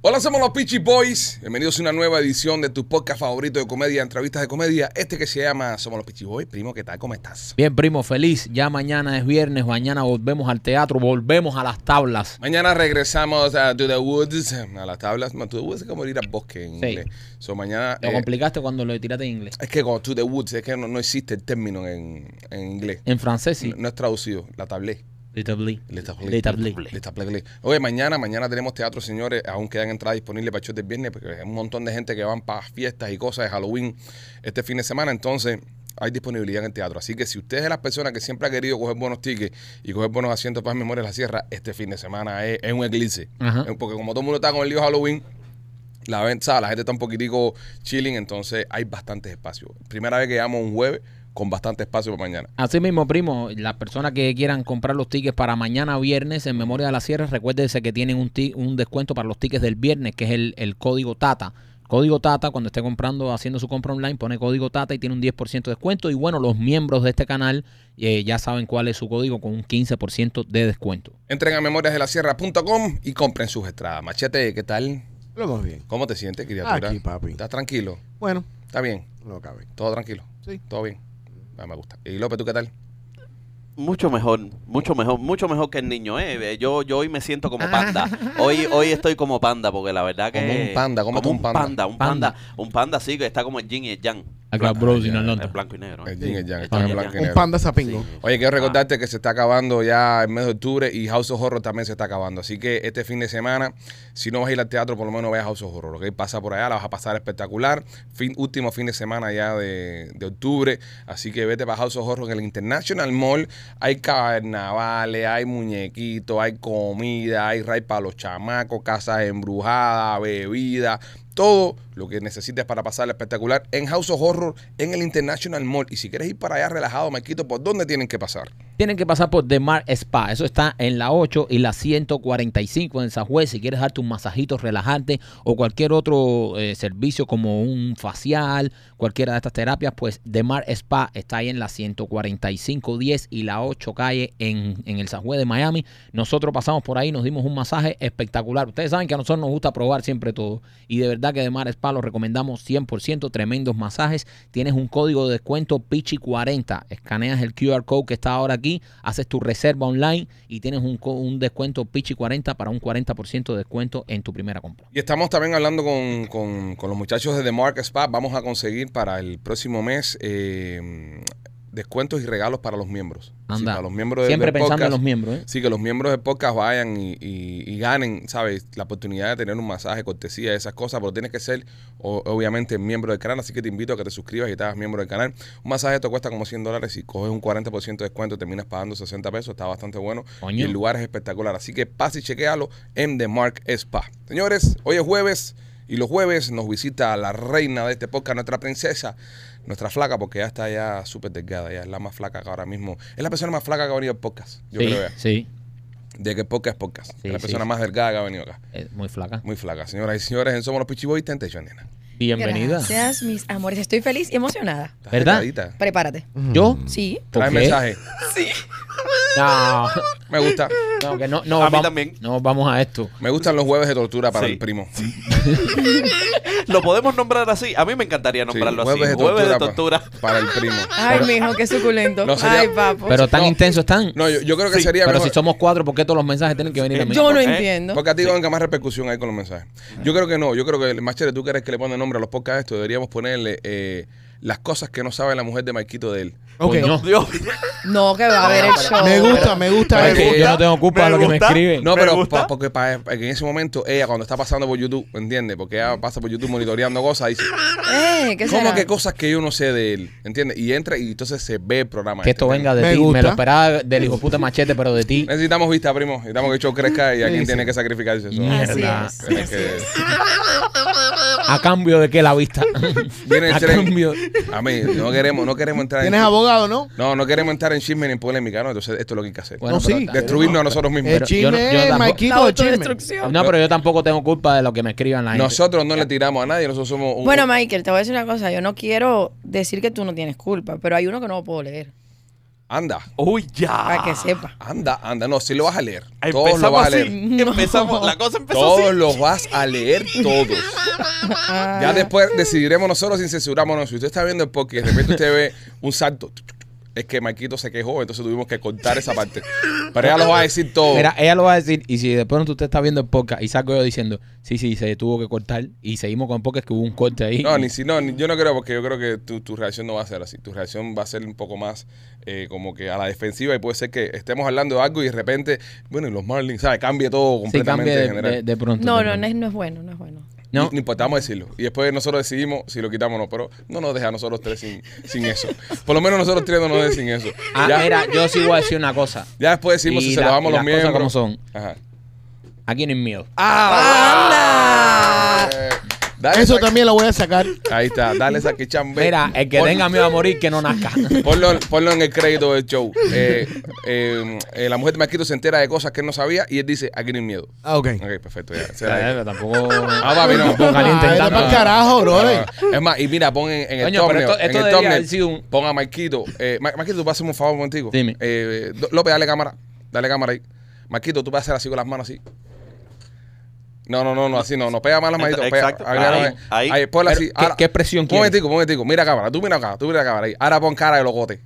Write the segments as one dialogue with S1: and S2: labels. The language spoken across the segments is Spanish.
S1: Hola, somos los Peachy Boys. Bienvenidos a una nueva edición de tu podcast favorito de comedia, entrevistas de comedia. Este que se llama Somos los Peachy Boys. Primo, ¿qué tal? ¿Cómo estás?
S2: Bien, primo, feliz. Ya mañana es viernes, mañana volvemos al teatro, volvemos a las tablas.
S1: Mañana regresamos a To the Woods, a las tablas. No, to the Woods es como ir al bosque en
S2: Sí.
S1: inglés. So, mañana.
S2: Lo
S1: eh,
S2: complicaste cuando lo tiraste en inglés.
S1: es que con To the Woods es que no, no existe el término en, en inglés.
S2: En francés, sí.
S1: No, no es traducido, la tablé.
S2: Le tablé.
S1: Le tablé.
S2: Le tablé.
S1: Le tablé, le- Oye, mañana, mañana tenemos teatro, señores. Aún quedan entradas disponibles para el show del viernes, porque hay un montón de gente que van para fiestas y cosas de Halloween este fin de semana. Entonces, hay disponibilidad en el teatro. Así que si usted es de las personas que siempre ha querido coger buenos tickets y coger buenos asientos para Memorias de la Sierra, este fin de semana es, es un eclipse.
S2: Ajá.
S1: Eh, Porque como todo el mundo está con el lío de Halloween, la venta, la gente está un poquitico chilling, entonces hay bastantes espacios. Primera vez que llegamos un jueves con bastante espacio para mañana.
S2: Así mismo, primo, las personas que quieran comprar los tickets para mañana viernes en Memoria de la Sierra, recuérdense que tienen un, ti- un descuento para los tickets del viernes, que es el, el código TATA. Código TATA, cuando esté comprando, haciendo su compra online, pone código TATA y tiene un 10% de descuento. Y bueno, los miembros de este canal eh, ya saben cuál es su código con un 15% de descuento.
S1: Entren a memoriasdelasierra.com y compren sus entradas. Machete, ¿qué tal?
S3: Lo más bien.
S1: ¿Cómo te sientes, criatura?
S3: Aquí, papi.
S1: ¿Estás tranquilo?
S3: Bueno,
S1: ¿Está bien?
S3: no cabe.
S1: ¿Todo tranquilo?
S3: Sí.
S1: ¿Todo bien? Ah, me gusta. ¿Y López, tú qué tal?
S4: Mucho mejor, mucho mejor, mucho mejor que el niño, ¿eh? Yo, yo hoy me siento
S2: Ah.
S4: como panda. Hoy, hoy estoy como panda, porque la verdad que.
S1: Como un panda, ¿cómo
S4: como
S1: tú
S4: un panda. Un
S2: Panda.
S4: panda, un panda sí que está como el yin y el yang.
S2: Acá, bro, sin
S4: el
S2: Atlanta.
S4: blanco y negro. ¿eh?
S1: El yin y el yang,
S4: Sí.
S1: están en
S4: Ah,
S1: blanco y
S4: ya.
S3: Un
S1: negro.
S3: panda sapingo.
S4: Sí.
S1: Oye, quiero recordarte que se está acabando ya el mes de octubre y House of Horror también se está acabando. Así que este fin de semana, si no vas a ir al teatro, por lo menos veas House of Horror, ¿ok? Pasa por allá, la vas a pasar espectacular. Fin, último fin de semana ya de, de octubre. Así que vete para House of Horror en el International Mall. Hay carnavales, hay muñequitos, hay comida, hay ray para los chamacos, casas embrujadas, bebida. Todo lo que necesites para pasar espectacular en House of Horror, en el International Mall. Y si quieres ir para allá relajado, Maquito, ¿por dónde tienen que pasar?
S2: Tienen que pasar por The Mar Spa. Eso está en la 8 y la 145 en Sajuez. Si quieres darte un masajito, relajante o cualquier otro eh, servicio como un facial, cualquiera de estas terapias, pues The Mar Spa está ahí en la 145 10 y la 8 calle en, en el Sajuez de Miami. Nosotros pasamos por ahí, nos dimos un masaje espectacular. Ustedes saben que a nosotros nos gusta probar siempre todo. Y de verdad que de Mar Spa lo recomendamos 100%, tremendos masajes. Tienes un código de descuento Pichi40. Escaneas el QR code que está ahora aquí, haces tu reserva online y tienes un, co- un descuento Pichi40 para un 40% de descuento en tu primera compra.
S1: Y estamos también hablando con, con- con los muchachos de The Mark Spa. Vamos a conseguir para el próximo mes eh, descuentos y regalos para los miembros. Sí,
S2: Anda.
S1: para los miembros del-
S2: Siempre
S1: del
S2: pensando en
S1: podcast.
S2: los miembros, ¿eh?
S1: Sí, que los miembros del podcast vayan y, y- y ganen, ¿sabes? La oportunidad de tener un masaje, cortesía, esas cosas, pero tienes que ser, o- obviamente, miembro del canal, así que te invito a que te suscribas y te hagas miembro del canal. Un masaje te cuesta como 100 dólares y coges un 40% de descuento, terminas pagando 60 pesos, está bastante bueno.
S2: Coño.
S1: Y el lugar es espectacular, así que pasa y chequealo en The Mark Spa. Señores, hoy es jueves y los jueves nos visita la reina de este podcast, nuestra princesa. Nuestra flaca, porque ya está ya súper delgada, ya es la más flaca que ahora mismo. Es la persona más flaca que ha venido al podcast, yo
S2: sí,
S1: creo. ya.
S2: sí.
S1: De que podcast es podcast.
S2: Sí,
S1: es la
S2: sí,
S1: persona
S2: sí.
S1: más delgada que ha venido acá.
S2: Es muy flaca.
S1: Muy flaca. Señoras y señores, en Somos los Pichiboy, te hecho, nena.
S2: Bienvenida.
S5: Gracias, mis amores. Estoy feliz y emocionada.
S1: Estás
S2: ¿Verdad?
S1: delgadita.
S5: Prepárate.
S2: ¿Yo?
S5: Sí.
S2: ¿Por
S1: Trae
S2: qué?
S1: mensaje.
S2: No,
S1: Me gusta.
S2: no, que no, no,
S4: A mí
S2: vamos-
S4: también.
S2: no, vamos a esto.
S1: Me gustan los jueves de tortura para
S4: Sí.
S1: el primo.
S4: Lo podemos nombrar así. A mí me encantaría
S1: Sí,
S4: nombrarlo así. Jueves de tortura.
S1: pa- Para el primo.
S5: Ay, mijo, qué suculento.
S1: No sería-
S5: Ay, papo.
S2: Pero tan
S1: No.
S2: intensos están.
S1: No, yo, yo creo que sería
S2: Pero
S1: mejor.
S2: si somos cuatro, ¿por qué todos los mensajes tienen que venir a mí?
S5: Yo no
S4: ¿eh?
S5: entiendo.
S1: Porque a ti venga más repercusión ahí con los mensajes.
S2: Ah.
S1: Yo creo que no. Yo creo que, el Machere, tú crees que le pone nombre a los podcasts esto. Deberíamos ponerle eh, las cosas que no sabe la mujer de Marquito de él.
S3: Ok.
S2: Coño.
S4: Dios.
S5: No, que va a haber el show.
S3: Me gusta, me gusta.
S2: Pero es
S3: eso.
S2: que yo no tengo culpa
S4: me
S2: de lo que me
S4: gusta.
S2: escriben.
S1: No,
S4: Me
S1: pero
S4: gusta.
S1: pa- porque pa- porque en ese momento ella, cuando está pasando por YouTube, ¿entiendes? Porque ella pasa por YouTube monitoreando cosas, dice.
S5: Eh, ¿qué
S1: ¿Cómo
S5: será?
S1: que cosas que yo no sé de él? ¿Entiendes? Y entra y entonces se ve el programa.
S2: Que esto
S1: este,
S2: venga
S1: ¿entiendes?
S2: de
S3: Me
S2: ti. Me
S3: gusta.
S2: lo esperaba del hijo puta machete, pero de ti.
S1: Necesitamos vista, primo. Necesitamos que el show crezca y
S3: Sí,
S1: alguien
S3: sí.
S1: tiene que sacrificarse. eso.
S5: Así
S2: Mierda.
S5: es.
S1: Tiene
S5: así
S1: que-
S5: es.
S2: ¿A cambio de qué la vista?
S1: Viene el
S2: a
S1: tren.
S2: cambio.
S1: A mí, no queremos, no queremos entrar en.
S3: Tienes abogado, ¿no?
S1: No, no queremos entrar en chisme ni en polémica, ¿no? Entonces, esto es lo que hay que hacer.
S2: Bueno,
S3: no, sí.
S2: pero-
S1: Destruirnos a nosotros mismos.
S3: El
S2: Pero yo no-
S3: chisme,
S2: yo tampoco-
S5: La
S3: Maikito, el chisme.
S5: autodestrucción.
S2: No, pero yo tampoco tengo culpa de lo que me escriban la gente.
S1: Nosotros no le tiramos a nadie, nosotros somos un.
S5: Bueno, Michael, te voy a decir una cosa. Yo no quiero decir que tú no tienes culpa, pero hay uno que no puedo leer.
S1: Anda,
S4: Uy, ya.
S5: Para que sepa.
S1: anda, anda. No, sí lo vas a leer. Todos lo
S4: Empezamos
S1: vas a
S4: así.
S1: leer.
S4: Empezamos. La cosa empezó
S1: Todos
S4: así.
S1: los vas a leer todos.
S5: Ah.
S1: Ya después decidiremos nosotros si censurámonos. Si usted está viendo el podcast y de repente usted ve un salto, es que Marquito se quejó, entonces tuvimos que cortar esa parte. Pero ella los va a decir todo.
S2: Mira, ella lo va a decir y si de pronto usted está viendo el podcast y salgo yo diciendo, sí, sí, se tuvo que cortar y seguimos con el podcast que hubo un corte ahí.
S1: No, ni si no, ni- yo no creo porque yo creo que tu, tu reacción no va a ser así. Tu reacción va a ser un poco más eh, como que a la defensiva y puede ser que estemos hablando de algo y de repente, bueno, y los Marlins, ¿sabes? Cambie todo
S2: Sí,
S1: completamente
S2: cambia
S1: en
S2: de,
S1: general.
S2: de- de pronto.
S5: No,
S2: de
S5: no,
S2: pronto.
S5: no es, no es bueno, no es bueno.
S1: No.
S2: No.
S1: importamos decirlo. Y después nosotros decidimos si lo quitamos o no. Pero no nos deja a nosotros tres sin, sin eso. Por lo menos nosotros tres no nos dejen sin eso.
S2: Ah,
S1: ya,
S2: mira, yo sí voy a decir una cosa.
S1: ya después decimos
S2: Y
S1: si se
S2: la-
S1: lo damos a
S2: y
S1: los
S2: las cosas
S1: miembros.
S2: como son.
S1: Ajá.
S2: Aquí no hay miedo.
S1: Ah, Eh,
S5: ¡Anda! Ah,
S1: dale
S3: Ah. Eso
S1: esa-
S3: también lo voy a sacar.
S1: Ahí está. Dale esa que chambe.
S2: Mira, el que
S1: Pon-
S2: tenga miedo a morir, que no nazca.
S1: Ponlo, ponlo en el crédito del show. Eh, eh, eh, la mujer de Marquito se entera de cosas que él no sabía y él dice, aquí no hay miedo.
S3: Ah, ok.
S1: Ok, perfecto. Ya. Se la-
S2: Pero Eh, tampoco.
S1: Ah, papi, no.
S2: Tampoco calienten
S3: Ay,
S2: tanto.
S3: para el carajo, bro.
S1: Ah, Es más, y mira, pon en, en el
S2: Coño, pero
S1: thumbnail,
S2: esto- esto
S1: en el
S2: debería
S1: thumbnail,
S2: haber sido un-
S1: pon a Marquito. Eh, Ma- Marquito, tú vas a hacerme un favor contigo.
S2: Dime.
S1: Eh, Do- López, dale cámara. Dale cámara ahí. Marquito, tú vas a hacer así con las manos así. No, no, no, no, así no, no pega más las manitos. pega-
S4: Exacto.
S1: ahí, ahí,
S4: Ahí, ahí.
S1: ponla
S2: Pero,
S1: así.
S2: ¿qué- qué expresión
S1: Un
S2: quieres?
S1: momentico, un momentico. Mira cámara, tú mira acá, tú mira cámara ahí. Ahora pon cara de locote.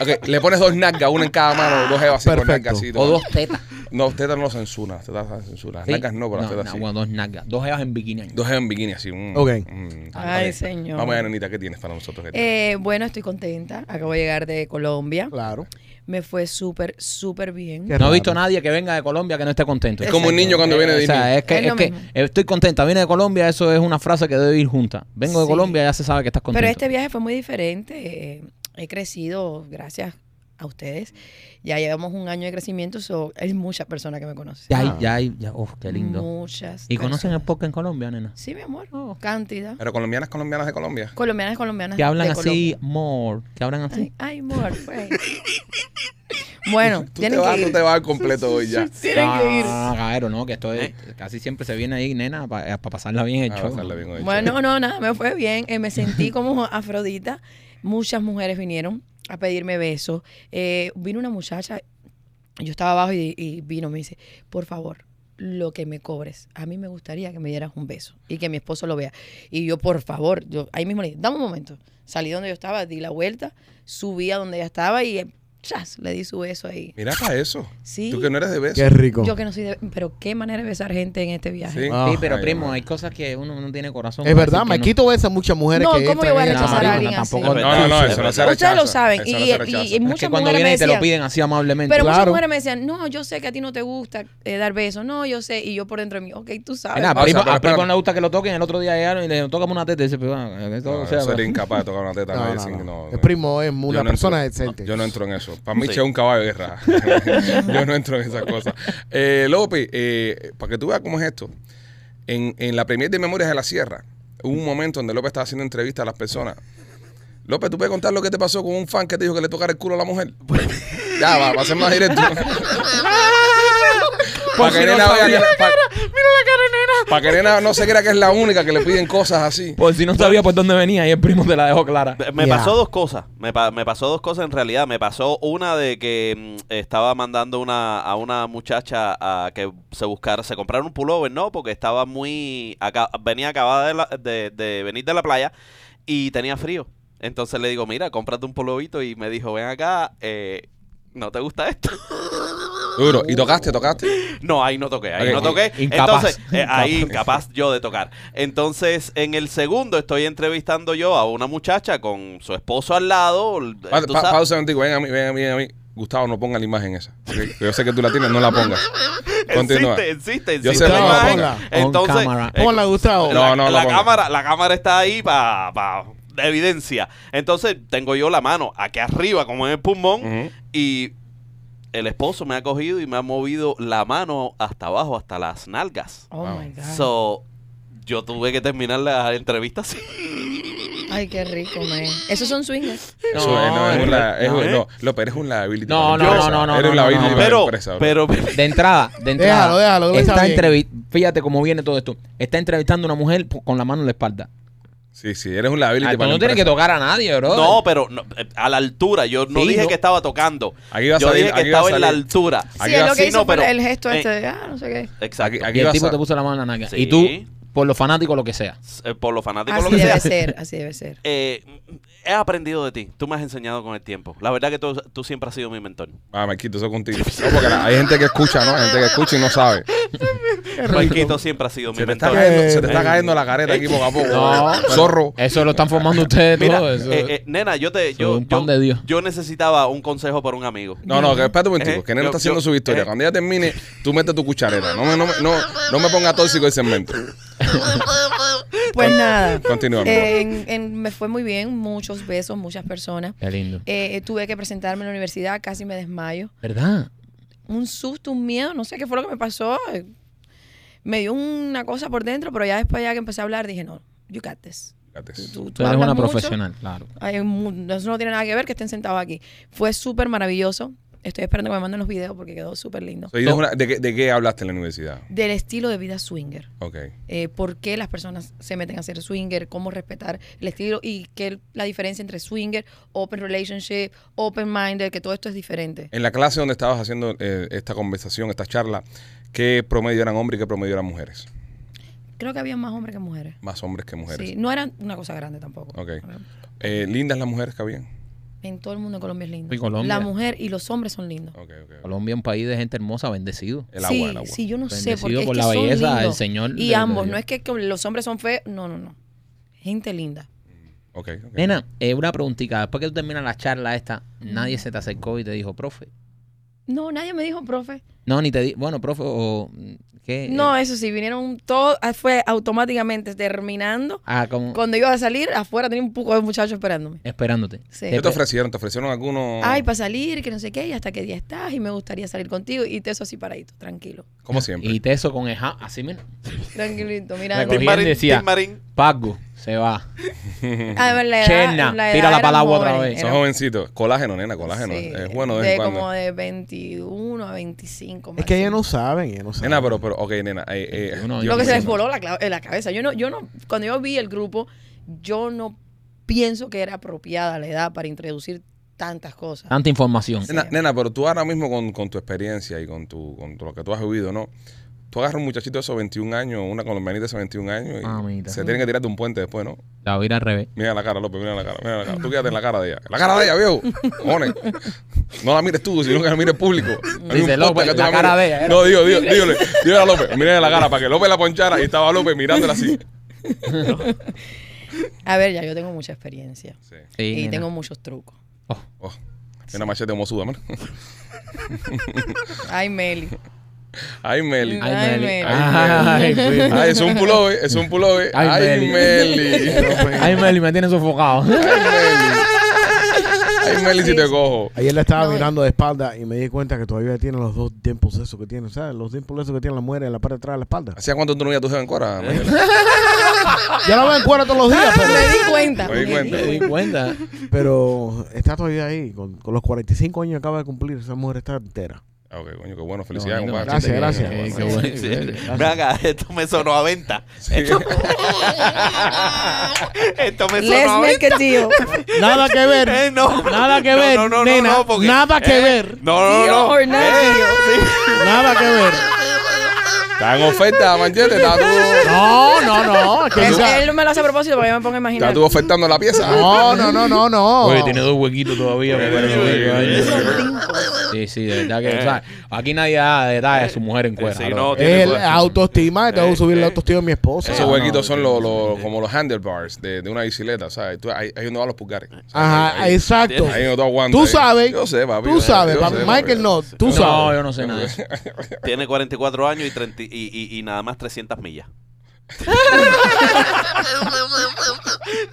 S1: Ok, le pones dos nalgas, una en cada mano, dos jevas así con
S3: Perfecto.
S1: nalgas así.
S2: O dos tetas.
S1: No, tetas no lo censura, las tetas las censura. Las
S2: ¿sí?
S1: nalgas no, pero las
S2: no,
S1: tetas
S2: no,
S1: sí.
S2: bueno, dos nalgas. Dos jevas en bikini.
S1: Dos en bikini así. mm,
S3: Ok.
S1: mm.
S5: Ay,
S2: Vale.
S5: señor.
S1: Vamos allá, nenita, ¿qué tienes para nosotros? ¿Qué tienes?
S5: Eh, bueno, estoy contenta. Acabo de llegar de Colombia.
S3: Claro.
S5: Me fue súper, súper bien.
S3: Qué
S2: No he
S3: raro.
S2: visto a nadie que venga de Colombia que no esté contento.
S1: es como un
S5: exacto.
S1: niño cuando viene de
S2: o sea,
S1: Disney.
S2: es que,
S5: Es
S2: es
S5: lo
S2: que
S5: mismo.
S2: estoy contenta. Viene de Colombia, eso es una frase que debe ir junta. Vengo de
S5: Sí.
S2: Colombia, ya se sabe que estás contento.
S5: Pero este viaje fue muy diferente. eh, He crecido gracias a ustedes. Ya llevamos un año de crecimiento. so, hay muchas personas que me conocen.
S2: Ya, hay, ya, hay, ya, uf, qué lindo.
S5: Muchas.
S2: ¿Y conocen el
S5: personas.
S2: podcast en Colombia, nena?
S5: Sí, mi amor.
S2: Oh.
S5: Cantidad.
S1: Pero colombianas, colombianas de Colombia.
S5: Colombianas, colombianas.
S2: Que hablan
S5: de
S2: así, more. Que hablan así.
S5: Colombia. Ay, ay, amor. pues. bueno,
S1: Tú te,
S5: tienen
S1: vas,
S5: que
S1: tú
S5: ir.
S1: te vas completo hoy ya.
S5: Tienen
S2: Ah,
S5: que ir.
S2: claro, no, que esto es-
S4: ¿Eh?
S2: casi siempre se viene ahí, nena, para pasarla bien el
S1: Ah,
S2: show.
S1: pasarla bien hoy,
S5: Bueno, no, nada, me fue bien. eh, me sentí como Afrodita. Muchas mujeres vinieron a pedirme besos. Eh, vino una muchacha, yo estaba abajo y, y vino, me dice, por favor, lo que me cobres, a mí me gustaría que me dieras un beso y que mi esposo lo vea. Y yo, por favor, yo ahí mismo le dije, dame un momento. Salí donde yo estaba, di la vuelta, subí a donde ella estaba y eh, chas, le di su beso ahí.
S1: Mira para eso.
S5: Sí.
S1: Tú que no eres de beso.
S3: Qué rico.
S5: Yo que no soy de... Pero qué manera de besar gente en este viaje.
S1: Sí,
S3: Ah.
S2: Sí, pero
S1: Ay,
S2: primo,
S1: madre.
S2: hay cosas que uno no tiene corazón.
S3: Es
S2: para
S3: verdad,
S2: decir que no.
S3: Maquito besa muchas mujeres
S5: No,
S3: que
S5: ¿cómo yo voy a
S3: entran en-
S5: rechazar
S2: No,
S5: a
S2: no,
S5: alguien así?
S2: tampoco-
S1: No, no, no, eso no se
S5: Ustedes
S1: rechaza.
S5: lo saben.
S1: Eso
S5: Y,
S1: no
S5: y-
S1: se
S5: y-
S1: rechaza.
S5: y
S2: Es
S5: muchas
S2: que cuando
S5: mujeres
S2: vienen
S5: me
S2: te lo
S5: decían,
S2: piden así amablemente.
S5: Pero muchas
S3: Claro.
S5: mujeres me decían, no, yo sé que a ti no te gusta eh, dar besos, no, yo sé, y yo por dentro de mí, ok, tú sabes.
S2: Mira,
S1: Ah, o
S2: primo,
S1: sea, pero
S2: a primo
S1: espérame.
S2: no le gusta que lo toquen, el otro día llegaron y le tocan una teta y dice, pero, ah, que todo
S1: No,
S2: sea-
S1: yo sería incapaz de tocar una teta. a
S3: No,
S1: nadie
S3: no,
S1: sin-
S3: no.
S1: no,
S3: El
S1: no.
S3: primo es
S1: Yo
S3: una
S1: no
S3: persona
S1: entro-
S3: decente.
S1: Yo no entro en eso. Para mí,
S4: Sí.
S1: che, es un caballo de guerra. yo no entro en esas cosas. Eh, López, eh, para que tú veas cómo es esto. En, en la premier de Memorias de la Sierra, hubo un momento donde López estaba haciendo entrevistas a las personas. López, ¿tú puedes contar lo que te pasó con un fan que te dijo que le tocara el culo a la mujer? ya, va, va a ser más directo. para que nena vea que... pa- Para que nena no se crea que es la única que le piden cosas así.
S2: Por Pues si no sabía por dónde venía y el primo te la dejó clara.
S4: Eh, Me
S3: Ya.
S4: pasó dos cosas. Me, pa- me pasó dos cosas en realidad. Me pasó una de que mm, estaba mandando una, a una muchacha a que se buscara, se comprara un pullover, ¿no? Porque estaba muy. aca- venía acabada de, la- de- de venir de la playa y tenía frío. Entonces le digo, mira, cómprate un pulovito. Y me dijo, ven acá, eh, ¿no te gusta esto?
S1: Duro. ¿Y tocaste, tocaste?
S4: No, ahí no toqué, ahí
S1: Ok,
S4: no toqué.
S2: incapaz.
S4: Entonces, eh, ahí incapaz yo de tocar. Entonces, en el segundo estoy entrevistando yo a una muchacha con su esposo al lado. l-
S1: Pa-
S4: tú
S1: pa-
S4: sabes-
S1: pausa contigo, ven a mí, ven a mí, ven a mí. Gustavo, no ponga la imagen esa. Que- que Yo sé que tú la tienes, no la pongas. Continúa.
S4: Existe, existe,
S1: Yo
S4: existe
S1: sé
S4: la
S1: cómo
S4: imagen.
S3: ponga.
S4: Entonces,
S2: On camera.
S4: eh,
S3: Hola, Gustavo.
S1: No,
S4: la,
S1: no, la
S4: la
S1: ponga.
S4: cámara, la cámara está ahí para evidencia. Entonces, tengo yo la mano aquí arriba, como en el pulmón,
S1: Ujú.
S4: y el esposo me ha cogido y me ha movido la mano hasta abajo, hasta las nalgas.
S5: Oh
S1: Wow.
S5: my God.
S4: So, yo tuve que terminar la entrevista así.
S5: Ay, qué rico, man. Esos son swingers.
S1: Eso es, no, es un la- es
S4: no,
S1: un-
S4: ¿eh?
S1: no, López, eres un liability.
S2: No,
S1: para la
S2: no,
S1: empresa.
S2: no, no, no,
S1: Eres un
S2: no,
S1: liability
S2: no, no.
S1: para la
S4: pero,
S1: empresa, bro.
S4: pero,
S2: De entrada, de entrada.
S3: Déjalo, déjalo, que
S2: Está
S3: está bien.
S2: entrevi- Fíjate cómo viene todo esto. Está entrevistando a una mujer po- con la mano en la espalda.
S1: Sí, sí, eres un liability
S2: Ah, tú
S1: para la
S2: no tienes que
S1: empresa.
S2: tocar a nadie, bro.
S4: No, pero no, eh, a la altura. Yo no
S2: Sí,
S4: dije
S2: no.
S4: que estaba tocando.
S1: Aquí va a
S4: Yo
S1: salir-
S4: dije que
S1: aquí va a
S4: estaba en la
S1: salir.
S4: altura.
S1: Aquí
S5: sí, es
S1: va-
S5: lo que
S4: sí,
S5: hizo
S4: no,
S5: fue
S4: pero-
S5: el gesto
S4: eh,
S5: este de, ah, no sé qué.
S1: Aquí,
S4: Exacto.
S2: Y
S1: aquí
S2: el
S1: vas
S2: tipo
S1: a-
S2: te puso la mano en la naca.
S4: Sí.
S2: Y tú, por lo fanático, lo que sea.
S4: Eh, Por los fanáticos
S5: Así
S4: lo que
S5: debe
S4: sea.
S5: ser, así debe ser.
S4: Eh, he aprendido de ti. Tú me has enseñado con el tiempo. La verdad que tú, tú siempre has sido mi mentor.
S1: Ah, me quito eso contigo. No, porque la- hay gente que escucha, ¿no? Hay gente que escucha y no sabe.
S4: Marquito siempre ha sido mi
S1: Se te está
S4: mentor.
S1: cayendo, se te
S4: Eh,
S1: está cayendo la careta aquí poco a poco.
S2: pero
S1: Zorro.
S2: Eso lo están formando ustedes
S4: Mira,
S2: todo eso.
S4: eh, eh, nena, yo te, yo,
S2: un pan
S4: yo-
S2: de Dios.
S4: yo necesitaba un consejo por un amigo.
S1: No, no, que espérate un momentico,
S4: Eh,
S1: que Nena
S4: yo-
S1: está haciendo
S4: yo-
S1: su historia.
S4: eh.
S1: Cuando ella termine, tú metes tu cuchareta. No me, no, me- no, no me ponga tóxico el segmento.
S5: Pues nada.
S1: Continuamos.
S5: Eh, en- en- me fue muy bien, muchos besos, muchas personas.
S2: Qué lindo.
S5: Eh, tuve que presentarme en la universidad, casi me desmayo.
S2: ¿Verdad?
S5: Un susto, un miedo, no sé qué fue lo que me pasó. Eh, Me dio una cosa por dentro, pero ya después ya que empecé a hablar dije, no, you got this.
S1: Fíjate.
S5: Tú,
S2: Tú eres
S5: hablas
S2: una
S5: mucho,
S2: profesional, claro.
S5: hay mu- eso no tiene nada que ver que estén sentados aquí. Fue súper maravilloso. Estoy esperando que me manden los videos porque quedó súper lindo.
S1: So, y es una- ¿de, qué, de qué hablaste en la universidad?
S5: Del estilo de vida swinger.
S1: Ok.
S5: eh, por qué las personas se meten a ser swinger, cómo respetar el estilo y qué el- la diferencia entre swinger, open relationship, open minded, que todo esto es diferente.
S1: En la clase donde estabas haciendo eh, esta conversación, esta charla, ¿qué promedio eran hombres y qué promedio eran mujeres?
S5: Creo que había más hombres que mujeres.
S1: Más hombres que mujeres.
S5: Sí, no era una cosa grande tampoco.
S1: Ok. Eh, ¿Lindas las mujeres que habían?
S5: En todo el mundo en Colombia es lindo.
S2: Y Colombia.
S5: La mujer y los hombres son lindos.
S1: Ok, ok. ok.
S2: Colombia es un país de gente hermosa, bendecido.
S1: El agua,
S5: sí,
S1: el agua.
S5: sí, yo no sé
S2: Bendecido
S5: porque es
S2: por
S5: que
S2: la
S5: son
S2: belleza del
S5: lindos.
S2: Señor de-
S5: y
S2: de
S5: ambos,
S2: Dios.
S5: no es que, que los hombres son feos, no, no, no. Gente linda.
S1: Ok, ok.
S2: Nena, eh, una preguntita. Después que tú terminas la charla esta, nadie se te acercó y te dijo, profe.
S5: No, nadie me dijo, profe.
S2: No, ni te di, bueno, profe, o mm, qué.
S5: No,
S2: Eh,
S5: eso sí, vinieron todos, ah, fue automáticamente terminando.
S2: ah, como
S5: Cuando iba a salir, afuera tenía un poco de muchachos esperándome.
S2: esperándote.
S5: Sí.
S1: ¿Qué te
S2: pe-
S1: ofrecieron? ¿Te ofrecieron
S2: Oh.
S1: algunos?
S5: Ay, para salir, que no sé qué, y hasta qué día estás, y me gustaría salir contigo, y te eso así paradito, tranquilo.
S1: Como siempre.
S2: Y teso con el ja- así mira.
S5: Tranquilito,
S2: Me
S5: mira.
S2: cogí.
S4: Tim
S2: Bien
S4: Marín,
S2: decía.
S4: Tim Marín.
S2: Pago, se va.
S5: Además, la edad-
S2: Cherna,
S5: la edad
S2: tira la
S5: eran
S2: palabra otra
S5: jóvenes,
S2: vez.
S1: Son
S5: eran-
S1: jovencitos. Colágeno, nena, colágeno.
S5: sí,
S1: es bueno de vez
S5: de
S1: en cuando.
S5: como de 21 a 25
S3: Es que ellos
S5: máximo.
S3: no saben, ellos no saben.
S1: Nena, pero, pero, ok, nena. eh, eh,
S2: Uno,
S1: Dios
S5: Lo que se
S1: mío.
S5: les voló la, cla- en la cabeza. Yo no, yo no, cuando yo vi el grupo, yo no pienso que era apropiada la edad para introducir tantas cosas.
S2: Tanta información.
S1: Nena, nena, pero tú ahora mismo con, con tu experiencia y con tu con lo que tú has vivido, ¿no? Tú agarras un muchachito de esos 21 años, una colombianita de esos 21 años y
S2: Mamita.
S1: se tienen que tirar de un puente después, ¿no?
S2: La voy a ir al revés.
S1: Mira la cara, López, mira la cara, mira la cara. Tú quédate en la cara de ella. La cara de ella, viejo. Cojones. No la mires tú, sino que la mire el público. A mí me
S2: Dice
S1: importa
S2: López,
S1: que tú
S2: la cara
S1: mires.
S2: de ella, ¿eh? era.
S1: No, digo, digo, dígale, dígale a López, mire la cara para que López la ponchara y estaba López mirándola así.
S5: A ver, ya yo tengo mucha experiencia
S1: Sí.
S2: Sí,
S5: y
S2: nena.
S5: tengo muchos trucos.
S2: Oh,
S1: Oh, nena machete como suda, mira.
S5: Ay, Meli.
S1: Ay, Meli.
S5: Ay,
S2: Ay,
S5: Meli.
S2: Meli.
S1: Ay,
S2: Ay, Meli.
S1: Ay, Ah, es un pullover, es un pullover.
S2: Ay,
S1: Ay,
S2: Meli.
S1: Meli.
S3: pues.
S2: Ay, Meli, me tiene sofocado.
S1: Ay, Meli, si te cojo.
S3: Ayer la estaba
S5: No,
S3: mirando de espalda y me di cuenta que todavía tiene los dos dimples esos que tiene, ¿sabes? Los dimples esos que tiene la mujer en la parte de atrás de la espalda.
S1: ¿Hacía cuánto tú no veías tu jeva en Cora?
S3: Eh.
S1: Mayela?
S4: Ah,
S3: Yo la veo en cuero todos los días,
S5: Me
S3: pero,
S5: di cuenta.
S1: Me di cuenta.
S2: Me di cuenta.
S3: pero está todavía ahí. Con, con los 45 años que acaba de cumplir, esa mujer está entera.
S1: Ah, ok, coño, qué bueno. Felicidades,
S2: Qué
S1: compadre.
S2: bonito, machete,
S3: Gracias, gracias.
S2: qué- qué- qué
S3: Sí,
S2: bueno.
S4: Sí. Ven acá, esto me sonó a venta. Esto, esto me
S5: Let's
S4: sonó a
S5: make
S4: venta.
S5: a deal.
S3: Nada que ver.
S4: Eh, no.
S3: Nada que
S4: No,
S3: ver,
S4: no, no, no,
S3: nena.
S4: no, porque-
S3: Nada que
S4: eh,
S3: ver.
S4: No, no,
S5: Deal
S4: no. Eh,
S5: or not deal.
S3: Nada que ver.
S1: Está en oferta, manchete. Está tú,
S3: No, no, no. que
S5: Él,
S3: quizá-
S5: él me lo hace a propósito para que yo me ponga a
S1: está
S5: imaginar.
S1: tú ofertando la pieza.
S3: No, no, no, no, no.
S2: dos huequitos todavía.
S1: me acuerdo, güey.
S2: Sí, sí, de verdad que. o sea, aquí nadie da detalle a su mujer en
S4: Eh,
S2: cuera.
S4: sí,
S2: bro.
S4: no, tiene
S3: Es
S4: razón.
S3: la autoestima, tengo
S4: Eh,
S3: que subir
S4: eh.
S3: la autoestima de mi esposa.
S1: Esos
S3: No,
S1: huequitos
S3: no.
S1: son los, los- como los handlebars de, de una bicicleta, ¿sabes? Tú, ahí, ahí uno va a los pulgares. ¿sabes?
S3: Ajá,
S1: ahí,
S3: exacto.
S1: ahí uno tú aguantas.
S3: Tú
S1: ahí.
S3: sabes.
S1: Yo sé, papi.
S3: Tú
S1: yo sé,
S3: sabes,
S1: yo
S3: papi.
S1: sé,
S3: Michael, no. Tú
S2: No,
S3: sabes.
S2: yo no sé nada de eso.
S4: Tiene 44 años y, 30 y, y- y nada más 300 millas.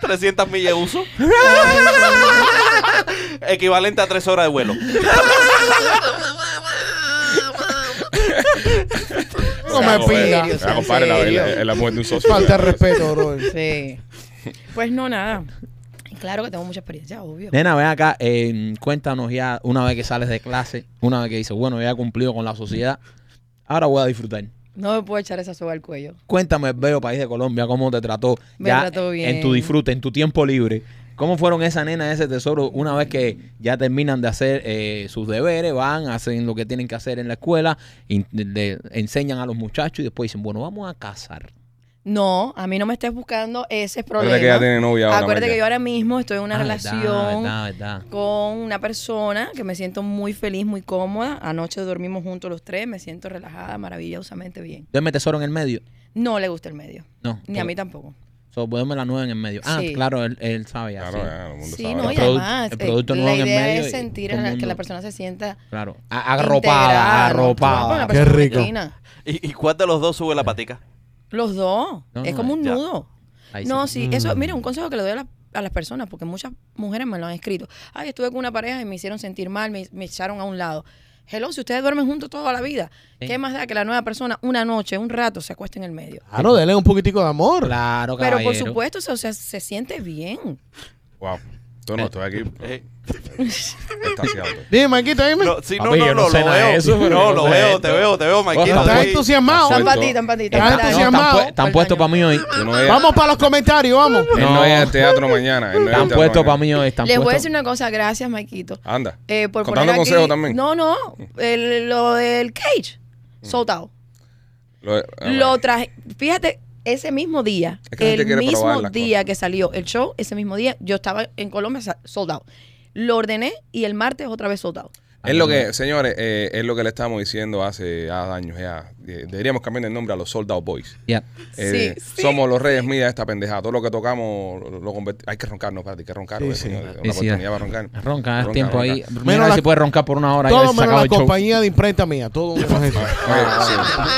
S4: 300 millas de uso. Equivalente a 3 horas de vuelo.
S3: No
S1: O sea,
S3: me
S1: compadre,
S3: pidas.
S1: ah, compadre, la, la- la mujer de un socio.
S3: Falta de
S1: ¿verdad?
S3: respeto, bro.
S5: Sí. Pues no, nada. Claro que tengo mucha experiencia, obvio.
S2: Nena, ven acá, eh, cuéntanos ya, una vez que sales de clase, una vez que dices, bueno, ya he cumplido con la sociedad, ahora voy a disfrutar.
S5: No me puedo echar esa soga al cuello.
S2: Cuéntame, el bello país de Colombia, cómo te trató.
S5: Me trató bien.
S2: En tu disfrute, en tu tiempo libre. ¿Cómo fueron esa nena, ese tesoro, una vez que ya terminan de hacer eh, sus deberes, van, hacen lo que tienen que hacer en la escuela, in- le enseñan a los muchachos y después dicen, bueno, vamos a casar.
S5: No, a mí no me estés buscando ese problema.
S1: Acuérdate que ya tiene novia ahora.
S5: Acuérdate
S1: Marta.
S5: que yo ahora mismo estoy en una
S2: Ah,
S5: relación
S2: Verdad, verdad, verdad.
S5: con una persona que me siento muy feliz, muy cómoda. Anoche dormimos juntos los tres, me siento relajada, maravillosamente bien.
S2: Duerme tesoro en el medio.
S5: No le gusta el medio,
S2: No.
S5: ni a mí tampoco.
S2: So, duerme la nueva en el medio. Ah,
S5: Sí.
S2: claro, él, él sabe así.
S1: Claro, ya, todo el mundo
S5: Sí,
S1: sabe.
S5: no, y
S2: El produ-
S5: además,
S2: el
S5: eh,
S2: producto
S5: la
S2: nuevo en el
S5: idea
S2: medio
S5: es
S2: y
S5: sentir
S2: todo el
S5: a la- que
S2: mundo-
S5: la persona se sienta
S2: Claro. A- Agropada,
S5: integrada, ¿no? Tú vas con
S2: arropada.
S3: Qué
S5: una persona en la
S3: rico.
S5: esquina.
S4: ¿Y, y cuál de los dos sube la patica?
S5: Los dos,
S2: No, eh,
S5: es
S2: no,
S5: como un
S4: ya.
S5: nudo.
S2: Ahí
S5: No,
S2: sí. Mm.
S5: sí, eso, mira, un consejo que le doy a, la- a las personas, porque muchas mujeres me lo han escrito. Ay, estuve con una pareja y me hicieron sentir mal, me, me echaron a un lado. Hello, si ustedes duermen juntos toda la vida,
S2: Sí.
S5: ¿qué más da que la nueva persona una noche, un rato, se acueste en el medio?
S3: Claro, denle un poquitico de amor.
S2: Claro,
S5: Pero por
S2: caballero.
S5: supuesto, o sea, se siente bien.
S1: Wow. Tú no, estoy aquí.
S4: Eh,
S1: Extasiado.
S3: Dime, Marquito, dime.
S4: no, sí, no,
S2: Papi,
S4: no,
S2: yo no
S4: no,
S2: sé
S4: lo
S2: nada de
S4: veo.
S2: eso, pero
S4: no,
S2: yo
S4: lo
S2: sé
S4: veo,
S2: esto.
S4: te veo, te veo, Maikito.
S3: Estás
S4: estoy-
S3: entusiasmado.
S2: Está
S5: Tan
S2: suelto.
S5: patito, tan patito,
S2: Están-
S5: tan
S3: Está
S5: patito.
S2: no, están pu-
S3: entusiasmado.
S2: están puestos para mí hoy.
S1: Yo no voy a-
S3: Vamos para los comentarios, vamos.
S1: Él no,
S2: No.
S1: es al teatro mañana. Él no es al
S2: Están
S1: teatro
S2: puestos para
S1: mañana.
S2: mí hoy. Están
S5: Les voy a
S2: puestos.
S5: decir una cosa, gracias, Maikito.
S1: Anda.
S5: Eh, por
S1: Contando
S5: poner aquí-
S1: consejos también. Mm.
S5: No, no, el- lo del cage, sold out.
S1: Lo, ah,
S5: Lo
S1: bueno.
S5: traje, fíjate, ese mismo día,
S1: Es que la gente
S5: el
S1: quiere probar
S5: mismo
S1: las
S5: día
S1: cosas.
S5: que salió el show, ese mismo día, yo estaba en Colombia sa- sold out. Lo ordené y el martes otra vez sold out.
S1: Es lo que, señores, eh, es lo que le estábamos diciendo hace ya años ya. Eh, Deberíamos cambiar el nombre a los Sold Out Boys.
S2: Yeah.
S1: Eh,
S5: Sí, sí,
S1: somos los reyes mías de esta pendejada. Todo lo que tocamos lo, lo convertimos. Hay que roncarnos, espérate, hay que roncar.
S3: Sí,
S1: güey,
S3: sí.
S1: señor.
S2: Sí,
S1: Una
S2: sí,
S1: oportunidad
S2: ya. Ah.
S1: para roncar.
S2: Ronca, haz
S1: Ronca,
S2: tiempo
S1: ronca.
S2: ahí. Mira a ver
S3: la-
S2: si puedes roncar por una hora. y a ver
S3: Todo
S2: si se
S3: menos
S2: acaba
S3: la
S2: el show.
S3: compañía de imprenta mía. Todo menos eso.
S1: Oye, sí.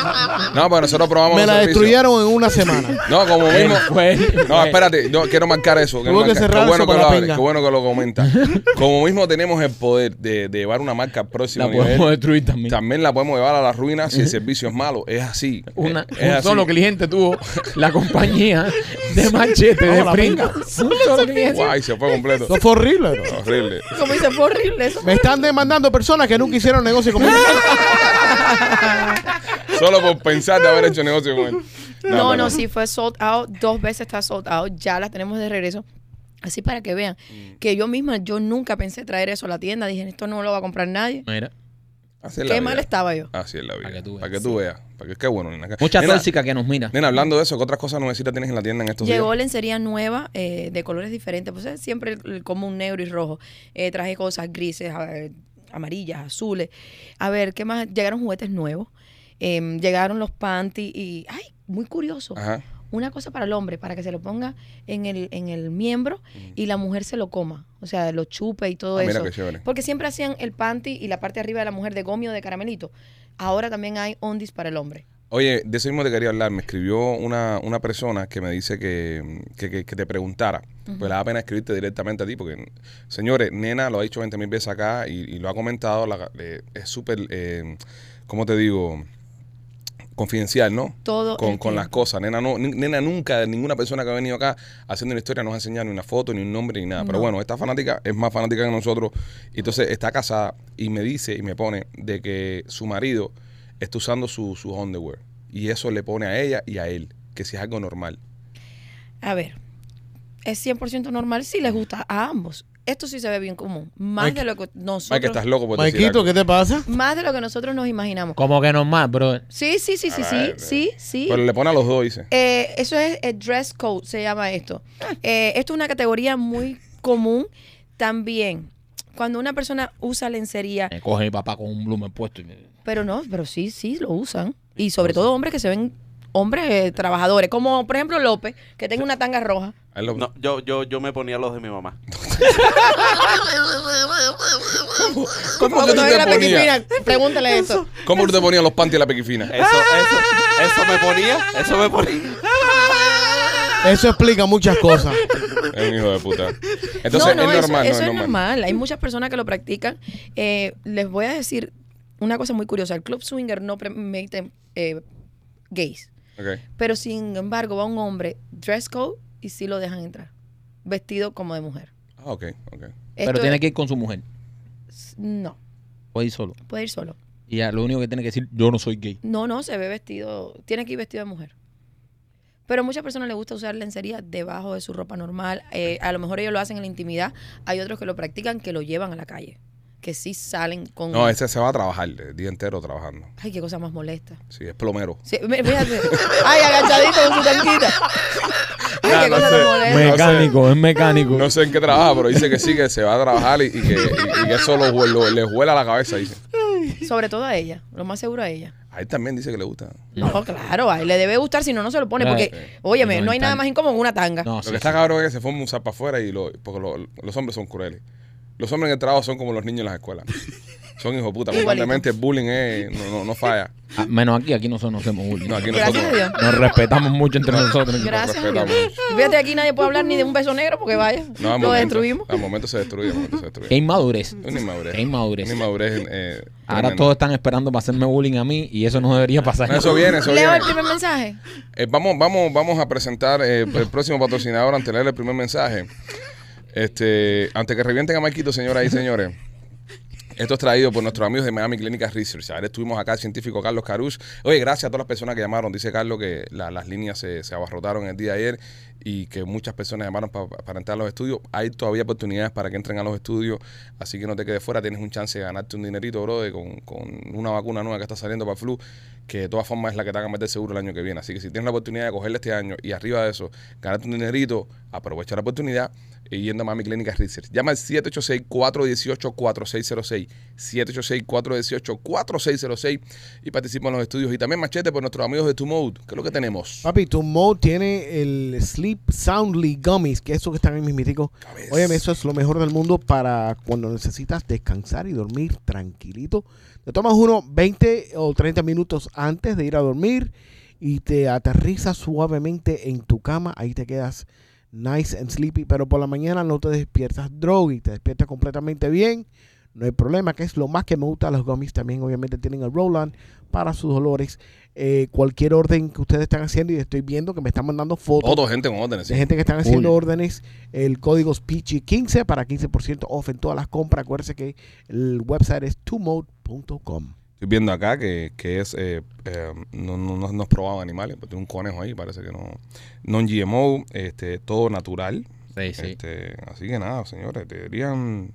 S1: No, pero nosotros probamos
S3: Me
S1: los
S3: la
S1: servicios.
S3: destruyeron en una semana.
S1: No, como
S2: Él
S1: mismo.
S2: fue, él
S1: No,
S2: fue.
S1: espérate, yo quiero marcar eso. quiero
S3: Tuvo que
S1: marcar-
S3: cerrar
S1: qué bueno que
S3: eso con
S1: lo
S3: la
S1: abre,
S3: pinga.
S1: qué bueno que lo comenta. Como mismo tenemos el poder de, de llevar una marca al próximo
S2: La podemos
S1: nivel,
S2: destruir también.
S1: también la podemos llevar a la ruina si el servicio es malo. Es así.
S2: Una-
S1: Es- es
S2: un
S1: así.
S2: solo cliente tuvo la compañía de machete de
S3: la
S2: pringa.
S3: pinga.
S2: Un solo cliente.
S1: Guay, se fue completo.
S3: Eso fue horrible, bro.
S1: Horrible.
S5: Como dice, fue horrible eso.
S3: Me están demandando personas que nunca hicieron negocio conmigo.
S1: Solo por pensar de haber hecho negocio con él.
S5: No, no,
S1: sí.
S5: sí fue sold out. Dos veces está sold out. Ya las tenemos de regreso. Así para que vean
S1: Mm.
S5: que yo misma, yo nunca pensé traer eso a la tienda. Dije, esto no lo va a comprar nadie.
S2: Mira,
S1: Así es la
S5: Qué
S1: vida.
S5: mal estaba yo.
S1: Así es la vida.
S2: Para que tú veas.
S1: Para que tú veas. Para que, qué bueno, nena.
S2: mucha
S1: nena,
S2: tóxica que nos mira.
S1: Nena, hablando de eso, ¿qué otras cosas nuevecitas tienes en la tienda en estos
S5: Llegó
S1: días?
S5: lencería nueva eh, de colores diferentes. Pues es siempre el, el común negro y rojo. Eh, traje cosas grises, a ver, amarillas, azules. A ver, ¿qué más? Llegaron juguetes nuevos. Em, llegaron los panty y. ¡Ay! Muy curioso.
S1: Ajá.
S5: Una cosa para el hombre, para que se lo ponga en el, en el miembro y la mujer se lo coma. O sea, lo chupe y todo
S1: Mm. Ah, mira
S5: eso.
S1: qué chévere.
S5: Porque siempre hacían el panty y la parte de arriba de la mujer de gomio de caramelito. Ahora también hay ondis para el hombre.
S1: Oye, de eso mismo te quería hablar. Me escribió una, una persona que me dice que, que, que- que te preguntara. Pues le da pena escribirte directamente a ti, porque, señores, nena lo ha dicho 20 mil veces acá y, y lo ha comentado. la- eh, es súper, eh, ¿cómo te digo? Confidencial, ¿no?
S5: Todo
S1: con,
S5: el
S1: con las
S5: tiempo.
S1: cosas. Nena, no, ni- nena nunca, ninguna persona que ha venido acá haciendo una historia nos ha enseñado ni una foto, ni un nombre, ni nada. Pero
S5: No.
S1: bueno, esta fanática es más fanática que nosotros. Y Entonces está casada y me dice y me pone de que su marido está usando su, su underwear. Y eso le pone a ella y a él, que si es algo normal.
S5: A ver, es 100% normal si les gusta a ambos. Esto sí se ve bien común. Más
S3: Mike-
S5: de lo que nosotros.
S1: Ay, que estás loco por decir
S3: Maikito,
S1: algo.
S3: ¿qué te pasa?
S5: Más de lo que nosotros nos imaginamos.
S2: Como que normal, bro.
S5: Sí, sí, sí, sí,
S1: A
S5: sí,
S1: ver,
S5: sí, sí.
S1: Pero le pone a los dos, dice.
S5: Eh, eso es eh, dress code, se llama esto. Eh, esto es una categoría muy común también. Cuando una persona usa lencería,
S2: Me coge mi papá con un blumen puesto. y me-
S5: pero no, pero sí, sí, lo usan. Y sobre todo hombres que se ven hombres eh, trabajadores, como por ejemplo López, que tenga una tanga roja.
S1: A él lo-
S4: No, yo, yo, yo me ponía los de mi mamá.
S1: ¿Cómo,
S5: Porque
S1: que tú
S5: todavía
S1: te
S5: la
S1: ponías?
S5: pequifina, pregúntale eso.
S1: ¿Cómo tú te ponías los panties y la pequifina?
S4: Eso, eso, eso me ponía, eso me ponía.
S3: Eso explica muchas cosas.
S1: Es un hijo de puta. Entonces,
S5: no, no,
S1: es
S5: eso,
S1: normal,
S5: eso
S1: no
S5: es normal. Hay muchas personas que lo practican. Eh, les voy a decir una cosa muy curiosa. El club swinger no permite eh, gays.
S1: Ok.
S5: Pero sin embargo, va un hombre dress code y sí lo dejan entrar. Vestido como de mujer.
S1: Ah, ok, ok.
S2: Pero
S5: Esto
S2: tiene
S5: es-
S2: que ir con su mujer.
S5: No,
S2: Puede ir solo.
S5: puede ir solo.
S2: Ya. Y ya, lo único que tiene que decir, yo no soy gay.
S5: No, no, se ve vestido, tiene que ir vestido de mujer. Pero a muchas personas les gusta usar lencería debajo de su ropa normal. Eh, a lo mejor ellos lo hacen en la intimidad. Hay otros que lo practican que lo llevan a la calle. Que sí salen con.
S1: No, ese se va a trabajar el día entero trabajando.
S5: Ay, qué cosa más molesta.
S1: Sí, es plomero.
S5: Sí, mira, fíjate. Ay, agachadito con su tanquita. Ay,
S1: Ya,
S5: qué
S1: no
S5: cosa
S1: sé.
S5: tan molesta.
S1: Me-
S2: Mecánico, es mecánico.
S1: No sé en qué trabaja, pero dice que sí, que se va a trabajar y, y que, y- y que eso lo, lo- le huela la cabeza. Dice.
S5: Sobre todo a ella, lo más seguro a ella.
S1: A él también dice que le gusta.
S2: Ah,
S5: No, claro, a él le debe gustar, si no, no se lo pone.
S2: Claro.
S5: Porque,
S2: Sí.
S5: óyeme,
S2: No,
S5: no hay
S2: en
S5: nada
S2: tan-
S5: más incómodo que una tanga.
S2: No,
S1: Lo
S2: sí,
S1: que
S2: sí.
S1: está cabrón es que se fue a musar para afuera y lo, porque lo- los hombres son crueles. Los hombres en el trabajo son como los niños en las escuelas. Son hijos de puta.
S5: Igualito.
S1: Constantemente el bullying es- no, no- no falla.
S2: Ah, menos aquí, aquí no son- no hacemos bullying.
S1: No, aquí
S5: Gracias
S1: nosotros.
S5: a Dios.
S2: Nos respetamos mucho entre nosotros.
S5: Gracias. a Dios.
S1: respetamos.
S5: Fíjate, aquí nadie puede hablar ni de un beso negro porque vaya,
S1: No, al
S5: lo
S1: momento-
S5: destruimos.
S1: Al momento se destruye. Al momento se
S2: Qué
S1: destruye.
S2: inmadurez.
S1: Una inmadurez.
S2: Qué inmadurez.
S1: Una inmadurez, eh,
S2: Ahora
S1: tremenda.
S2: todos están esperando para hacerme bullying a mí y eso no debería pasar.
S1: No, Eso viene, Ah, eso
S5: Leo
S1: viene.
S5: el primer mensaje.
S1: Eh, vamos, vamos, vamos a presentar eh, el próximo patrocinador antes de leer el primer mensaje. Este, antes que revienten a Marquito, señoras y señores. Esto es traído por nuestros amigos de Miami Clinic Research. Ayer estuvimos acá el científico Carlos Carush. Oye, gracias a todas las personas que llamaron. Dice Carlos que la- las líneas se, se abarrotaron el día de ayer y que muchas personas llamaron pa- pa- para entrar a los estudios. Hay todavía oportunidades para que entren a los estudios, así que no te quedes fuera. Tienes un chance de ganarte un dinerito, bro, de- con, con una vacuna nueva que está saliendo para el flu, que de todas formas es la que te van a meter seguro el año que viene. Así que si tienes la oportunidad de cogerla este año y arriba de eso, ganarte un dinerito, aprovecha la oportunidad y yendo a Miami Clínica Research. Llama al 786-418-4606. 786-418-4606 y participa en los estudios. Y también machete por nuestros amigos de Tumode. ¿Qué es lo que tenemos?
S3: Papi, tu mode tiene el Sleep Soundly Gummies, que eso que están ahí mismitico. Óyeme, eso es lo mejor del mundo para cuando necesitas descansar y dormir tranquilito. Te tomas uno 20 o 30 minutos antes de ir a dormir y te aterrizas suavemente en tu cama. Ahí te quedas nice and sleepy, pero por la mañana no te despiertas drogui, te despiertas completamente bien. No hay problema, que es lo más que me gusta. Los gummies también obviamente tienen el Roland para sus dolores. Eh, cualquier orden que ustedes están haciendo y estoy viendo que me están mandando fotos
S1: Todo gente con órdenes.
S3: de
S1: sí.
S3: gente que están haciendo
S2: Full.
S3: órdenes. El código es PG15 para 15% off en todas las compras. Acuérdense que el website es tumode.com.
S1: Estoy viendo acá que, que es. eh, eh, no, no, no, no has probado animales, pero tiene un conejo ahí, parece que no. Non-GMO, este, todo natural.
S2: Sí, sí.
S1: Este, así que nada, señores, deberían.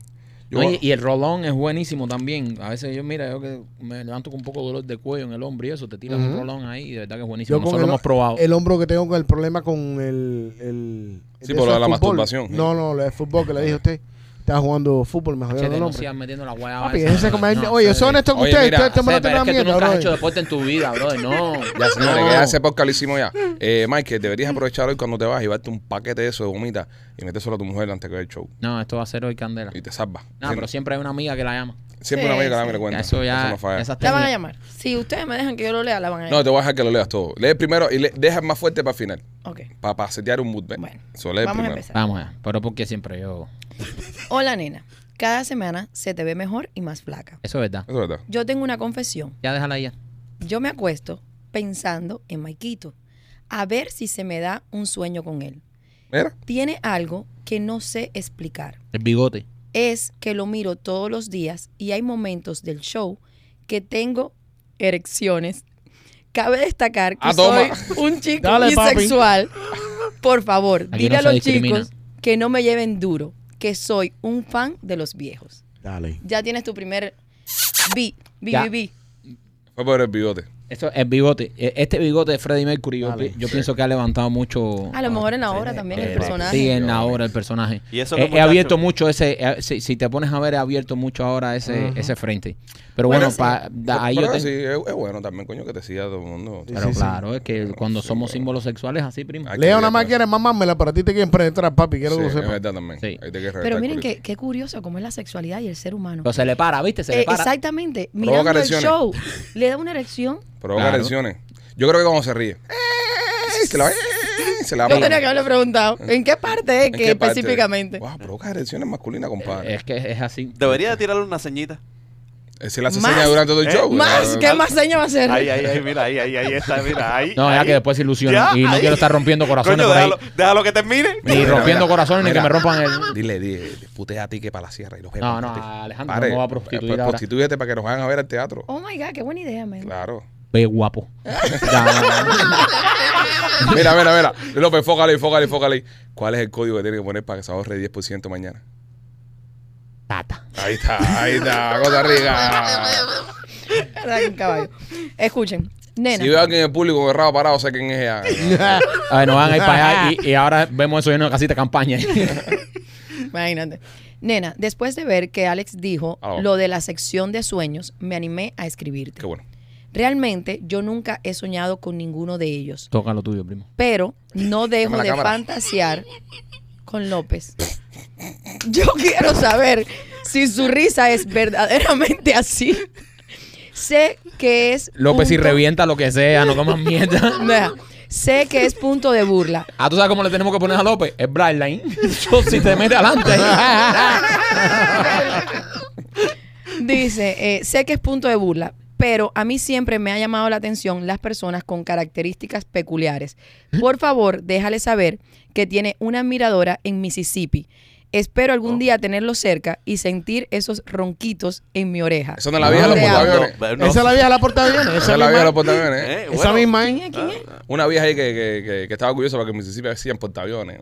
S1: yo-
S2: Oye, y el rolón es buenísimo también. A veces yo, mira, yo que me levanto con un poco de dolor de cuello en el hombro y eso, te tiras un
S3: Ujú.
S2: rolón ahí y de verdad que es buenísimo.
S3: Yo con
S2: Nosotros lo
S3: el-
S2: hemos probado.
S3: El hombro que tengo con el problema con el. el
S1: Sí,
S3: el
S1: por lo de la
S3: fútbol.
S1: masturbación.
S3: No, no, lo de fútbol que le dije a usted. Estaba jugando fútbol, me jodieron
S2: Chete,
S3: el
S2: no
S3: hombre.
S2: sigas metiendo la guayaba.
S3: Papi,
S2: esa,
S3: déjense
S2: bro.
S3: comer.
S2: No,
S3: Oye,
S2: sé,
S3: son honestos con
S1: Oye,
S3: ustedes.
S1: mira,
S3: Ustedes
S2: sé,
S3: toman
S2: pero
S3: la
S2: es que tú
S3: mierda,
S2: nunca has
S3: brother.
S2: hecho deporte en tu vida, bro. No.
S1: Ya, señores,
S2: No.
S1: que ya ese podcast lo hicimos ya. Eh, Mike, deberías aprovechar hoy cuando te vas y llevarte un paquete de eso de gomita y metérselo a tu mujer antes que vea el show.
S2: No, esto va a ser hoy candela.
S1: Y te salvas.
S2: No, pero
S1: siempre,
S2: siempre hay una amiga que la llama.
S1: siempre
S5: Sí,
S1: una amiga que la
S5: sí.
S1: me le cuenta.
S2: Eso ya.
S1: no falla.
S2: esas
S5: La van a
S2: técnicas-
S5: llamar. Si ustedes me dejan que yo lo lea, la van a
S1: No,
S5: llamar.
S1: te voy a dejar que lo leas todo. Lee el primero y le, deja el más fuerte para el final.
S5: Ok.
S1: Para setear un mood. ¿ves?
S5: Bueno,
S1: Eso, lee el
S5: Vamos a
S1: primero.
S5: empezar.
S2: Vamos allá. Pero porque siempre yo.
S5: Hola, nena. Cada semana se te ve mejor y más flaca.
S2: Eso es verdad.
S1: Eso es verdad.
S5: Yo tengo una confesión.
S2: Ya déjala ya.
S5: Yo me acuesto pensando en Maikito, a ver si se me da un sueño con él.
S1: Mira.
S5: Tiene algo que no sé explicar.
S2: El bigote.
S5: Es que lo miro todos los días y hay momentos del show que tengo erecciones. Cabe destacar que
S1: Ah,
S5: soy
S1: toma.
S5: un chico
S3: Dale, papi.
S5: bisexual. Por favor,
S2: Aquí
S5: dile
S2: no
S5: a
S2: se
S5: los
S2: discrimina.
S5: chicos que no me lleven duro, que soy un fan de los viejos.
S3: Dale.
S5: Ya tienes tu primer B, B,
S2: Ya.
S5: B, B.
S1: Fue por el bigote.
S2: Eso es bigote. E- Este bigote de Freddie Mercury, yo,
S3: Dale.
S2: pi- yo pienso que ha levantado mucho.
S5: A lo mejor en la hora también el
S2: Eh,
S5: personaje.
S2: Sí, en la hora el personaje.
S4: Y eso
S2: He-
S4: que
S2: he,
S4: muchacho-
S2: abierto mucho ese. eh, si, si te pones a ver, he abierto mucho ahora ese, ese frente. Pero bueno,
S5: Bueno, sí.
S2: pa- da- ahí
S1: Pero
S2: yo tengo.
S1: sí, es, es bueno también, coño, que te siga todo el mundo.
S3: Sí,
S2: Pero
S3: sí, sí.
S2: claro, es que cuando
S1: sí,
S2: somos
S1: pero-
S2: símbolos sexuales, así, prima.
S1: Hay que
S3: Lea una
S1: ver,
S3: más
S1: ¿no?
S3: quieres, mámamela, pero a ti te quieren penetrar, papi.
S1: Sí,
S3: Quiero que lo
S1: es
S3: sepas.
S1: verdad también.
S2: Sí.
S1: Ahí te hay que
S5: Pero
S1: reventar
S5: miren
S1: el
S5: qué, qué curioso cómo es la sexualidad y el ser humano.
S2: Pero se le para, ¿viste? Se
S5: Eh,
S2: le para.
S5: exactamente, mirando el
S1: erecciones.
S5: show, le da una erección.
S1: Provoca
S2: Claro.
S1: lesiones. Yo creo que cuando se ríe. ¡eh! Se la va. ¡eh! Se la va.
S5: Yo tenía que haberle preguntado, ¿en qué parte es
S1: ¿En
S5: que
S1: qué parte?
S5: específicamente?
S2: Eh,
S1: Wow, provoca erecciones masculinas, compadre.
S2: Es que es así.
S4: Debería de tirarle una ceñita.
S1: Eh, Se la hace
S5: Más.
S1: señas durante todo el
S4: Eh,
S1: show.
S5: Más,
S1: Eh,
S5: ¿qué más seña va a ser?
S4: Ahí, ahí, ahí, mira, ahí, ahí, ahí está, mira, ahí.
S2: No, ya
S4: ahí.
S2: que después se
S4: Ya,
S2: ilusionan. Y no
S4: ahí.
S2: quiero estar rompiendo corazones
S4: Coño,
S2: por ahí.
S4: déjalo, déjalo que termine.
S2: Ni
S1: Mira,
S2: rompiendo
S1: mira,
S2: corazones, ni
S1: mira.
S2: que me rompan el.
S1: Dile, dile, putea a ti que para la sierra y los
S2: No,
S1: vemos,
S2: no,
S1: tío.
S2: Alejandro,
S1: Pare,
S2: no me voy a prostituir
S1: pa-
S2: ahora.
S1: Prostituyete para que nos vayan a ver al teatro.
S5: Oh my God, qué buena idea, man.
S1: Claro.
S2: Ve guapo. Ya, no, no, no.
S1: Mira, mira, mira. López, fócale, fócale, fócale. ¿Cuál es el código que tiene que poner para que se ahorre 10% mañana?
S2: Tata.
S1: Ahí está, ahí está, Costa Rica.
S5: Arranca, caballo. Escuchen, nena.
S1: Si veo a alguien en el público con el rabo parado, sé quién es ella.
S2: A ver, nos van a ir para allá y, y ahora vemos eso en una casita de campaña.
S5: Imagínate. Nena, después de ver que Alex dijo
S1: Ah, oh.
S5: lo de la sección de sueños, me animé a escribirte.
S1: Qué bueno.
S5: Realmente yo nunca he soñado con ninguno de ellos,
S2: Toca lo tuyo, primo.
S5: pero no dejo
S1: Dame la
S5: de
S1: cámara.
S5: fantasear con López. Yo quiero saber si su risa es verdaderamente así. Sé que es
S2: López, si
S5: punto-
S2: revienta lo que sea, no comas mierda.
S5: Deja. Sé que es punto de burla,
S2: Ah, ¿tú sabes cómo le tenemos que poner a López? Es Brightline. Yo, si te metes adelante.
S5: Dice, eh, sé que es punto de burla, pero a mí siempre me ha llamado la atención las personas con características peculiares. Por favor, déjale saber que tiene una admiradora en Mississippi. Espero algún día tenerlo cerca y sentir esos ronquitos en mi oreja.
S1: Eso no la vieja de los
S5: Te amo.
S1: portaaviones.
S4: No, no.
S3: Esa es la vieja de la portaaviones.
S1: Esa
S3: Esa,
S1: es la vieja de
S3: misma,
S1: los portaaviones. ¿eh?
S4: Eh,
S3: esa
S4: bueno.
S3: misma,
S5: ¿Quién
S3: ¿eh?
S5: es? ¿Quién es?
S1: Una vieja ahí que, que, que, que estaba curiosa porque en Mississippi hacían portaaviones.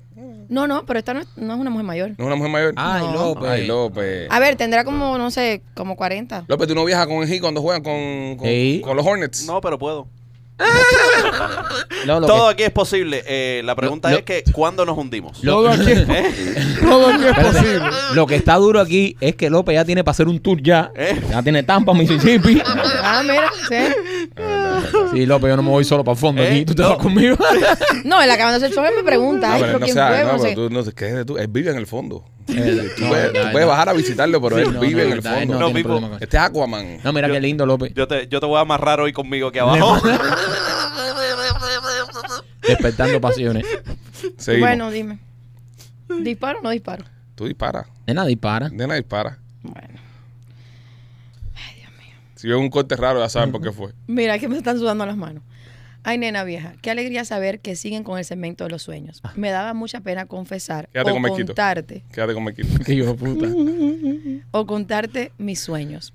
S5: No, no, pero esta no es, no es una mujer mayor.
S1: ¿No es una mujer mayor?
S2: Ah, Ay, López.
S1: Ay, López.
S5: A ver, tendrá como, no sé, como 40.
S1: López, ¿tú no viajas con el Heat cuando juegan con, con,
S2: Sí.
S1: con los Hornets?
S4: No, pero puedo.
S2: No, lo
S4: Todo
S2: que-
S4: aquí es posible. Eh, la pregunta
S2: Lo-
S4: es que ¿cuándo nos hundimos?
S2: Lo-
S3: Todo aquí, es-
S4: ¿Eh?
S3: todo aquí es
S2: Espérate,
S3: posible.
S2: Lo que está duro aquí es que López ya tiene para hacer un tour ya.
S4: ¿Eh?
S2: Ya tiene Tampa, Mississippi.
S5: Ah, mira, sí.
S2: Sí, López, yo no me voy solo para el fondo
S4: ¿Eh?
S2: aquí. Tú te
S4: No.
S2: vas conmigo.
S5: No, en la cabana del show me pregunta, ay,
S1: No, Ah, pero
S5: pero
S1: no,
S5: quién
S1: sea-
S5: fue,
S1: no,
S5: no
S1: pero
S5: sé.
S1: tú no sé qué es de tú. Él vive en el fondo.
S2: Eh,
S1: Tú
S2: no,
S1: puedes,
S2: no,
S1: tú puedes
S2: no.
S1: bajar a visitarlo, pero
S2: Sí,
S1: él
S2: no,
S1: vive
S2: no,
S1: en el
S2: verdad, él
S1: fondo.
S2: No,
S4: No,
S2: tiene
S4: people.
S2: problema con eso.
S1: Este es Aquaman.
S2: No, mira
S4: Yo-
S2: qué lindo, López.
S4: Yo te, yo te voy a amarrar hoy conmigo aquí abajo.
S2: Despertando pasiones.
S1: Seguimos.
S5: Bueno, dime. ¿Disparo o no disparo?
S1: Tú dispara.
S2: Nena, dispara.
S1: Nena dispara.
S5: Bueno.
S1: Si ven un corte raro, ya saben por qué fue.
S5: Mira, que me están sudando las manos. Ay, nena vieja, qué alegría saber que siguen con el segmento de los sueños. Me daba mucha pena confesar
S1: Ah. Quédate
S5: o
S1: con Mequito.
S5: contarte
S1: Quédate con Mequito.
S2: Qué hijo de puta.
S5: o contarte mis sueños.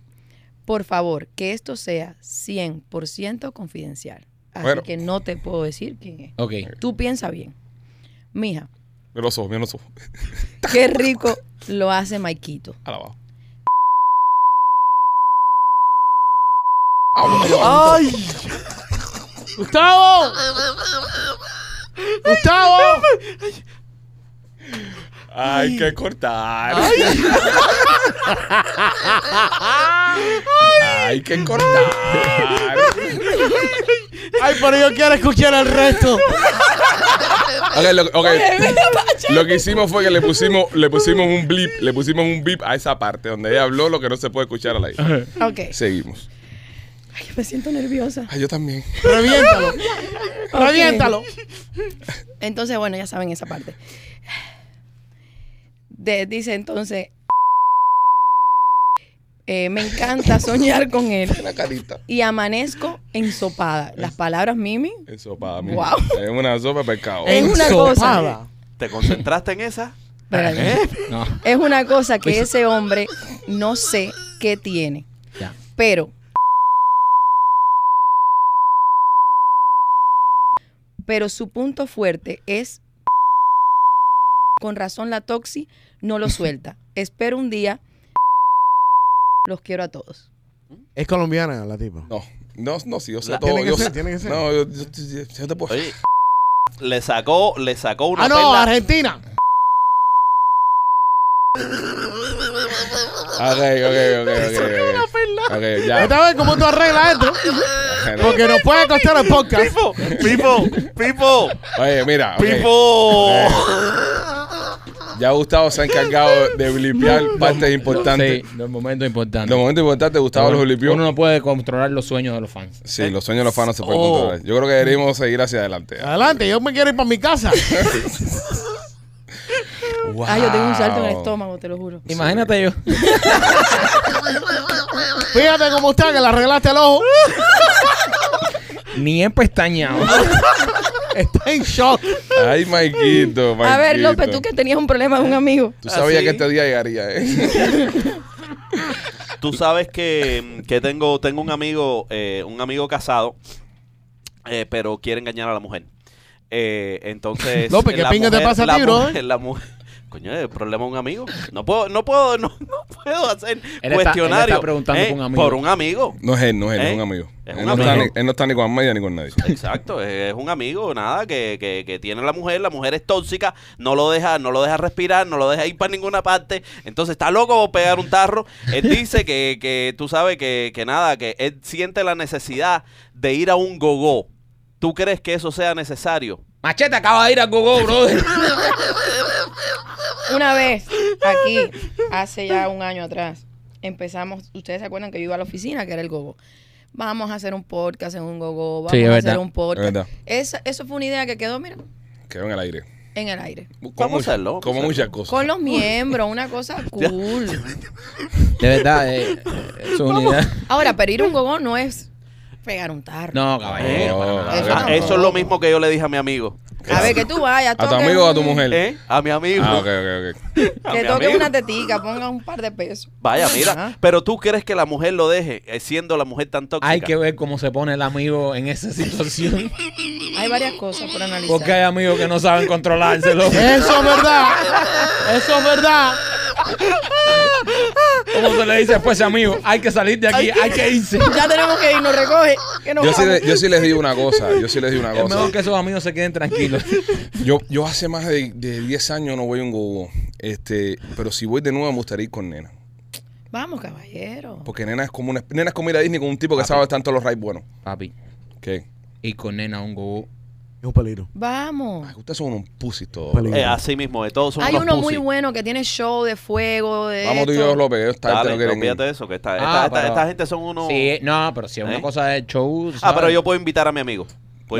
S5: Por favor, que esto sea 100% confidencial. Así
S1: Bueno.
S5: que no te puedo decir quién es.
S2: Ok.
S5: Tú piensa bien. Mija,
S1: Mira los ojos, mira los ojos.
S5: qué rico lo hace Maikito.
S1: Alabado.
S3: ¡Ay! ¡Gustavo! ¡Gustavo!
S1: Ay, que cortar. Ay, que cortar.
S3: ¡Ay, pero yo quiero escuchar el resto!
S1: Ok, lo, ok. Lo que hicimos fue que le pusimos, le pusimos un blip, le pusimos un blip a esa parte donde ella habló lo que no se puede escuchar al aire.
S5: Ok.
S1: Seguimos.
S5: Ay, me siento nerviosa.
S1: Ay, yo también.
S3: ¡Reviéntalo! ¡Reviéntalo!
S5: Entonces, bueno, ya saben esa parte. De- dice entonces, eh, me encanta soñar con él
S1: La carita.
S5: y amanezco ensopada. Las palabras Mimi
S1: Eso para mí.
S5: Guau.
S1: Es una sopa de pescado.
S5: Es una
S3: Ensopada.
S5: cosa.
S4: ¿Te concentraste en esa?
S5: espérate,
S1: ¿Eh?
S2: No,
S5: es una cosa que ese hombre no sé qué tiene,
S2: ya.
S5: pero pero su punto fuerte es con razón la Toxi no lo suelta. Espero un día los quiero a todos.
S3: Es colombiana la tipa.
S1: No, no, no, sí, yo sé
S4: La-
S1: todo.
S3: tiene que
S1: yo
S3: ser,
S1: sé-
S3: tiene que ser.
S1: No, yo, yo- yo- yo te puedo.
S4: Oye, le sacó, le sacó una
S3: ¡Ah, no!
S4: perla.
S3: ¡Argentina!
S1: Ok, ok, ok, ok. Ok, Ok, ya.
S3: Esta vez, ¿cómo tú arreglas esto? Porque nos puede costar el podcast.
S4: Pipo, Pipo, Pipo,
S1: Oye, mira. ok.
S4: Pipo.
S1: Ya Gustavo se ha encargado de blipear partes importantes.
S2: Sí, los momentos importantes.
S1: Los momentos importantes, Gustavo los blipeó.
S2: Uno no puede controlar los sueños de los fans.
S1: Sí, los sueños de los fans no se pueden
S4: Oh. Ah.
S1: controlar. Yo creo que deberíamos seguir hacia adelante.
S3: Adelante, yo me quiero ir para mi casa.
S5: Ah, yo tengo un salto en el
S1: Wow.
S5: estómago, te lo juro.
S2: Imagínate yo.
S3: Fíjate cómo está, que le arreglaste el ojo.
S2: Ni empestañado.
S3: Está en shock.
S1: Ay, Maikito, Maikito.
S5: A ver, López, tú que tenías un problema de un amigo.
S1: Tú sabías
S4: Ah, sí.
S1: que este día llegaría, ¿eh?
S4: Tú sabes que, que tengo, tengo un amigo, eh, un amigo casado, eh, pero quiere engañar a la mujer. Eh, entonces.
S3: López, pues, ¿qué
S4: la
S3: pinga te
S4: mujer-
S3: pasa a
S4: la
S3: ti, bro,
S4: mujer-
S3: eh?
S4: la mujer- Coño, el problema es un amigo. No puedo, no puedo, no, no puedo hacer
S2: él
S4: cuestionario. ¿eh?
S2: está preguntando por un amigo.
S4: Por un amigo.
S1: No es él, no es él,
S4: ¿Eh?
S1: es un amigo.
S4: Es
S1: él,
S4: un
S1: no Está ni,
S4: amigo.
S1: él no está ni con media ni con nadie.
S4: Exacto, es, es un amigo, nada, que, que, que tiene la mujer, la mujer es tóxica, no lo deja, no lo deja respirar, no lo deja ir para ninguna parte, entonces está loco por pegar un tarro. Él dice que, que tú sabes que, que nada, que él siente la necesidad de ir a un gogó. ¿Tú crees que eso sea necesario?
S2: Machete acaba de ir a Gogo, brother.
S5: Una vez, aquí, hace ya un año atrás, empezamos, ustedes se acuerdan que yo iba a la oficina, que era el gogo. Vamos a hacer un podcast en un gogo, vamos
S2: Sí, es
S5: a
S2: verdad,
S5: hacer un
S1: es
S5: podcast.
S1: verdad.
S5: Esa- eso fue una idea que quedó, mira,
S1: Quedó en el aire.
S5: en el aire.
S1: Como
S4: Vamos a
S1: mucha-
S4: hacerlo, vamos a
S1: Como
S4: hacerlo.
S1: muchas cosas.
S5: Con los miembros, una cosa cool.
S2: De verdad, eh, eh, es una unidad.
S5: Ahora, pero ir a un gogo no es pegar un tarro.
S2: No, caballero.
S1: No,
S2: para nada.
S5: Eso
S4: Ah,
S5: no.
S4: eso es lo mismo que yo le dije a mi amigo.
S5: A ver, que tú vayas.
S1: ¿A tu
S5: toques
S1: amigo o a
S5: un-
S1: tu mujer?
S4: ¿Eh? A mi amigo.
S1: Ah, ok, ok, ok.
S4: A
S5: Que
S4: mi
S5: toque
S4: amigo.
S5: una tetica, ponga un par de pesos.
S4: Vaya, mira,
S5: Ajá.
S4: pero tú crees que la mujer lo deje eh, siendo la mujer tan tóxica.
S2: Hay que ver cómo se pone el amigo en esa situación.
S5: Hay varias cosas por analizar.
S2: Porque hay amigos que no saben controlárselo.
S3: Eso es verdad. Eso es verdad.
S2: ¿Cómo se le dice después a ese amigo? Hay que salir de aquí, hay que irse.
S5: Ya tenemos que irnos, recoge. Que nos
S1: Yo sí,
S5: vamos.
S1: le- yo sí les digo una cosa. Yo sí les digo una
S2: Es
S1: cosa.
S2: mejor que esos amigos se queden tranquilos.
S1: Yo, yo hace más de, de 10 años no voy a un gogo. Este, pero si voy de nuevo me gustaría ir con nena.
S5: Vamos, caballero.
S1: Porque nena es como una, nena es como ir a Disney con un tipo que sabe tanto los rides buenos.
S2: Papi,
S1: ¿Qué?
S2: y con nena un gogo.
S3: Es un peligro.
S5: Vamos.
S1: Ay, ustedes son unos pussies todos.
S3: Peligro.
S4: Eh, así mismo, de todos somos
S5: Hay
S4: unos
S5: uno muy
S4: pussy.
S5: bueno que tiene show de fuego. De
S1: Vamos tú y
S5: esto.
S1: yo, López. Ellos tarde
S4: Dale,
S1: no
S4: no
S1: quieren ir.
S4: olvídate de eso, que esta,
S2: Ah,
S4: esta, esta-
S2: pero-
S4: esta gente son unos...
S2: Sí, no, pero si es una
S4: ¿Eh?
S2: cosa de show.
S4: ah,
S2: ¿sabes?
S4: pero yo puedo invitar a mi amigo. Puedo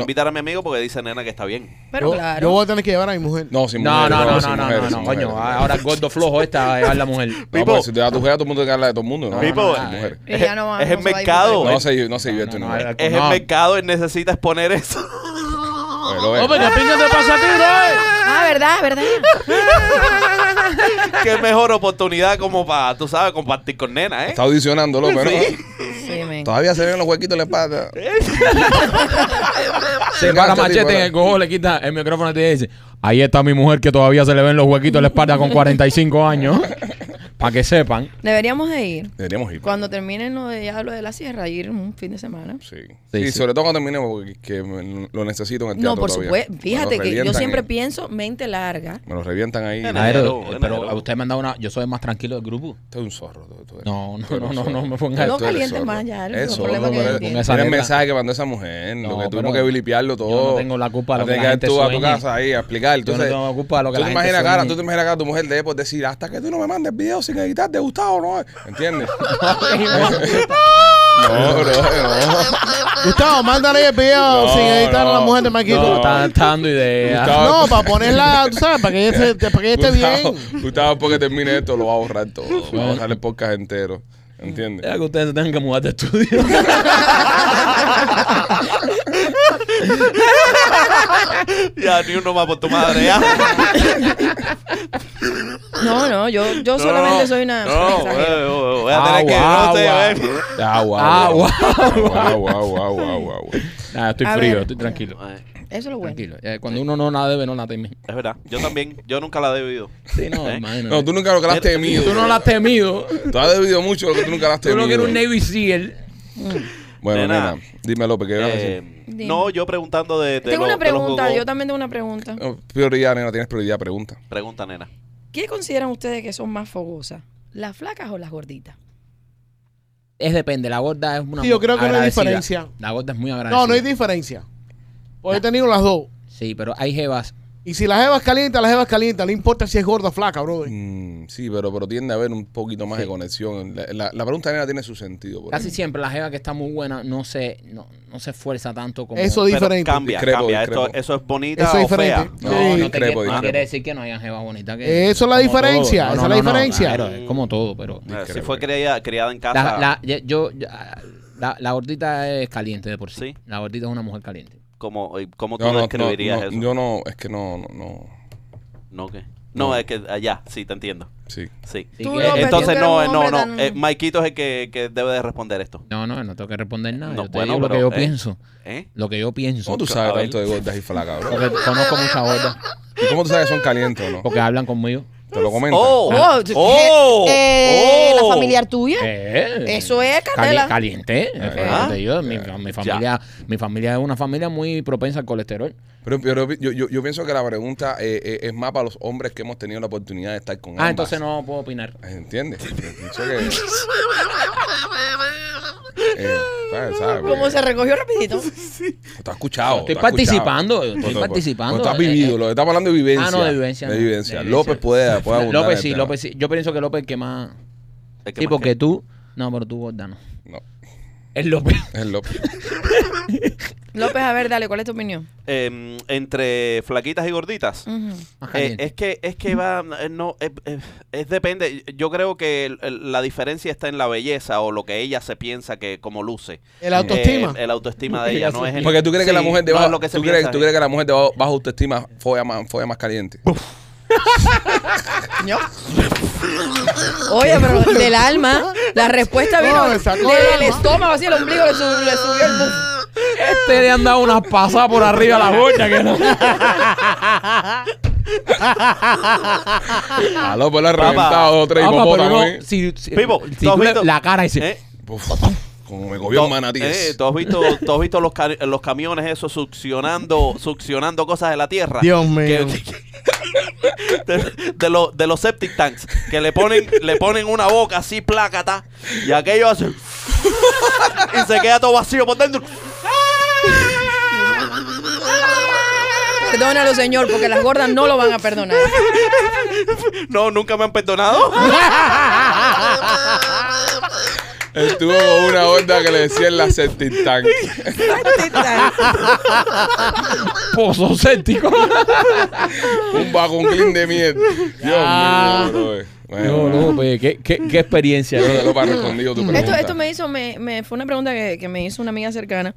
S1: No.
S4: invitar a mi amigo porque dice nena que está bien.
S5: Pero
S3: yo,
S5: claro.
S3: yo voy a tener que llevar a mi mujer.
S1: No, sin
S2: No,
S1: mujeres,
S2: no, no,
S1: sin
S2: no, no,
S1: mujeres,
S2: no,
S1: sin
S2: no,
S1: mujeres.
S2: coño. Ahora el gordo flojo esta va a llevar la mujer.
S1: No,
S4: Pipo.
S1: porque si te da tu jefe, todo el mundo te gana de todo el mundo. No,
S4: Pipo.
S1: no, sin mujeres.
S5: Ella no va-
S4: es
S5: no
S4: el
S5: se va a
S4: mercado.
S1: No
S4: Es,
S1: se, no se divierte.
S2: no,
S1: No,
S2: no, era-
S4: es
S2: No.
S4: el mercado, él necesita exponer eso.
S1: Pero, eh,
S3: López, ¿qué pinga te pasa a ti, bro?
S5: Ah, verdad, verdad.
S4: Qué mejor oportunidad como para, tú sabes, compartir con nena, ¿eh?
S1: Está audicionando, López. ¿no?
S5: Sí, men.
S1: Todavía se ven los huequitos en la espalda.
S2: Se para machete en el cojo, le quita el micrófono y te dice: Ahí está mi mujer que todavía se le ven los huequitos en la espalda con 45 años. Para que sepan.
S5: Deberíamos de ir.
S1: Deberíamos ir.
S5: Cuando terminen lo de ya lo de la sierra, ir un fin de semana.
S1: Sí.
S2: Sí,
S1: Sí,
S2: sí.
S1: sobre todo cuando terminemos, porque que me- lo necesito en el teatro
S5: No, por
S1: todavía.
S5: supuesto.
S1: Me lo
S5: Fíjate que yo
S1: revientan
S5: siempre
S1: ahí.
S5: pienso mente larga.
S1: Me lo revientan ahí.
S4: Bueno,
S1: Ay,
S2: Pero,
S4: Enero,
S2: pero
S4: enero.
S2: usted me han dado una. Yo soy el más tranquilo del grupo.
S1: tú eres un zorro. tú- tú eres-
S2: No, no,
S1: tú eres
S2: no,
S1: un
S2: no,
S1: zorro.
S2: no me
S1: Tú
S2: pongas.
S5: No
S1: eres
S5: calientes
S1: zorro.
S5: más ya, el
S1: Es zorro,
S5: problema que
S1: pero
S5: yo
S1: con
S5: tengo.
S1: esa Mira el
S2: letra.
S1: mensaje que mandó esa mujer.
S2: No,
S1: lo que
S2: pero
S1: tuvimos que vilipiarlo todo.
S2: yo no tengo la culpa de lo
S1: Ahora
S2: que
S1: tienes
S2: la
S1: que
S2: gente
S1: ir tú a tu
S2: sueñe.
S1: casa ahí a explicar.
S2: Yo no
S1: Entonces,
S2: tengo la culpa de lo que
S1: tú
S2: la
S1: te
S2: gente
S1: imaginas, cara,
S2: sueñe.
S1: tú te imaginas, cara, tu mujer debe por decir, hasta que tú no me mandes video sin editar de Gustavo, ¿no? ¿Entiendes? no, bro, no.
S3: Gustavo, mándale el video
S1: No,
S3: sin editar a la
S1: no.
S3: mujer de Maquito.
S2: No,
S3: No,
S2: está, está dando ideas.
S1: Gustavo.
S3: para ponerla, tú sabes, para que ella, se- para que ella esté
S1: Gustavo,
S3: bien.
S1: Gustavo, porque termine esto, lo va a borrar todo. Va a borrar el podcast entero. ¿Entiendes?
S2: Ya que ustedes se tengan que mudar de estudio.
S4: ya, ni uno más por tu madre, ya.
S5: No, no, yo, yo solamente soy una.
S4: No, eh,
S5: mensajera.
S4: eh, eh, voy a tener que... no sé, eh.
S1: Agua, agua,
S2: Agua.
S1: agua, agua, agua, agua, agua, agua.
S2: Nah, estoy
S5: A
S2: frío,
S5: ver.
S2: estoy tranquilo.
S4: Eh,
S5: Eso es lo bueno.
S2: Tranquilo. Eh, cuando uno no la debe, no la teme.
S4: Es verdad, yo también, yo nunca la he bebido.
S2: Sí, no,
S4: ¿Eh?
S2: imagínate.
S1: No, tú nunca lo que la has temido.
S2: Tú no la has temido.
S1: Tú has debido mucho lo que tú nunca la has
S2: Tú
S1: temido.
S2: no quieres un Navy SEAL.
S1: Bueno,
S4: Nena.
S1: nena, dime López, ¿qué vas a
S4: Eh,
S1: decir?
S5: Dime.
S4: no, yo preguntando de, de
S5: Tengo
S4: los-
S5: una
S4: de los
S5: pregunta,
S4: gogó.
S5: yo también tengo una pregunta.
S1: No, Prioridad, nena, tienes prioridad, pregunta.
S4: Pregunta, nena.
S5: ¿Qué consideran ustedes que son más fogosas? ¿Las flacas o las gorditas?
S2: Es depende, la gorda es una
S3: Sí, yo creo que no hay
S2: agradecida.
S3: diferencia.
S2: La gorda es muy agradecida.
S3: No, no hay diferencia. Pues he tenido las dos.
S2: Sí, pero hay jevas
S3: Y si la jeva es caliente, la jeva es caliente. No importa si es gorda o flaca, brother.
S1: Mm, sí, pero, pero tiende a haber un poquito más de conexión. La, la- la pregunta nena tiene su sentido. por
S2: Casi
S1: ejemplo.
S2: siempre la jeva que está muy buena no se, no, no se esfuerza tanto
S1: Mm,
S2: como...
S3: Eso
S4: Pero
S3: diferente.
S4: cambia,
S1: Discrepo,
S4: cambia.
S1: discrepo.
S4: Esto- eso es bonita
S3: Eso es
S4: o fea.
S3: diferente.
S2: No,
S3: Sí.
S2: no, te
S1: Discrepo,
S2: quiere, no
S1: discrepo.
S2: quiere decir que no hayan jeva bonita. Que,
S3: Eso es la
S2: como
S3: diferencia,
S2: todo.
S3: esa es la diferencia.
S2: claro, es como todo, pero...
S4: Eh, Si
S1: Discrepo.
S4: fue criada, criada en casa.
S2: La, la- ya- yo, ya- la, la gordita es caliente de por sí.
S4: Sí.
S2: La gordita es una mujer caliente.
S4: ¿Cómo, y cómo tú
S1: No, no,
S4: describirías
S1: no, no,
S4: eso?
S1: Yo no, es que no, no, no.
S4: no, ¿qué? No, es que allá, sí, te entiendo.
S1: Sí.
S4: Sí. Eh,
S2: Así
S5: Tú
S2: que-
S5: lo- Pero
S4: Entonces,
S5: tú eres
S4: no,
S5: un
S4: eh, no,
S5: hombre
S4: no.
S5: tan-
S4: eh, Maikito es el que, que debe de responder esto.
S2: no, no, no tengo que responder nada.
S4: No,
S2: yo te
S4: bueno,
S2: digo
S4: pero,
S2: lo
S4: eh.
S2: que yo pienso.
S4: ¿Eh?
S2: Lo que yo pienso.
S1: ¿Cómo tú sabes
S4: A ver.
S1: tanto de gordas y flacas, bro?
S2: Porque conozco muchas gordas.
S1: ¿Y cómo tú sabes que son calientes o no?
S2: Porque hablan conmigo.
S1: Te lo comentan.
S4: ¡Oh!
S2: Ah.
S5: Oh,
S4: ¡Oh! ¡Oh!
S5: eh, ¿La familiar tuya?
S2: Eh,
S5: Eso es
S2: cali-
S5: candela.
S2: Caliente. eh,
S1: Ah,
S2: pero te digo, mi,
S1: ya.
S2: mi familia, mi familia es una familia muy propensa al colesterol.
S1: Pero, pero yo, yo, yo pienso que la pregunta eh, eh, es más para los hombres que hemos tenido la oportunidad de estar con
S2: Ah,
S1: ambas.
S2: entonces no puedo opinar.
S1: ¿Entiendes? Pienso que- Eh, ¿sabes? ¿sabes?
S5: ¿Cómo
S1: Porque-
S5: se recogió rapidito?
S1: Tú has escuchado.
S2: Estoy
S1: tú has escuchado.
S2: participando, estoy
S1: Tú- tú- tú-
S2: participando.
S1: tú has vivido,
S2: Eh,
S1: lo que estamos hablando de vivencia.
S2: Ah, no, de vivencia.
S1: De
S2: no.
S1: vivencia.
S2: De
S1: López puede, puede abundar
S2: López
S1: en
S2: sí,
S1: el
S2: López sí. Yo pienso que López el que más.
S4: Es que
S2: Sí,
S4: más que-
S2: porque tú. No, pero tú gorda no.
S1: tema. No,
S2: Es López.
S1: es López.
S5: López, a ver, dale, ¿cuál es tu opinión?
S4: em, entre flaquitas y gorditas.
S5: Ujú.
S2: Más
S4: Eh,
S2: Ah, caliente.
S4: es que es que va eh, no eh, eh, es depende yo creo que el- el- la diferencia está en la belleza o lo que ella se piensa que como luce
S3: El autoestima.
S4: Eh, el autoestima de
S2: Ella
S4: ella
S2: se
S4: no es el-
S1: Porque tú crees que
S4: Sí,
S1: la mujer de
S4: no
S1: bajo,
S4: es lo que se
S1: tú, crees,
S4: piensa,
S1: tú crees que la mujer de bajo, baja autoestima folla más, folla más caliente.
S5: Oye, pero del alma, la respuesta vino
S3: No, me sacó
S5: del
S3: el alma.
S5: estómago, así el ombligo le, sub- le subió el buf.
S2: Este le han dado unas pasadas por arriba a la gorda que no.
S1: A López le ha
S4: Papá.
S1: reventado dos, tres
S2: Ah, Papá, pero
S1: hipopótamos.
S2: no,
S1: ¿eh?
S2: si, si-
S4: Pipo,
S2: si
S4: ¿tú has
S2: tú le-
S4: visto?
S2: la cara dice,
S4: ¿Eh?
S1: Uf, Como me cogió un
S4: Tú-
S1: manatí.
S4: eh, ¿tú, has visto, tú has visto los, ca- los camiones esos succionando, succionando cosas de la tierra.
S1: eh,
S3: Dios mío.
S4: Que- de, de los- de los septic tanks. Que le ponen, le ponen una boca así, plácata. Y aquello hace. y se queda todo vacío por dentro.
S5: Perdónalo, señor, porque las gordas no lo van a perdonar.
S4: No, nunca me han perdonado.
S1: Estuvo con una onda que le decían la septic tank.
S2: pozo séptico.
S1: un vacuum clean de mierda.
S2: Ya.
S1: Dios mío, bro.
S2: no,
S1: Bueno,
S2: no, pues, qué, qué, qué experiencia.
S1: yo creo que López ha respondido tu
S5: Esto,
S1: pregunta.
S5: esto me hizo, me, me- fue una pregunta que, que me hizo una amiga cercana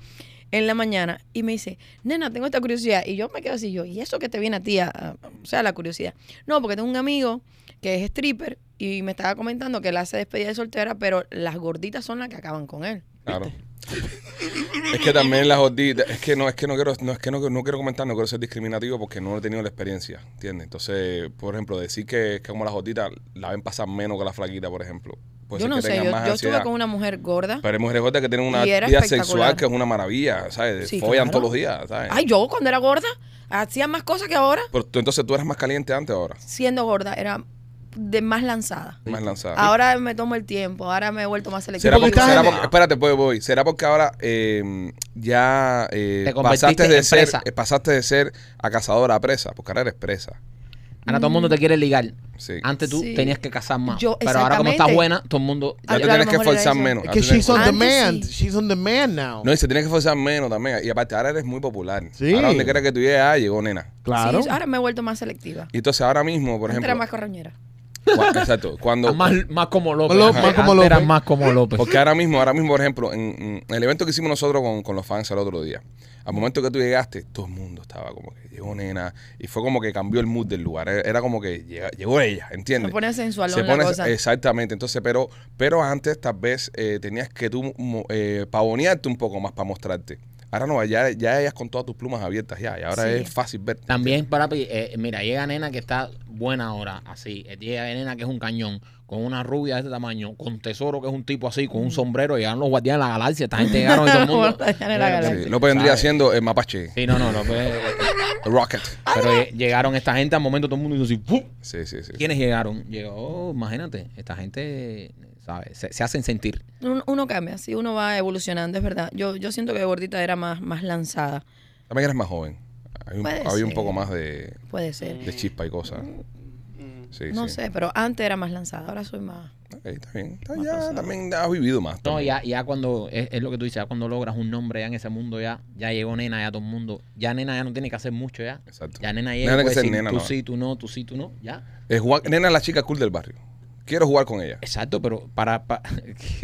S5: en la mañana y me dice, nena, tengo esta curiosidad. Y yo me quedo así, yo, ¿y eso que te viene a ti? a- a- o sea, la curiosidad. No, porque tengo un amigo que es stripper y me estaba comentando que él hace despedida de soltera, pero las gorditas son las que acaban con él.
S1: Claro. Es que también las gorditas, es que no, es que no quiero, no es que no, no quiero comentar, no quiero ser discriminativo porque no he tenido la experiencia, ¿entiendes? Entonces, por ejemplo, decir que, que como las gorditas la ven pasar menos que la flaquita, por ejemplo. Puede
S5: yo
S1: ser
S5: no
S1: que
S5: sé,
S1: tengan
S5: yo,
S1: más
S5: yo
S1: ansiedad.
S5: estuve con una mujer gorda.
S1: Pero hay mujeres gordas que tienen una
S5: Y era
S1: vida
S5: espectacular.
S1: sexual que es una maravilla, ¿sabes?
S5: Sí,
S1: Follan
S5: claro.
S1: todos los días, ¿sabes?
S5: Ay, yo cuando era gorda hacía más cosas que ahora.
S1: Pero tú- entonces tú eras más caliente antes ahora,
S5: Siendo gorda era de más lanzada.
S1: más lanzada.
S5: Ahora me tomo el tiempo, ahora me he vuelto más selectiva.
S1: ¿Será
S3: Sí, porque
S1: porque,
S3: estás
S1: será
S3: en-
S1: porque- espérate, pues voy. ¿Será porque ahora eh, ya eh,
S2: Te convertiste
S1: pasaste de
S2: en
S1: ser,
S2: presa.
S1: eh, pasaste de ser a cazadora a presa? Porque ahora eres presa.
S2: Ahora todo el mundo te quiere ligar.
S1: Sí.
S2: Antes tú
S5: Sí.
S2: tenías que casar más.
S5: Yo-
S2: pero ahora como estás
S5: exactamente.
S2: buena, todo el mundo...
S1: Ya
S5: a-
S1: te
S5: a lo
S1: tienes que
S5: mejor era
S1: esforzar
S5: eso.
S1: menos.
S3: Es
S1: Ahora
S3: que
S1: tú tienes-
S3: she's on
S5: Antes
S3: demand.
S5: sí.
S3: She's on demand now.
S1: No, y se tiene que esforzar menos también. Y aparte, ahora eres muy popular.
S3: Sí.
S1: Ahora donde quiera que tú llegues, ah, llegó nena.
S3: claro.
S5: Sí, ahora me he vuelto más selectiva.
S1: Y entonces ahora mismo, por
S5: Antes
S1: ejemplo.
S5: era más corroñera.
S1: cua- exacto. Cuando,
S2: Más, más como López.
S3: Lo-
S2: Antes-
S3: más como
S2: antes era
S3: López.
S2: más como
S5: Pues
S2: López.
S1: Porque ahora mismo, ahora mismo, por ejemplo, en, en el evento que hicimos nosotros con, con los fans el otro día, al momento que tú llegaste, todo el mundo estaba como que llegó nena y fue como que cambió el mood del lugar. E, Era, era como que llega- llegó ella, ¿entiendes?
S5: Se pone sensual
S1: Se
S5: la
S1: pone-
S5: cosa.
S1: Exactamente. Entonces, pero, pero antes tal vez eh, tenías que tú mo- eh, pavonearte un poco más para mostrarte. Ahora no, ya, ya ellas con todas tus plumas abiertas ya, y ahora
S5: Sí. Ah,
S1: es fácil ver.
S2: También, para, mira, llega nena que está buena ahora, así. Eh, Llega nena que es un cañón, con una rubia de este tamaño, con tesoro que es un tipo así,
S5: Mm.
S2: con un sombrero. Llegaron los guardianes de la galaxia, esta gente llegaron y todo el mundo.
S5: Guardianes de la
S2: Sí,
S5: galaxia.
S1: Sí, López vendría
S2: ¿sabes?
S1: siendo el mapache,
S2: Sí, no, no, López. eh,
S5: Ah.
S1: Rocket.
S2: Pero lleg- llegaron esta gente al momento, todo el mundo hizo así, ¡pum!
S1: Sí, sí, sí.
S2: ¿Quiénes llegaron? Llegó, imagínate, esta gente, ¿sabes? Se, se hacen sentir.
S5: Uno, uno cambia, sí, uno va evolucionando, es verdad. Yo, yo siento que de gordita era más, más lanzada.
S1: También eres más joven. Hay un,
S5: Puede
S1: había un
S5: ser.
S1: poco más de,
S5: Puede ser.
S1: de chispa y cosas. Sí,
S5: no
S1: sí.
S5: sé, pero antes era más lanzada, ahora soy más.
S1: Ok, está bien. Está
S4: Más
S1: ya,
S4: pasado.
S1: también has vivido más.
S2: No,
S1: también.
S2: ya, ya cuando, es, es lo que tú dices, ya cuando logras un nombre ya en ese mundo, ya, ya llegó nena, ya todo el mundo, ya nena ya no tiene que hacer mucho ya.
S1: Exacto.
S2: Ya nena
S1: Nena
S2: llega,
S1: tiene
S2: puede
S1: que ser
S2: decir,
S1: nena,
S2: tú
S1: no.
S2: sí, tú no, tú sí, tú no, ya.
S1: Es jugar- nena es la chica cool del barrio. Quiero jugar con ella.
S2: Exacto, pero para, pa-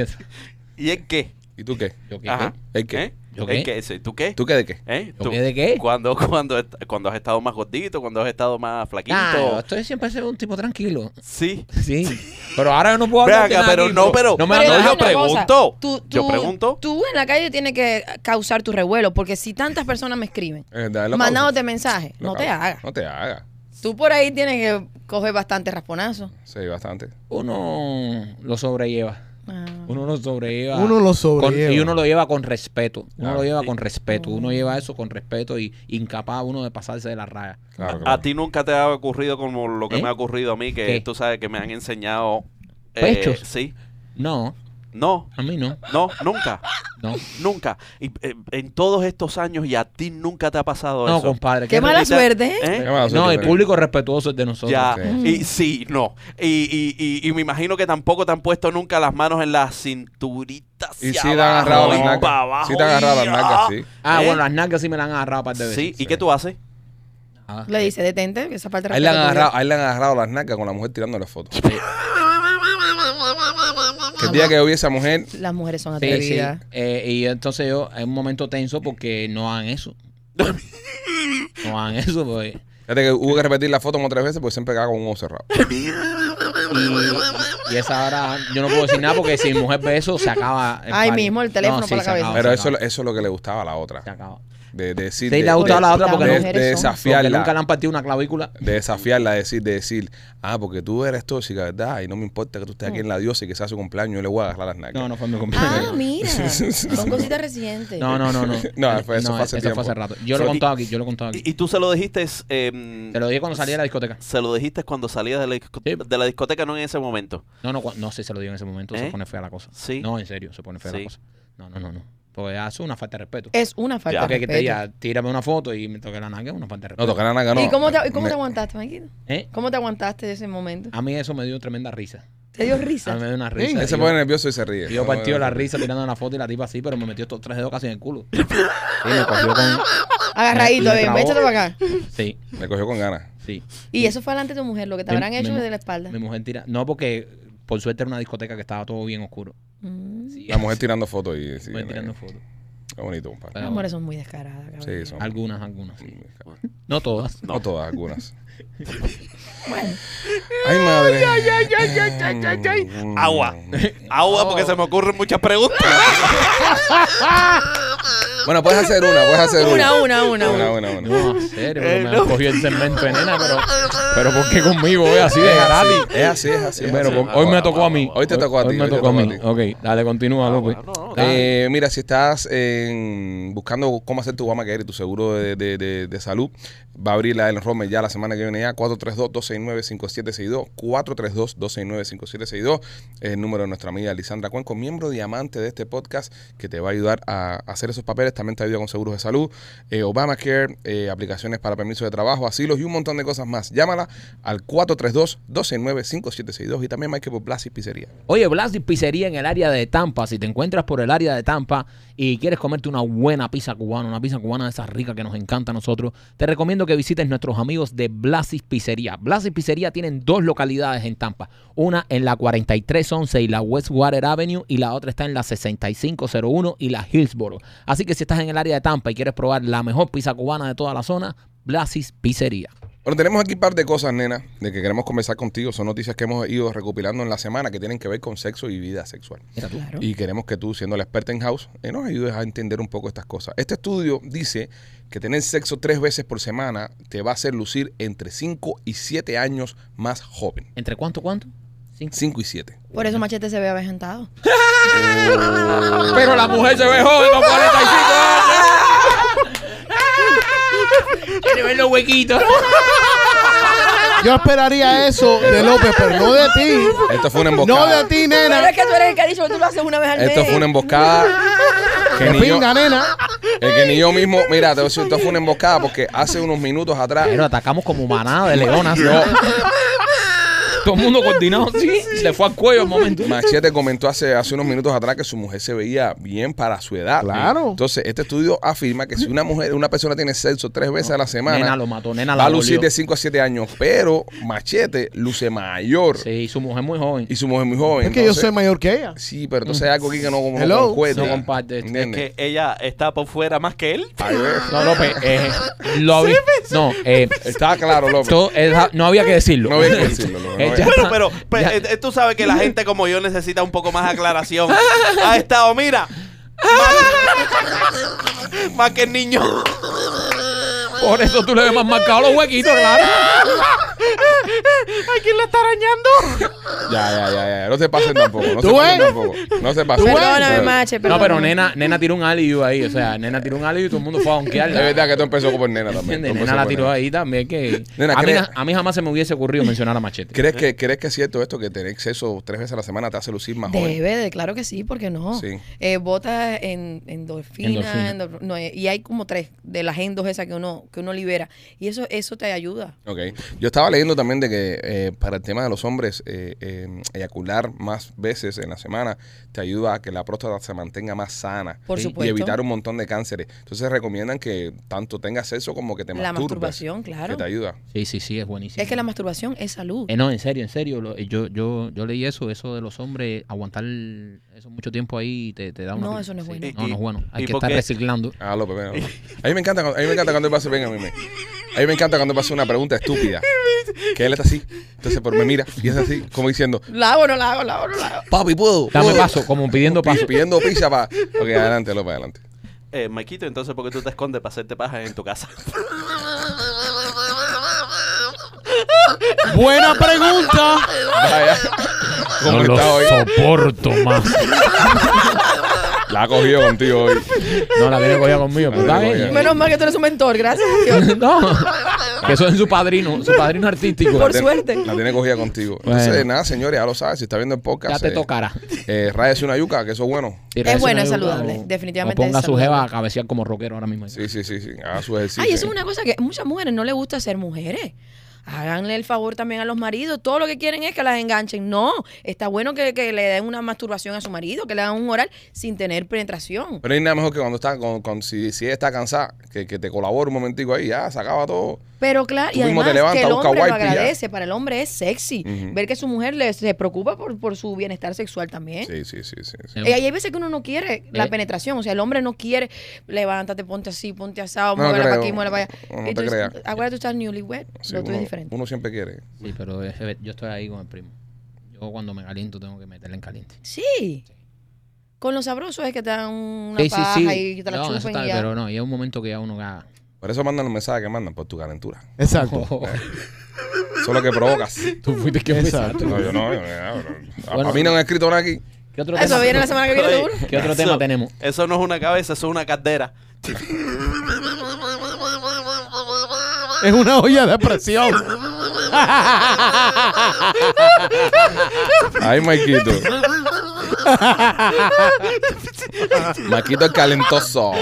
S4: ¿Y el qué?
S1: ¿Y tú qué?
S2: ¿Yo qué?
S4: Ajá.
S1: ¿El qué?
S4: ¿Eh?
S2: ¿Yo
S4: ¿El
S2: qué?
S4: qué? Sí, ¿Tú qué?
S1: ¿Tú qué de qué?
S4: ¿Eh?
S2: ¿Yo qué de qué?
S4: ¿Cuándo, cuando, est- cuando has estado más gordito, cuando has estado más flaquito.
S2: Ah, yo estoy siempre siendo un tipo tranquilo.
S4: Sí.
S2: Sí. Pero ahora yo no puedo
S4: Ve
S2: hablar de
S4: acá,
S2: nada
S4: pero
S2: aquí,
S4: no, pero-
S2: no me
S4: pero
S2: no,
S4: yo
S5: dime una cosa,
S4: pregunto,
S5: tú-
S4: yo
S5: tú-
S4: pregunto.
S5: Tú en la calle tienes que causar tu revuelo, porque si tantas personas me escriben,
S1: Eh, Es verdad, es lo
S5: mandándote
S1: causa.
S5: mensajes,
S1: Lo
S5: no te
S1: causa.
S5: hagas.
S1: No te hagas.
S5: Tú por ahí tienes que coger bastante rasponazo.
S1: Sí, bastante.
S2: uno lo sobrelleva.
S5: Ah.
S2: Uno lo sobrelleva.
S3: Uno lo
S2: Con-
S3: sobrelleva.
S2: y uno lo lleva con respeto. Uno
S1: Claro.
S2: lo lleva con respeto. Uno lleva eso con respeto y incapaz uno de pasarse de la raya.
S1: Claro, claro.
S4: A ti nunca te ha ocurrido como lo que
S2: ¿Eh?
S4: me ha ocurrido a mí, que
S2: ¿Qué?
S4: tú sabes que me han enseñado. eh,
S2: ¿Pechos?
S4: Sí.
S2: No,
S4: No,
S2: a mí no.
S4: no, nunca.
S2: No,
S4: Nunca. Y, eh, en todos estos años y a ti nunca te ha pasado
S2: no
S4: eso.
S2: compadre.
S5: Qué
S2: que-
S5: mala
S4: Y te-
S5: suerte, ¿eh?
S1: Qué mala suerte,
S2: No, el
S1: pero-
S2: público respetuoso es de nosotros.
S4: Ya,
S1: Sí.
S4: y sí, no. Y, y, y, y me imagino que tampoco te han puesto nunca las manos en la cinturita.
S1: Y
S4: hacia
S1: sí te han
S4: abajo,
S1: agarrado
S4: y
S1: las
S4: pa'
S1: nalgas.
S4: abajo,
S1: Sí te han agarrado las
S4: y-
S1: nalgas, sí.
S2: Ah,
S4: ¿Eh?
S2: bueno, las nalgas sí me las han agarrado un par de veces.
S4: Sí, ¿y qué tú haces?
S2: Ah.
S1: Eh,
S5: Le dice, detente, que esa falta de
S1: A él le han
S5: respeto tuya.
S1: agarrado, a él le han agarrado las nalgas con la mujer tirando las fotos. Que el día que yo vi a esa mujer,
S5: Las mujeres son
S2: Sí, sí.
S5: atrevidas.
S2: Eh, y entonces yo, en un momento tenso, porque no hagan eso. no hagan eso, pues.
S1: fíjate que hubo que repetir la foto como tres veces porque siempre cagaba con un ojo cerrado.
S2: Y, y esa hora, yo no puedo decir nada porque si mi mujer ve eso, se acaba.
S5: Ahí
S2: party.
S5: mismo el teléfono por la
S2: se
S5: cabeza.
S2: acaba,
S1: Pero
S2: se
S1: eso,
S2: acaba,
S1: eso es lo que le gustaba a la
S2: se
S1: otra.
S2: acaba.
S1: De, de decir,
S2: Sí, le
S1: de-
S2: ha gustado a la otra porque,
S5: Las
S1: de,
S2: no,
S5: mujeres
S1: de
S5: son-
S2: porque
S1: desafiarla.
S2: nunca le han partido una clavícula.
S1: de desafiarla, decir, de decir, ah, porque tú eres tóxica, ¿verdad? Y no me importa que tú estés aquí en la diosa y que sea su cumpleaños, yo le voy a agarrar las nalgas.
S2: No, no fue mi cumpleaños.
S5: Ah, mira. Son cositas recientes.
S2: No, no, no, no.
S1: No, fue- eso fue hace tiempo.
S2: rato. Yo
S1: So-
S2: lo he contado aquí, yo lo he contado aquí.
S4: Y, y tú se lo dijiste. em,
S2: Te lo dije cuando salí de la discoteca.
S4: se lo dijiste cuando salías de la, disco-
S2: Sí.
S4: de la discoteca, no en ese momento.
S2: No, no, cua- no sé, se lo digo en ese momento,
S4: ¿Eh?
S2: se pone fea la cosa.
S4: Sí.
S2: No, en serio, se pone fea
S4: Sí.
S2: la cosa. No, no, no, no. Porque ya eso es una falta de respeto.
S5: Es una
S4: Ya.
S5: falta
S2: Ya,
S5: de
S2: que te
S5: respeto.
S2: diga, tírame una foto y me toque la nalga, es una falta de
S1: No,
S2: respeto.
S1: tocar la nalga no.
S5: ¿Y cómo te, y cómo te
S1: Me-
S5: aguantaste, Maquito?
S2: ¿Eh?
S5: ¿Cómo te aguantaste de ese momento?
S2: A mí eso me dio tremenda risa.
S5: ¿Te
S2: Ah,
S5: dio
S2: A mí me
S5: risa?
S2: dio una
S1: Él
S2: risa.
S1: se
S2: Y
S1: pone
S2: yo-
S1: nervioso y se ríe.
S2: y yo
S1: No, no,
S2: partido la
S1: no.
S2: risa tirando una foto y la tipa así, pero me metió estos tres dedos casi en el culo. Sí, me cogió con...
S5: Agarradito,
S2: Me- me
S5: bien,
S2: trabó.
S5: échate para acá.
S2: Sí,
S1: Me cogió con ganas.
S2: sí.
S5: Y eso fue delante de tu mujer, lo que te
S2: Mi-
S5: habrán hecho
S2: mi-
S5: desde la espalda.
S2: Mi mujer tira... No, porque por suerte era una discoteca que estaba todo bien oscuro.
S5: Mm.
S2: Sí,
S1: La mujer tirando fotos y... sí,
S2: me
S1: me-
S2: tirando fotos.
S1: Qué bonito, compadre.
S5: Las mujeres son muy descaradas. caballero.
S1: Sí, son.
S2: Algunas, algunas, sí. No todas.
S1: No todas, algunas. Ay, madre. Ay, ay, ay, ay, ay, ay,
S4: Agua.
S3: Ah,
S4: Agua, porque se me ocurren muchas preguntas.
S1: Bueno, puedes hacer una, puedes hacer una.
S5: Una, una, una,
S1: Una,
S5: una.
S1: una, una.
S2: No, en serio,
S4: Eh,
S2: pero me
S4: no.
S2: han cogido el segmento de nena, pero, pero ¿por qué conmigo? eh? así de gratis.
S1: Es así, es así. es
S2: Bueno,
S1: así.
S2: con- hoy me tocó a mí.
S1: Hoy te tocó a ti, Ah,
S2: Hoy me
S1: hoy te
S2: tocó a
S1: tocó a
S2: mí. Ok, dale, continúa, López.
S4: bueno, no, no,
S1: Eh, mira, si estás en- buscando cómo hacer tu Obamacare y tu seguro de, de- de- de salud, va a abrir la Ellen Romer ya la semana que viene ya, 432-269-5762, 432-269-5762, es el número de nuestra amiga Lisandra Cuenco, miembro diamante de este podcast, que te va a ayudar a hacer esos papeles, también te ayuda con seguros de salud, eh, Obamacare, eh, aplicaciones para permisos de trabajo, asilos y un montón de cosas más. Llámala al 432-269-5762 y también Michael Blas y Pizzería.
S2: Oye, Blas y Pizzería en el área de Tampa. Si te encuentras por el área de Tampa y quieres comerte una buena pizza cubana, una pizza cubana de esas ricas que nos encanta a nosotros, te recomiendo que visites nuestros amigos de Blas y Pizzería. Blas y Pizzería tienen dos localidades en Tampa. Una en la 4311 y la Westwater Avenue y la otra está en la 6501 y la Hillsboro. Así que si estás en el área de Tampa y quieres probar la mejor pizza cubana de toda la zona, Blasis Pizzería.
S1: Bueno, tenemos aquí un par de cosas, nena, de que queremos conversar contigo. Son noticias que hemos ido recopilando en la semana que tienen que ver con sexo y vida sexual.
S2: Mira tú.
S5: Claro.
S1: Y queremos que tú, siendo la experta en house, eh, nos ayudes a entender un poco estas cosas. Este estudio dice que tener sexo tres veces por semana te va a hacer lucir entre 5 y 7 años más joven.
S2: ¿Entre cuánto, cuánto? Cinco.
S1: 5 y 7.
S5: Por eso Machete se ve avejentado.
S2: Pero la mujer se ve joven con 45 años. Quiere ver los huequitos.
S3: Yo esperaría eso de López, pero no de ti.
S1: Esto fue una
S3: No
S1: emboscada.
S3: de ti,
S5: Pero
S3: nena.
S5: es que tú eres el que ha dicho que tú lo haces una vez al mes.
S1: Esto fue una emboscada que ni yo,
S3: pinga, nena.
S1: el que ni yo mismo, mira, te voy a decir, esto fue una emboscada porque hace unos minutos atrás
S2: Pero atacamos como manada de leonas.
S1: yo,
S2: Todo el mundo coordinado, sí. Se le fue al cuello al momento.
S1: Machete comentó hace, hace unos minutos atrás que su mujer se veía bien para su edad.
S3: Claro.
S1: Entonces, este estudio afirma que si una mujer, una persona tiene sexo tres veces a la semana,
S2: Nena lo mató, nena
S1: va
S2: la
S1: a lucir
S2: dolió.
S1: de 5 a 7 años, pero Machete luce mayor
S2: Sí, su mujer muy joven.
S1: y su mujer muy joven.
S3: Es que yo
S1: Pues Entonces-
S3: soy mayor que ella.
S1: Sí, pero entonces hay algo aquí que no, no
S3: Hello.
S1: concuerda.
S2: No comparte esto.
S4: Es
S1: ¿Entiendes?
S4: que ella está por fuera más que él.
S1: Ay, ve.
S2: No, López, eh, lo había- No, eh,
S1: Está claro, López.
S2: todo- eh, no había que decirlo.
S1: No había que decirlo, no, no
S2: Eh,
S1: había-
S2: ya
S4: Bueno,
S2: está.
S4: pero pe-
S2: Ya-
S4: eh, eh, tú sabes que la gente como yo necesita un poco más de aclaración. Ha estado, mira. Más, más que el niño.
S2: Por eso tú le ves más marcado los huequitos, claro.
S4: Ay, ¿quién la está arañando?
S1: Ya, ya, ya, ya. No se pasen tampoco. No
S3: ¿Tú
S1: se pasen
S3: ves?
S1: tampoco. No se pasen.
S5: Perdóname,
S1: Pero-
S5: mache,
S2: No,
S5: perdóname.
S2: pero nena, nena tiró un alley ahí. O sea, nena tiró un alley y todo el mundo fue a
S1: Es
S2: donkearla.
S1: verdad que esto empezó por nena también.
S2: ¿Entiendes?
S1: Esto
S2: Nena
S1: empezó
S2: la
S1: por
S2: tiró
S1: nena.
S2: ahí también que...
S1: Nena,
S2: a, mí,
S1: ¿crees-
S2: na- a mí jamás se me hubiese ocurrido mencionar a Machete.
S1: ¿Crees que, ¿Crees que es cierto esto que tener sexo tres veces a la semana te hace lucir más joven?
S5: Debe, de, claro que sí, porque no.
S1: Sí.
S5: Eh, bota en, endorfina,
S2: Endorfina.
S5: endor- no, eh, y hay como tres de las endos esas que uno, que uno libera. Y eso, eso te ayuda.
S1: Ok. Yo estaba leyendo también de que eh, para el tema de los hombres, eh, eh, eyacular más veces en la semana te ayuda a que la próstata se mantenga más sana.
S5: Por
S1: Sí.
S5: supuesto.
S1: Y evitar un montón de cánceres. Entonces recomiendan que tanto tengas sexo como que te
S5: La
S1: masturbes,
S5: masturbación, claro.
S1: Que te ayuda.
S2: Sí, sí, sí, es buenísimo.
S5: Es que la masturbación es salud.
S2: Eh, no, en serio, en serio. lo- yo, yo, yo leí eso, eso de los hombres, aguantar eso mucho tiempo ahí te, te da una...
S5: No, eso no es bueno.
S4: Y-
S2: No, no es bueno. Hay
S4: y
S2: que
S4: por
S2: estar
S4: qué-
S2: reciclando.
S1: Ah, López, ven, López. A mí me encanta, cuando- a mí me encanta cuando él pasa, venga, mime. A mí me encanta cuando pasa una pregunta estúpida. Que él está así. Entonces, pero me mira y es así, como diciendo,
S5: La hago, no la hago, la hago, no la hago.
S1: papi, puedo.
S2: Dame
S1: ¿Puedo?"
S2: paso, como pidiendo paso.
S1: Pidiendo pizza para. Ok, adelante, López, adelante.
S4: Eh, Maikito, entonces, ¿por qué tú te escondes para hacerte paja en tu casa?
S3: Buena pregunta.
S1: Vaya. Como
S6: No
S1: que
S6: lo
S1: está hoy.
S6: soporto más.
S1: La ha cogido contigo hoy.
S2: No, la tiene cogida conmigo, pero
S1: La
S2: está
S1: tiene
S2: bien.
S1: cogida.
S5: Menos mal que tú eres un mentor, gracias a Dios.
S2: No, que son su padrino, su padrino artístico.
S5: Por
S1: La tiene-
S5: suerte.
S1: La tiene cogida contigo. Entonces,
S2: Bueno.
S1: nada, señores, ya lo sabes. Si está viendo el podcast.
S2: Ya te
S1: eh,
S2: tocará.
S1: Eh, ráyese una yuca, que eso es bueno.
S2: Y
S5: Es bueno, es
S2: no hay duda,
S5: saludable,
S2: o-
S5: definitivamente
S2: o ponga
S5: es
S2: su jeva a
S5: saludable.
S2: cabecear como rockero ahora mismo.
S1: Sí, sí, sí. sí. Haga su ejercicio.
S5: Ay, eso es una cosa que a muchas mujeres no les gusta ser mujeres. Háganle el favor también a los maridos. Todo lo que quieren es que las enganchen. No, está bueno que, que le den una masturbación a su marido, que le hagan un oral sin tener penetración.
S1: Pero no hay nada mejor que cuando está, con, con- si, si ella está cansada, que, que te colabore un momentico ahí, ya, se acaba todo.
S5: Pero claro,
S1: Tú
S5: y
S1: mismo
S5: además
S1: te levantas,
S5: que el
S1: busca
S5: hombre lo
S1: wipe y ya.
S5: agradece. Para el hombre es sexy.
S1: Ujú.
S5: Ver que su mujer le, se preocupa por, por su bienestar sexual también.
S1: Sí, sí, sí, sí. sí.
S2: Eh,
S5: Eh, y hay veces que uno no quiere
S2: Eh.
S5: la penetración, o sea, el hombre no quiere, levántate, ponte así, ponte asado,
S1: No
S5: muévela para
S1: creo.
S5: aquí, muévela para allá.
S1: No
S5: Y
S1: te
S5: tú-
S1: creas.
S5: Acuérdate, tú estás newlywed,
S1: Sí,
S5: lo tuyo
S1: uno,
S5: es diferente.
S1: uno siempre quiere.
S2: Sí, pero ese- yo estoy ahí con el primo. Yo cuando me caliento tengo que meterle en caliente.
S5: Sí. Con los sabrosos es que te dan una
S2: Sí, sí,
S5: paja
S2: sí.
S5: y te la
S2: No, eso
S5: chupen
S2: está
S5: y
S2: bien,
S5: ya.
S2: pero no, y es un momento que ya uno gana.
S1: Por eso mandan los mensajes que mandan, por tu calentura.
S3: Exacto.
S1: Eso es lo que provocas.
S2: Tú fuiste que
S3: Exacto.
S1: No, yo Este no, yo no, yo no.
S2: Bueno.
S1: a mí no me han escrito nada aquí.
S2: ¿Qué otro
S5: Eso
S2: tema?
S5: viene la semana que viene
S4: Oye,
S5: seguro.
S2: ¿Qué otro
S4: eso-
S2: tema tenemos?
S4: Eso no es una cabeza, eso es una caldera.
S3: Es una olla de presión.
S1: Ay, Maikito. Maikito es calentoso.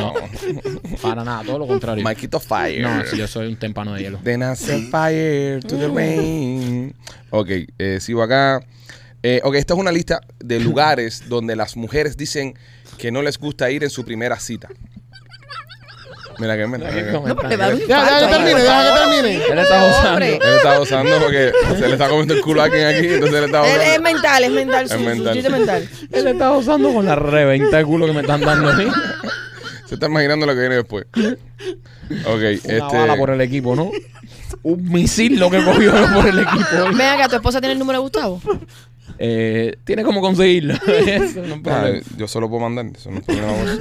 S2: Para nada, todo lo contrario.
S1: Maikito fire.
S2: No, si yo soy un témpano de hielo.
S1: Then I set fire to the rain. Ok, eh, sigo acá. Eh, ok, esta es una lista de lugares donde las mujeres dicen que no les gusta ir en su primera cita. Mira que me.
S5: No, pero le va a dar un
S3: Ya, ya,
S5: infarto
S3: que
S5: ahí,
S3: termine,
S5: por
S3: deja que
S5: favor.
S3: termine.
S2: Él está gozando.
S5: Hombre.
S1: Él está gozando porque se le está comiendo el culo a alguien aquí, entonces le está
S5: Es, es
S1: gozando.
S5: mental, es mental, su, su
S1: mental.
S5: chiste mental.
S2: Él está gozando con la reventa de culo que me están dando a mí.
S1: Se está imaginando lo que viene después. Ok,
S2: Una
S1: este.
S2: bala por el equipo, ¿no? Un misil lo que cogió por el equipo.
S5: Ven acá, ¿tu esposa tiene el número de Gustavo?
S2: Eh, tiene como conseguirlo. Eso no es
S1: Ah,
S2: problema.
S1: yo solo puedo mandar, eso no es problema vos.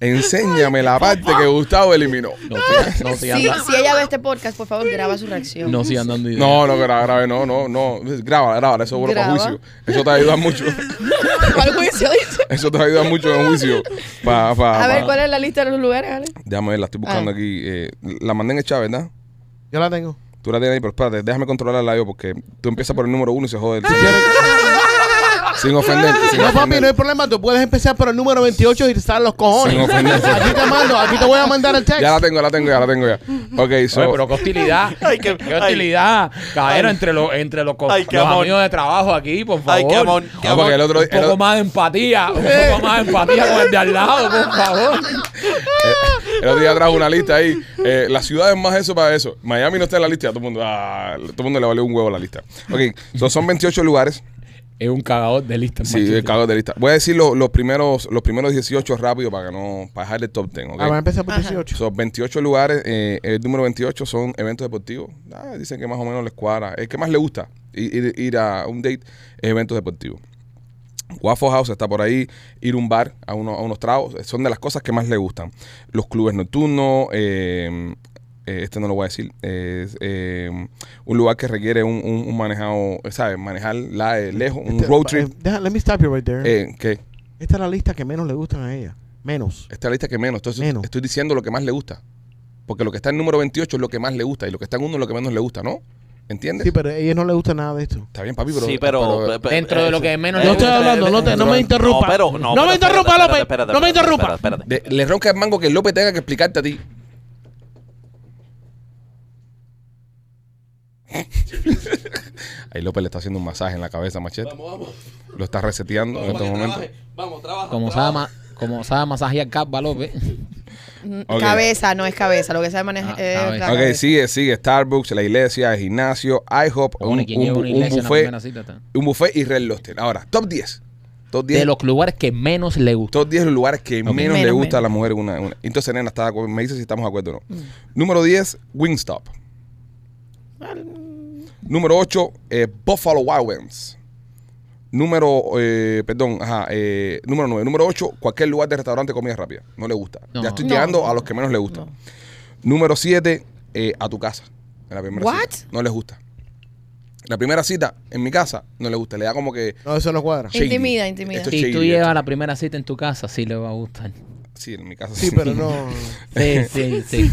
S1: Enséñame la parte que Gustavo eliminó.
S2: No, sí, no, sí,
S5: Sí,
S2: anda-
S5: si ella ve este podcast, por favor, graba su reacción.
S2: no, sí, andando. ideas.
S1: No, no, grave, grave, no, no, no. Graba, graba, eso es bueno para
S5: Graba.
S1: juicio. Eso te ayuda mucho.
S5: ¿Cuál juicio dice?
S1: Eso te ayuda mucho en juicio. Pa, pa,
S5: A ver,
S1: pa.
S5: ¿cuál es la lista de los lugares, Ale?
S1: Déjame ver, la estoy buscando
S5: Ah.
S1: aquí. eh, la mandé en el chat, ¿verdad?
S3: Yo la tengo.
S1: Tú la tienes ahí, pero espérate, déjame controlar el audio porque tú empiezas por el número uno y se jode el
S5: Ah.
S3: ¿Quieres?
S1: Sin ofender. sin
S3: No, papi,
S1: ofender.
S3: no hay problema. Tú puedes empezar por el número 28 y estar los cojones.
S1: Sin ofender.
S3: Aquí te mando, aquí te voy a mandar el text.
S1: Ya la tengo, la tengo ya, la tengo ya. Ok, so,
S2: Oye, pero qué hostilidad.
S4: Ay, qué-
S2: qué hostilidad. Caballero, entre, los entre los, co-
S4: Ay, qué
S2: los
S4: amor.
S2: amigos de trabajo aquí, por favor.
S4: Ay, qué amor, qué
S1: amor. porque el otro-
S2: un
S1: el
S2: poco
S1: otro-
S2: más de empatía. Un poco más de empatía con el de al lado, por favor.
S1: el otro día trajo una lista ahí. Eh, las ciudades más eso para eso. Miami no está en la lista. Todo el mundo, ah, todo el mundo le valió un huevo la lista. Ok, so, son 28 lugares.
S2: Es un cagador de lista.
S1: Sí, el cago de lista. Voy a decir lo- los primeros los primeros 18 rápido para que no para dejar el top 10, ¿ok?
S3: Ah, va a empezar por
S5: Ajá.
S3: 18.
S1: Son 28 lugares, eh, el número 28 son eventos deportivos. Ah, dicen que más o menos les cuadra. El que más le gusta i- ir, ir a un date es eventos deportivos. Waffle House está por ahí, ir a un bar a, uno- a unos tragos, eh, son de las cosas que más le gustan. Los clubes nocturnos, eh, eh, este no lo voy a decir, es eh, un lugar que requiere un, un- un manejado, ¿sabes? Manejar la, eh, lejos, un
S3: Este,
S1: road
S3: eh,
S1: trip.
S3: deja- let me stop you right there.
S1: Eh, ¿Qué?
S3: Esta es la lista que menos le gustan a ella. Menos.
S1: Esta lista que menos. Entonces
S3: Menos.
S1: estoy diciendo lo que más le gusta. Porque lo que está en número 28 es lo que más le gusta y lo que está en uno es lo que menos le gusta, ¿no? ¿Entiendes?
S3: Sí, pero a ella no le gusta nada de esto.
S1: está bien, papi, pero...
S4: sí, pero, eh,
S2: Dentro de lo que menos
S3: Yo estoy hablando, ah, no, te, no me interrumpa.
S4: No, pero, no,
S3: me
S4: pero espérate,
S3: interrumpa,
S4: espérate,
S3: López.
S4: espérate,
S3: no me
S4: espérate,
S3: interrumpa.
S4: espérate, espérate.
S1: de- le ronca el mango que López tenga que explicarte a ti. Ahí López le está haciendo un masaje en la cabeza, a machete. Lo está reseteando en este estos momentos.
S2: Como sabe, ma- como sabe masajear Carpa López.
S5: Mm,
S1: Ok.
S5: Cabeza, no es cabeza. Lo que sabe manejar
S2: Ah,
S5: es
S2: cabeza.
S5: la
S1: Ok,
S5: cabeza.
S1: sigue, sigue. Starbucks, la iglesia, el gimnasio, IHOP, un,
S2: Bueno, ¿quién lleva
S1: un,
S2: una
S1: un
S2: iglesia en la
S1: buffet,
S2: primera cita? está?
S1: un buffet y Red Lobster. Ahora, top 10. Top 10
S2: De los lugares que menos le gusta.
S1: Top 10 lugares que menos, le
S5: Menos,
S1: gusta a
S5: menos. Mm.
S1: la mujer. Una, una. Entonces, nena, está de acuerdo. me dice si estamos de acuerdo o no. Número 10, Wingstop. Número 8, eh, Buffalo Wild Wings. Número, eh, perdón, ajá, eh, número 9. Número 8, cualquier lugar de restaurante de comida rápida. No le gusta.
S2: No.
S1: Ya estoy
S5: No,
S1: llegando
S5: no,
S1: a los que menos le gusta.
S5: no.
S1: Número 7, a tu casa. En la primera
S5: What?
S1: cita. No les gusta. La primera cita, en mi casa, no le gusta. Le da como que...
S3: No, eso no cuadra.
S5: Sí. Intimida, intimida.
S1: Esto es
S2: Si tú
S1: shady,
S2: llevas
S1: esto.
S2: la primera cita en tu casa, sí le va a gustar.
S1: Sí, en mi casa
S3: Sí, pero no.
S2: Sí, sí, sí.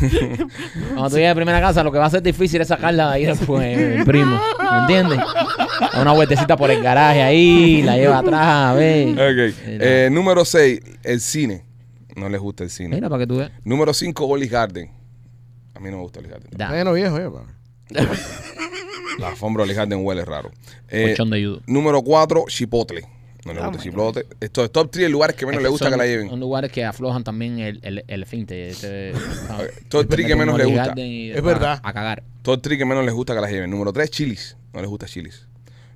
S2: Cuando tú llegas a primera casa, lo que va a ser difícil es sacarla de ahí después, eh, primo. ¿Me entiendes? Da Una vueltecita por el garaje ahí, la lleva atrás, ve.
S1: Ok.
S2: Mira.
S1: Eh, número 6, el cine. No les gusta el cine.
S2: Mira, para que tú veas.
S1: Número 5, Olive Garden. A mí no me gusta Olive Garden.
S2: Da,
S3: Bueno, viejo, oye, pa.
S1: La alfombra Olive Garden huele raro. Eh,
S2: colchón de judo.
S1: número 4, Chipotle. No les
S5: Oh
S1: gusta
S5: my
S1: Chipotle. Esto es top 3 lugares que menos
S2: Es
S1: les gusta
S2: son-
S1: que la lleven.
S2: Son lugares que aflojan también el, el, el esfínter, este, ¿sabes?
S1: Todo el tri que menos le
S2: Olive
S1: gusta.
S2: Garden y
S3: Es
S2: después a-
S3: verdad.
S2: A cagar.
S1: Top 3 que menos les gusta que la lleven. Número 3, Chili's. No les gusta Chili's.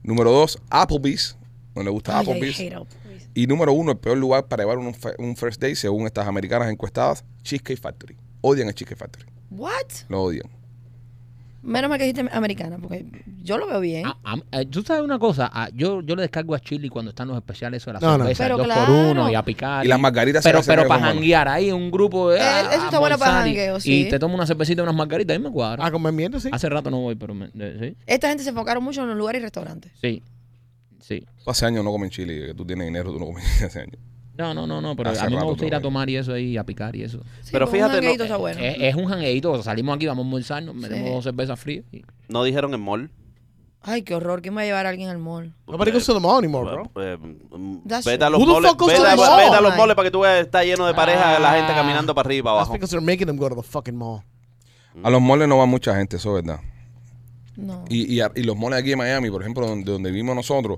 S1: Número 2, Applebee's. No les gusta
S5: Ay, I
S1: Applebee's.
S5: hate Applebee's.
S1: Y número 1, el peor lugar para llevar un, fe- un first date, según estas americanas encuestadas, Cheesecake Factory. Odian el Cheesecake Factory.
S5: What?
S1: Lo odian.
S5: Menos mal que dijiste americana, porque yo lo veo bien.
S2: Ah, am- eh, Tú sabes una cosa, Ah, yo, yo le descargo a Chili cuando están los especiales eso de la
S3: No, no.
S2: cerveza, el
S5: Pero
S2: dos
S5: claro.
S2: por uno y a picar.
S1: Y las margaritas se
S2: Pero,
S1: las hacen
S2: pero
S1: ellos
S2: para
S1: con mano.
S2: janguear ahí un grupo. eh,
S5: Eh,
S2: a-
S5: eso está
S2: a
S5: bueno para
S2: almorzar y-
S5: jangueo, sí.
S2: Y te tomo una cervecita y unas margaritas y me cuadra.
S3: Ah, con miento, sí.
S2: Hace rato no voy, pero me- eh,
S5: Esta gente se enfocaron mucho en los lugares y restaurantes.
S2: sí. Sí. Sí.
S1: Tú hace años no comen chile, que tú tienes dinero, tú no comes chile hace años.
S2: No, no, no, no, pero
S1: Hace
S2: a mí me
S1: rato
S2: gusta
S1: te
S2: ir a
S1: voy.
S2: tomar y eso ahí, y a picar y eso.
S5: Sí,
S4: Pero
S5: con
S4: fíjate,
S5: Un
S4: no,
S5: jangueíto está bueno.
S2: Es, es un jangueito, o sea, salimos aquí, vamos a almorzarnos, metemos
S5: Sí.
S2: dos cervezas frías. y-
S4: No dijeron en mall.
S5: Ay, qué horror. ¿Quién va a llevar a alguien al mall?
S3: Nobody goes to the mall anymore, bro.
S4: Eh, mm,
S5: That's
S4: Vete a los
S3: Who the
S4: moles,
S3: fuck goes
S4: vete
S5: to
S4: a-
S5: the mall?
S4: vete a los moles para que tú veas está lleno de pareja, la gente
S2: Ah.
S4: caminando para arriba y para
S3: That's
S4: abajo.
S3: because they're making them go to the fucking mall.
S1: A los moles no va mucha gente, eso es verdad.
S5: No.
S1: Y, y, a- y los moles aquí en Miami, por ejemplo, donde, donde vivimos nosotros,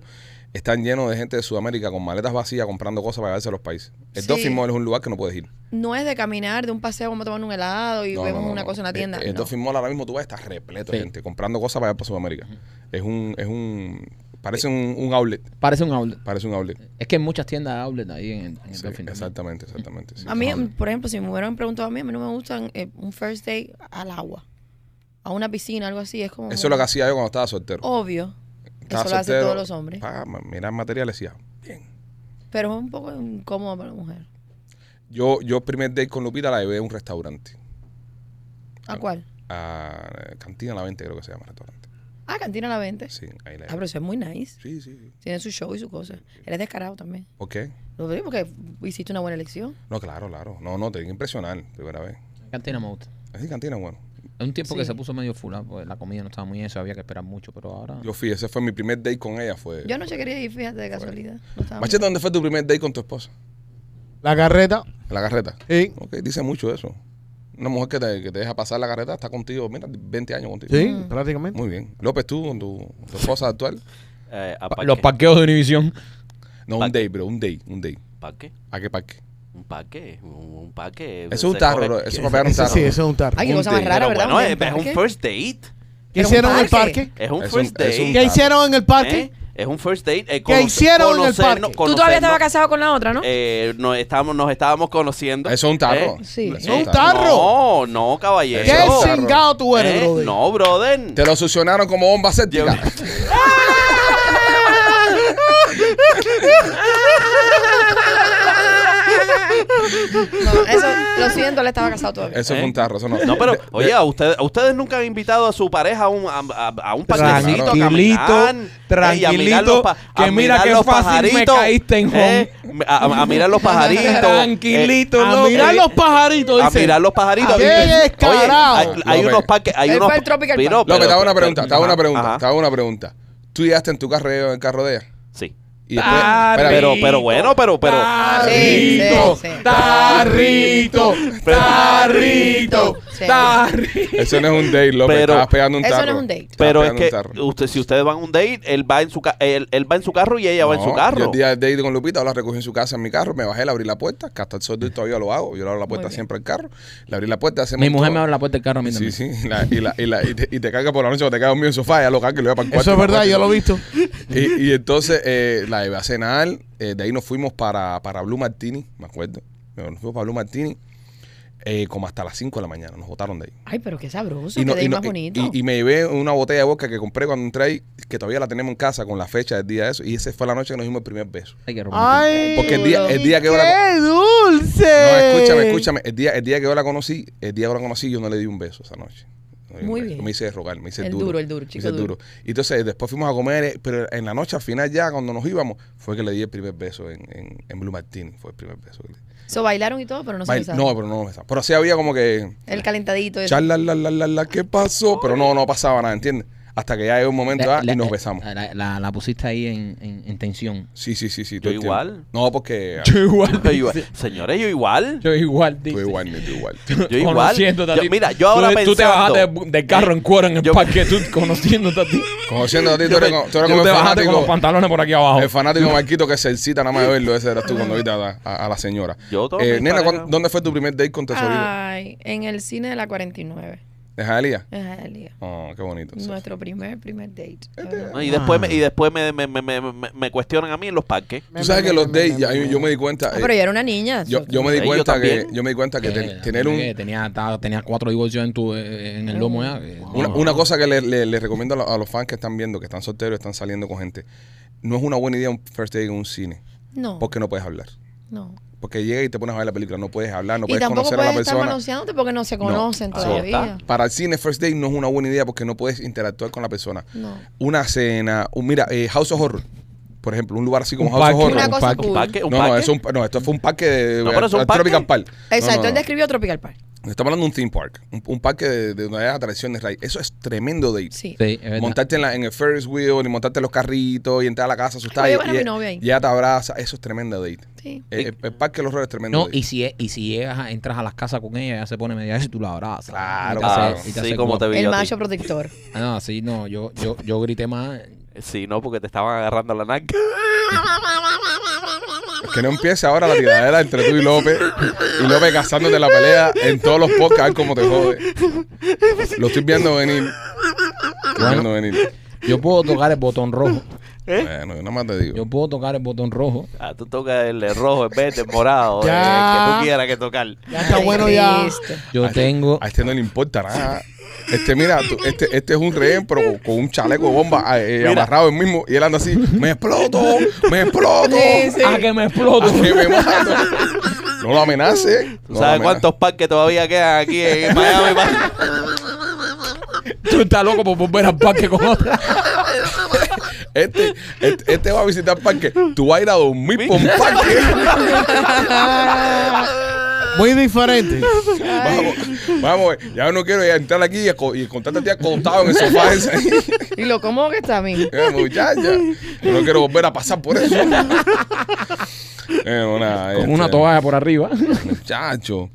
S1: están llenos de gente de Sudamérica con maletas vacías comprando cosas para llevarse a los países. El
S5: Sí.
S1: Dolphin Mall es un lugar que no puedes ir.
S5: No es de caminar, de un paseo, vamos a tomar un helado y
S1: No,
S5: vemos
S1: no, no,
S5: una
S1: no.
S5: cosa en la tienda.
S1: El, el
S5: No.
S1: Dolphin Mall ahora mismo tú vas, está repleto de
S2: Sí.
S1: gente comprando cosas para llevar para Sudamérica. Es un, es un, parece un, un outlet.
S2: Parece un outlet.
S1: Parece un outlet.
S2: Es que hay muchas tiendas de outlet ahí en, en el
S1: Sí,
S2: Dolphin.
S1: exactamente, exactamente. sí,
S5: A mí,
S1: son outlets.
S5: por ejemplo, si me hubieran preguntado a mí, a mí no me gustan eh, un first day al agua, a una piscina, algo así. Es como.
S1: Eso es lo que hacía yo cuando estaba soltero.
S5: Obvio.
S1: Estaba
S5: eso lo hacen
S1: soltero, Ah.
S5: todos los hombres.
S1: Pa, ma- mirar materiales y ya. Bien.
S5: Pero es un poco incómodo para la mujer.
S1: Yo, yo primer date con Lupita la llevé a un restaurante. Ah.
S5: ¿A cuál?
S1: A eh, Cantina La 20 creo que se llama el restaurante.
S5: Ah, Cantina La 20.
S1: Sí, ahí la
S5: Ah, pero
S1: llevé.
S5: eso es muy nice.
S1: Sí, sí, sí.
S5: Tiene su show y su cosa. Eres descarado también.
S1: ¿Por qué?
S5: Lo digo porque hiciste una buena elección.
S1: No, claro, claro. No, no, te que impresionar primera vez.
S2: Cantina me gusta.
S1: Así cantina, bueno.
S2: Un tiempo que
S5: Sí.
S2: se puso medio fula, pues la comida no estaba muy eso, había que esperar mucho, pero ahora.
S1: Yo fui, ese fue mi primer date con ella. Fue.
S5: Ah. Yo anoche quería ir, fíjate, de casualidad. No estaba
S1: Machete, ¿dónde fue tu primer date con tu esposa?
S3: La carreta.
S1: En la carreta.
S3: Sí.
S1: Ok, dice mucho eso. Una mujer que te, que te deja pasar la carreta está contigo, mira, 20 años contigo.
S3: Sí, prácticamente.
S1: Muy bien. López, tú con tu, tu esposa actual.
S4: Eh, a
S2: Pa-
S4: parque.
S2: Los parqueos de Univisión.
S1: No, un
S4: Parque.
S1: date, bro, un date, un date.
S4: ¿Parque?
S1: ¿A qué parque?
S4: Un parque, un, un parque.
S1: Eso es un
S4: Se
S1: tarro,
S4: coge-
S1: bro. Eso
S4: Pero
S1: para pegar un
S3: Ese
S1: tarro.
S3: sí, ese es un tarro.
S5: Ay, qué
S1: Un
S5: cosa más
S1: date.
S5: rara, ¿verdad?
S4: bueno,
S5: Un
S4: es, es un
S5: parque.
S4: first date.
S3: ¿Qué
S5: Era un
S3: hicieron en el
S5: parque.
S3: parque?
S4: Es un
S1: Es un-
S4: first
S1: es un
S4: date.
S3: ¿Qué hicieron en el
S4: ¿eh?
S3: parque?
S4: Es un first date. eh,
S3: ¿Qué hicieron en el parque?
S4: conocernos-
S5: Tú todavía estabas
S4: conocernos,
S5: casado con la otra, ¿no?
S4: eh, nos, estábamos, nos estábamos conociendo.
S1: Eso es un tarro.
S4: ¿eh?
S5: Sí.
S1: Eso es
S5: No,
S3: un tarro.
S4: No, no, caballero.
S3: ¿Qué
S1: Eso.
S3: cingado tú eres,
S4: ¿Eh?
S3: brother?
S4: No, brother.
S1: Te lo succionaron como bomba séptica.
S5: No, eso, lo siento, él estaba casado todavía.
S1: Eso
S4: ¿Eh?
S1: fue un tarro. Eso no.
S4: No, pero,
S1: De- de-
S4: oye, ah, a ustedes, a ustedes nunca han invitado a su pareja a un, a, a- a un parquecito a
S2: Tranquilito,
S4: caminar, eh, y a mirar los pa-
S2: tranquilito, que
S4: a
S2: mira
S4: mirar
S2: qué
S4: los
S2: fácil me
S4: pajaritos,
S2: caíste en
S4: eh, a, a- a mirar los pajaritos.
S2: Tranquilito,
S4: eh,
S3: A
S2: loco.
S3: mirar los pajaritos,
S4: a
S3: dice.
S4: mirar los pajaritos.
S3: ¡Qué
S4: Oye,
S3: descarado!
S4: hay, hay
S1: López.
S4: unos parques, hay
S5: Él
S4: unos
S5: fue al Tropical
S4: Pero-
S5: Park.
S1: López, te hago una
S4: pero-
S1: pregunta. Te hago una
S4: ajá,
S1: pregunta.
S4: ajá.
S1: Te hago una pregunta. Tú llegaste en tu carrera en el carro de ella.
S4: Sí.
S1: Y después-
S2: Ah,
S1: espera,
S4: Pero, pero bueno, pero, pero.
S5: Sí,
S2: Tarrito,
S5: sí, sí.
S2: tarrito, tarrito,
S5: Sí.
S2: tarrito.
S1: Eso no es un date, López.
S4: Pero-
S1: Estabas pegando un
S5: Eso
S1: tarro.
S5: no es un date.
S1: Estabas
S4: Pero es
S1: pegando un
S4: que
S1: tarro.
S4: usted, si ustedes van a un date, él va en su ca- él, él va en su carro y ella va en
S1: No,
S4: su
S1: Yo
S4: carro.
S1: el día del date con Lupita, la recogí en su casa, en mi carro, me bajé, le abrí la puerta, que hasta el sol de hoy todavía lo hago. Yo le abro la puerta
S5: bien.
S1: siempre al carro, le abrí la puerta. hacemos
S2: Mi mujer
S1: todo.
S2: me abre la puerta del carro a mí
S1: Sí,
S2: también.
S1: sí, y, la- y, la- y la- y te, y te carga por la noche o te cae dormido en el sofá, ya lo carga y lo lleva para el cuarto.
S3: Eso es verdad, yo lo he visto.
S1: Y, y entonces eh, la llevé a cenar, eh, de ahí nos fuimos para, para Blue Martini, me acuerdo. Nos fuimos para Blue Martini eh, como hasta las 5 de la mañana, nos botaron de ahí.
S5: Ay, pero qué sabroso,
S1: Y no-
S5: qué
S1: y
S5: día
S1: no-
S5: más
S1: y-
S5: bonito.
S1: y- y me llevé una botella de vodka que compré cuando entré ahí, que todavía la tenemos en casa con la fecha del día de eso. Y esa fue la noche que nos dimos el primer beso.
S2: Ay, qué romántico.
S3: Ay,
S1: Porque el día- el día que
S3: qué
S1: yo la-
S5: Eh.
S3: dulce.
S1: No, escúchame, escúchame. El día, el día que yo la conocí, el día que yo la conocí, yo no le di un beso esa noche. No le di un
S5: Muy
S1: beso.
S5: bien.
S1: Me hice rogar, me hice
S5: El
S1: duro.
S5: duro, el duro,
S1: Me
S5: chico
S1: hice
S5: duro.
S1: Y entonces después fuimos a comer, eh, pero en la noche al final ya, cuando nos íbamos, fue que le di el primer beso en, en, en Blue Martini. Fue el primer beso. que le di.
S5: So, bailaron y todo, pero no se
S1: Bail-
S5: besaron.
S1: no, pero no me Pero sí había como que
S5: El calentadito. ese.
S1: charla, la, la, la, la, ¿qué pasó? Pero no, no pasaba nada, ¿entiendes? Hasta que ya llegó un momento ah, y nos besamos.
S2: La, eh, la- la pusiste ahí en, en- en tensión.
S1: Sí, sí, sí, sí.
S4: Yo
S1: todo el tiempo.
S4: igual.
S1: No, porque... ah,
S2: Yo igual.
S4: Yo igual- Señores, yo igual.
S2: Yo igual,
S1: Tú igual, ni tú igual.
S4: Yo igual. Conociéndote a Yo- ti. mira, yo ahora Tú- tú te pensando- bajaste
S2: del carro en cuero en el
S4: Yo-
S2: parque, tú conociéndote a ti.
S1: Conociendo a ti, tú eres, como- tú eres como el fanático...
S2: pantalones por aquí abajo.
S1: El fanático Marquito que se excita nada más de verlo. Ese eras tú cuando viste a, la- a- a la señora.
S4: Yo todo
S1: Eh,
S4: mi
S1: nena,
S4: pareja.
S1: ¿cuán- ¿dónde fue tu primer date con Tesorito?
S5: Ay, en el cine de la 49.
S1: ¿De Jalía?
S5: En Jalía.
S1: Oh, qué bonito.
S5: Nuestro primer, primer date.
S1: este,
S4: No, Y después, me, y después me, me, me, me, me- me cuestionan a mí en los parques.
S1: Tú sabes que los dates, ya yo, yo me di cuenta...
S5: Ah,
S1: eh,
S5: pero yo era una niña.
S1: yo,
S5: so-
S1: yo me di
S4: Sí, yo
S1: cuenta que
S4: también.
S1: yo me di cuenta que ten- tener un,
S2: Eh, tenía, estaba- tenía cuatro divorcios en, tu, eh, en el lomo ya. eh,
S1: Una,
S2: no.
S1: una cosa que le, le- le recomiendo a, lo- a los fans que están viendo, que están solteros, están saliendo con gente, no es una buena idea un first date en un cine,
S5: No,
S1: porque no puedes hablar.
S5: no.
S1: Porque llega y te pones a ver la película, no puedes hablar, no
S5: y
S1: puedes
S5: tampoco
S1: conocer a la
S5: puedes estar
S1: persona.
S5: manoseándote porque no se conocen
S4: Ah, ya
S5: todavía.
S4: está.
S1: Para el cine, first date no es una buena idea porque no puedes interactuar con la persona.
S5: No.
S1: Una cena, un, mira, eh, House of Horror, por ejemplo, un lugar así como
S2: Un
S1: House of
S2: parque,
S1: Horror.
S5: Una cosa
S2: parque.
S5: cool.
S4: Un parque, un
S1: no,
S4: parque.
S1: no, es un- no, esto fue un parque de
S4: No, pero es un
S1: al
S4: parque.
S1: Tropical Park. No,
S5: Exacto,
S1: no, no.
S5: él describió Tropical Park.
S1: Estamos hablando de un theme park, un, un parque de, de donde hay atracciones ride. Eso es tremendo date.
S5: Sí.
S2: Sí, es verdad.
S1: montarte en, la- en el Ferris wheel y montarte en los carritos y entrar a la casa asustada.
S5: Voy a
S1: y-
S5: llevar a
S1: y-
S5: mi novia ahí.
S1: y ella te abraza. Eso es tremenda date.
S5: Sí.
S1: El, Eh, el- el parque de los horrores es tremendo.
S2: No,
S1: date.
S2: y si, es- y si llegas, a- entras a las casas con ella, ella se pone media y tú la abrazas.
S1: Claro,
S2: Y te hace-
S1: claro.
S2: y te
S4: Sí,
S2: hace
S4: como
S2: guapo.
S4: te vi
S5: El
S4: yo a ti.
S5: macho protector.
S2: Ah, no, sí, no, yo, yo, yo grité más.
S4: Sí, no, porque te estaban agarrando la narca.
S1: Que no empiece ahora la tiradera entre tú y López. Y López gastándote la pelea en todos los podcasts a ver cómo te jode. Lo estoy viendo venir. Lo estoy viendo venir.
S2: Yo puedo tocar el botón rojo.
S1: Bueno, yo nada más te
S2: Yo
S1: digo.
S2: puedo tocar el botón rojo.
S4: Ah, tú tocas el eh, rojo, el verde, el morado, eh, el que
S3: Ya.
S4: tú quieras que tocar.
S3: Ya está
S5: Ay,
S3: bueno ya.
S5: Cristo.
S2: Yo
S1: A este-
S2: tengo.
S1: A este no le importa nada. Este, mira, tú- este, este es un rehén, pero con, con un chaleco de bomba eh,
S4: Mira.
S1: amarrado él mismo. Y él anda así, me exploto, me exploto.
S5: Sí, sí.
S2: ¡Ah, que me exploto!
S1: Ah, que me mato. No lo amenaces.
S4: ¿Tú sabes cuántos parques todavía quedan aquí en Miami? pa-
S2: Tú estás loco por volver al parque con otra.
S1: Este, este, este va a visitar parque. Tú vas a ir a dormir por un parque.
S3: muy diferente.
S1: Vamos, vamos, ya no quiero ya entrar aquí y, aco- y encontrarte a ti acostado en el sofá. ese.
S5: Y lo cómodo que está a mí.
S1: Eh, muchacha, yo no quiero volver a pasar por eso. Eh, una,
S2: Con
S1: este,
S2: una toalla por arriba.
S1: Muchacho.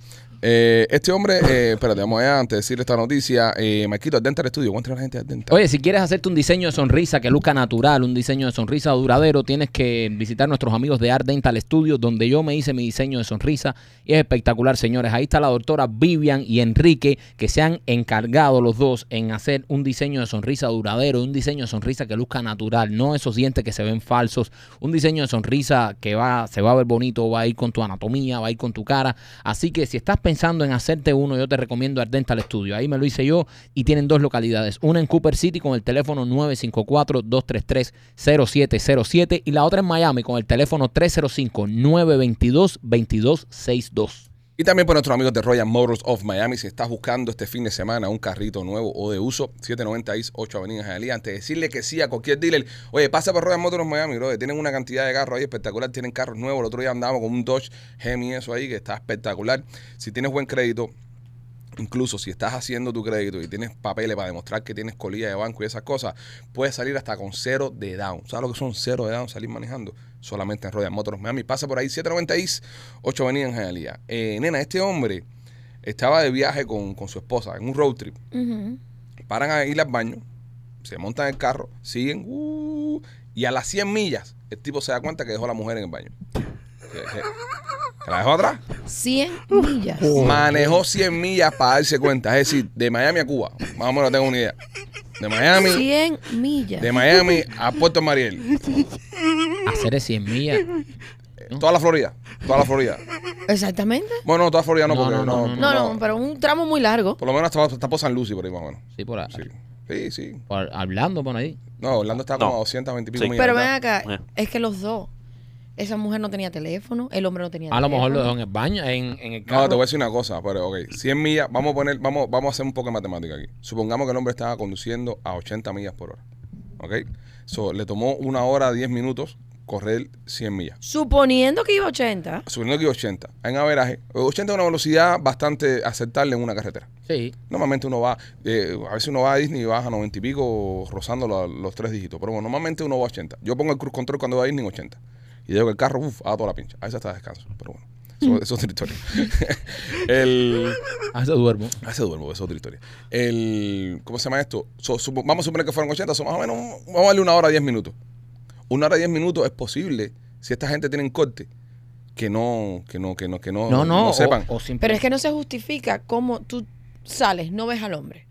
S1: Eh, este hombre, eh, espérate, vamos allá antes de decir esta noticia. Eh, Marquito, al Dental Studio, ¿cuánto la gente al Dental?
S2: Oye, si quieres hacerte un diseño de sonrisa que luzca natural, un diseño de sonrisa duradero, tienes que visitar nuestros amigos de Art Dental Studio, donde yo me hice mi diseño de sonrisa y es espectacular, señores. Ahí está la doctora Vivian y Enrique, que se han encargado los dos en hacer un diseño de sonrisa duradero, un diseño de sonrisa que luzca natural, no esos dientes que se ven falsos, un diseño de sonrisa que va, se va a ver bonito, va a ir con tu anatomía, va a ir con tu cara. Así que si estás pensando en hacerte uno, yo te recomiendo Art Dental Studio. Ahí me lo hice yo y tienen dos localidades. Una en Cooper City con el teléfono 954-233-0707 y la otra en Miami con el teléfono 305-922-2262.
S1: Y también por nuestros amigos de Royal Motors of Miami, si estás buscando este fin de semana un carrito nuevo o de uso, 790 East 8 Avenida Jalía, antes de decirle que sí a cualquier dealer, oye, pasa por Royal Motors of Miami, brother, tienen una cantidad de carros ahí espectacular, tienen carros nuevos, el otro día andábamos con un Dodge Hemi eso ahí, que está espectacular. Si tienes buen crédito, Incluso si estás haciendo tu crédito y tienes papeles para demostrar que tienes colilla de banco y esas cosas, puedes salir hasta con cero de down. ¿Sabes lo que son cero de down? Salir manejando solamente en Royal Motors Miami. Pasa por ahí 790 East, 8 Avenida en Jalía. Eh, nena, este hombre estaba de viaje con, con su esposa en un road trip.
S5: Ujú.
S1: Paran a ir al baño, se montan en el carro, siguen, uh, y a las 100 millas el tipo se da cuenta que dejó a la mujer en el baño. Que- que- que la dejó atrás?
S5: 100 millas.
S1: Manejó 100 millas para darse cuenta. Es decir, de Miami a Cuba. Más o menos tengo una idea. De Miami,
S5: 100 millas.
S1: de Miami a Puerto Mariel.
S2: Hacer es 100 millas.
S1: Toda la Florida. Toda la Florida.
S5: Exactamente.
S1: Bueno, no, toda Florida no,
S2: No,
S1: porque
S2: no,
S1: no.
S2: no,
S5: No, no, pero un tramo muy largo.
S1: Por lo menos hasta, hasta por San Lucy, por ahí más o menos.
S2: Sí, por, a-
S1: Sí, sí. sí.
S2: por hablando por ahí.
S1: No, Orlando está
S4: No.
S1: como a 220 y pico
S4: Sí.
S1: millas.
S5: Pero ven
S1: ¿verdad?
S5: acá,
S4: Eh.
S5: es que los dos. Esa mujer no tenía teléfono, el hombre no tenía
S2: A lo
S5: teléfono.
S2: mejor lo dejó en el baño, en, en el
S1: No,
S2: carro.
S1: te voy a decir una cosa, pero ok. 100 millas, vamos a poner, vamos, vamos a hacer un poco de matemática aquí. Supongamos que el hombre estaba conduciendo a 80 millas por hora. ¿Ok? So, le tomó una hora 10 minutos correr 100 millas.
S5: Suponiendo que iba 80.
S1: Suponiendo que 80, en averaje, 80 es una velocidad bastante aceptable en una carretera.
S2: Sí.
S1: Normalmente uno va, eh, a veces uno va a Disney y baja 90 y pico rozando la- los tres dígitos, pero bueno, normalmente uno va a 80. Yo pongo el cruise control cuando va a Disney en 80 y digo que el carro, uff, a toda la pincha. A veces hasta descanso, pero bueno,
S2: Mm.
S1: eso, eso es otra historia. el,
S2: Ah, eso duermo.
S1: Ah, se duermo, eso es otra historia. El, ¿Cómo se llama esto? So, supo- vamos a suponer que fueron 80, son más o menos, vamos a darle una hora a 10 minutos. Una hora a 10 minutos es posible, si esta gente tiene un corte, que no, que no, que no, que no,
S2: No, no. o-
S1: sepan.
S2: o simple-
S5: Pero es que no se justifica cómo tú sales, no ves al hombre.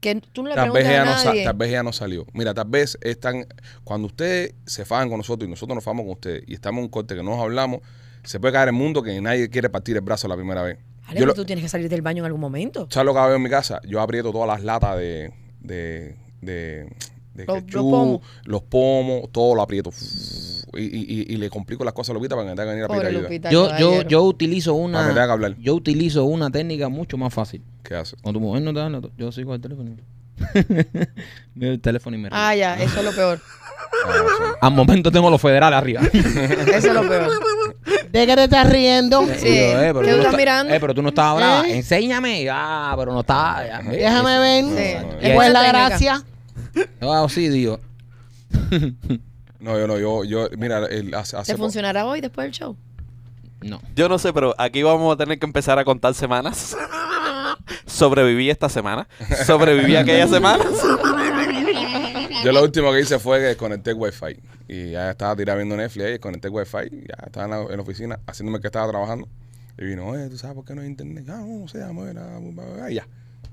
S5: Que tú no le
S1: tal, vez
S5: preguntas
S1: ella
S5: a
S1: no, sa-
S5: nadie.
S1: tal vez ella no salió. Mira, tal vez están, cuando ustedes se fajan con nosotros y nosotros nos fajamos con ustedes y estamos en un corte que no nos hablamos, se puede caer el mundo que nadie quiere partir el brazo la primera vez.
S5: Ale,
S1: Yo
S5: pero
S1: lo-
S5: tú tienes que salir del baño en algún momento.
S1: ¿Sabes lo que veo en mi casa? Yo aprieto todas las latas de. de. de. de
S5: Los- los
S1: ketchup,
S5: pomos.
S1: los pomos, todo lo aprieto. Y, y- y- y le complico las cosas a Lupita para que me tenga que venir a pedir
S5: Pobre
S1: ayuda.
S5: Lupita.
S2: yo, yo,
S5: caballero.
S2: yo utilizo
S1: Ah, me tenga que
S2: una.
S1: hablar.
S2: yo utilizo una técnica mucho más fácil.
S1: ¿Qué hace?
S2: Cuando tu mujer no te da la- yo sigo el teléfono. Miro el teléfono y me río.
S5: Ah, ya, eso es lo peor.
S1: Ah, eso.
S2: Al momento tengo los federales arriba.
S5: Eso es lo peor.
S3: ¿De qué te estás riendo?
S2: Y
S5: Sí.
S2: yo, eh, pero no
S5: ¿Qué tú estás
S2: está-
S5: mirando?
S2: eh, pero tú no estabas brava.
S3: ¿Eh?
S2: Enséñame. Ah, pero no estaba. ya, ve.
S3: Déjame
S5: Sí.
S3: ver.
S1: no,
S5: Es
S2: Pues
S3: ¿Cuál es
S5: una
S3: la
S5: técnica.
S3: gracia?
S2: Ah, sí, Dios.
S1: No, yo no, yo, yo, mira, el- hace, hace
S5: ¿Te
S1: po-
S5: funcionará hoy después del show?
S2: No.
S4: Yo no sé, pero aquí vamos a tener que empezar a contar semanas. Sobreviví esta semana. Sobreviví aquella semana.
S1: Yo lo último que hice fue que desconecté el wifi. Y ya estaba tirando viendo Netflix ahí, desconecté el wifi, y ya estaba en la, en la oficina haciéndome que estaba trabajando. Y vino, oye, ¿tú sabes por qué no hay internet? Ah, no, no sé, vamos a ver, ah, bla, bla, bla, y ya.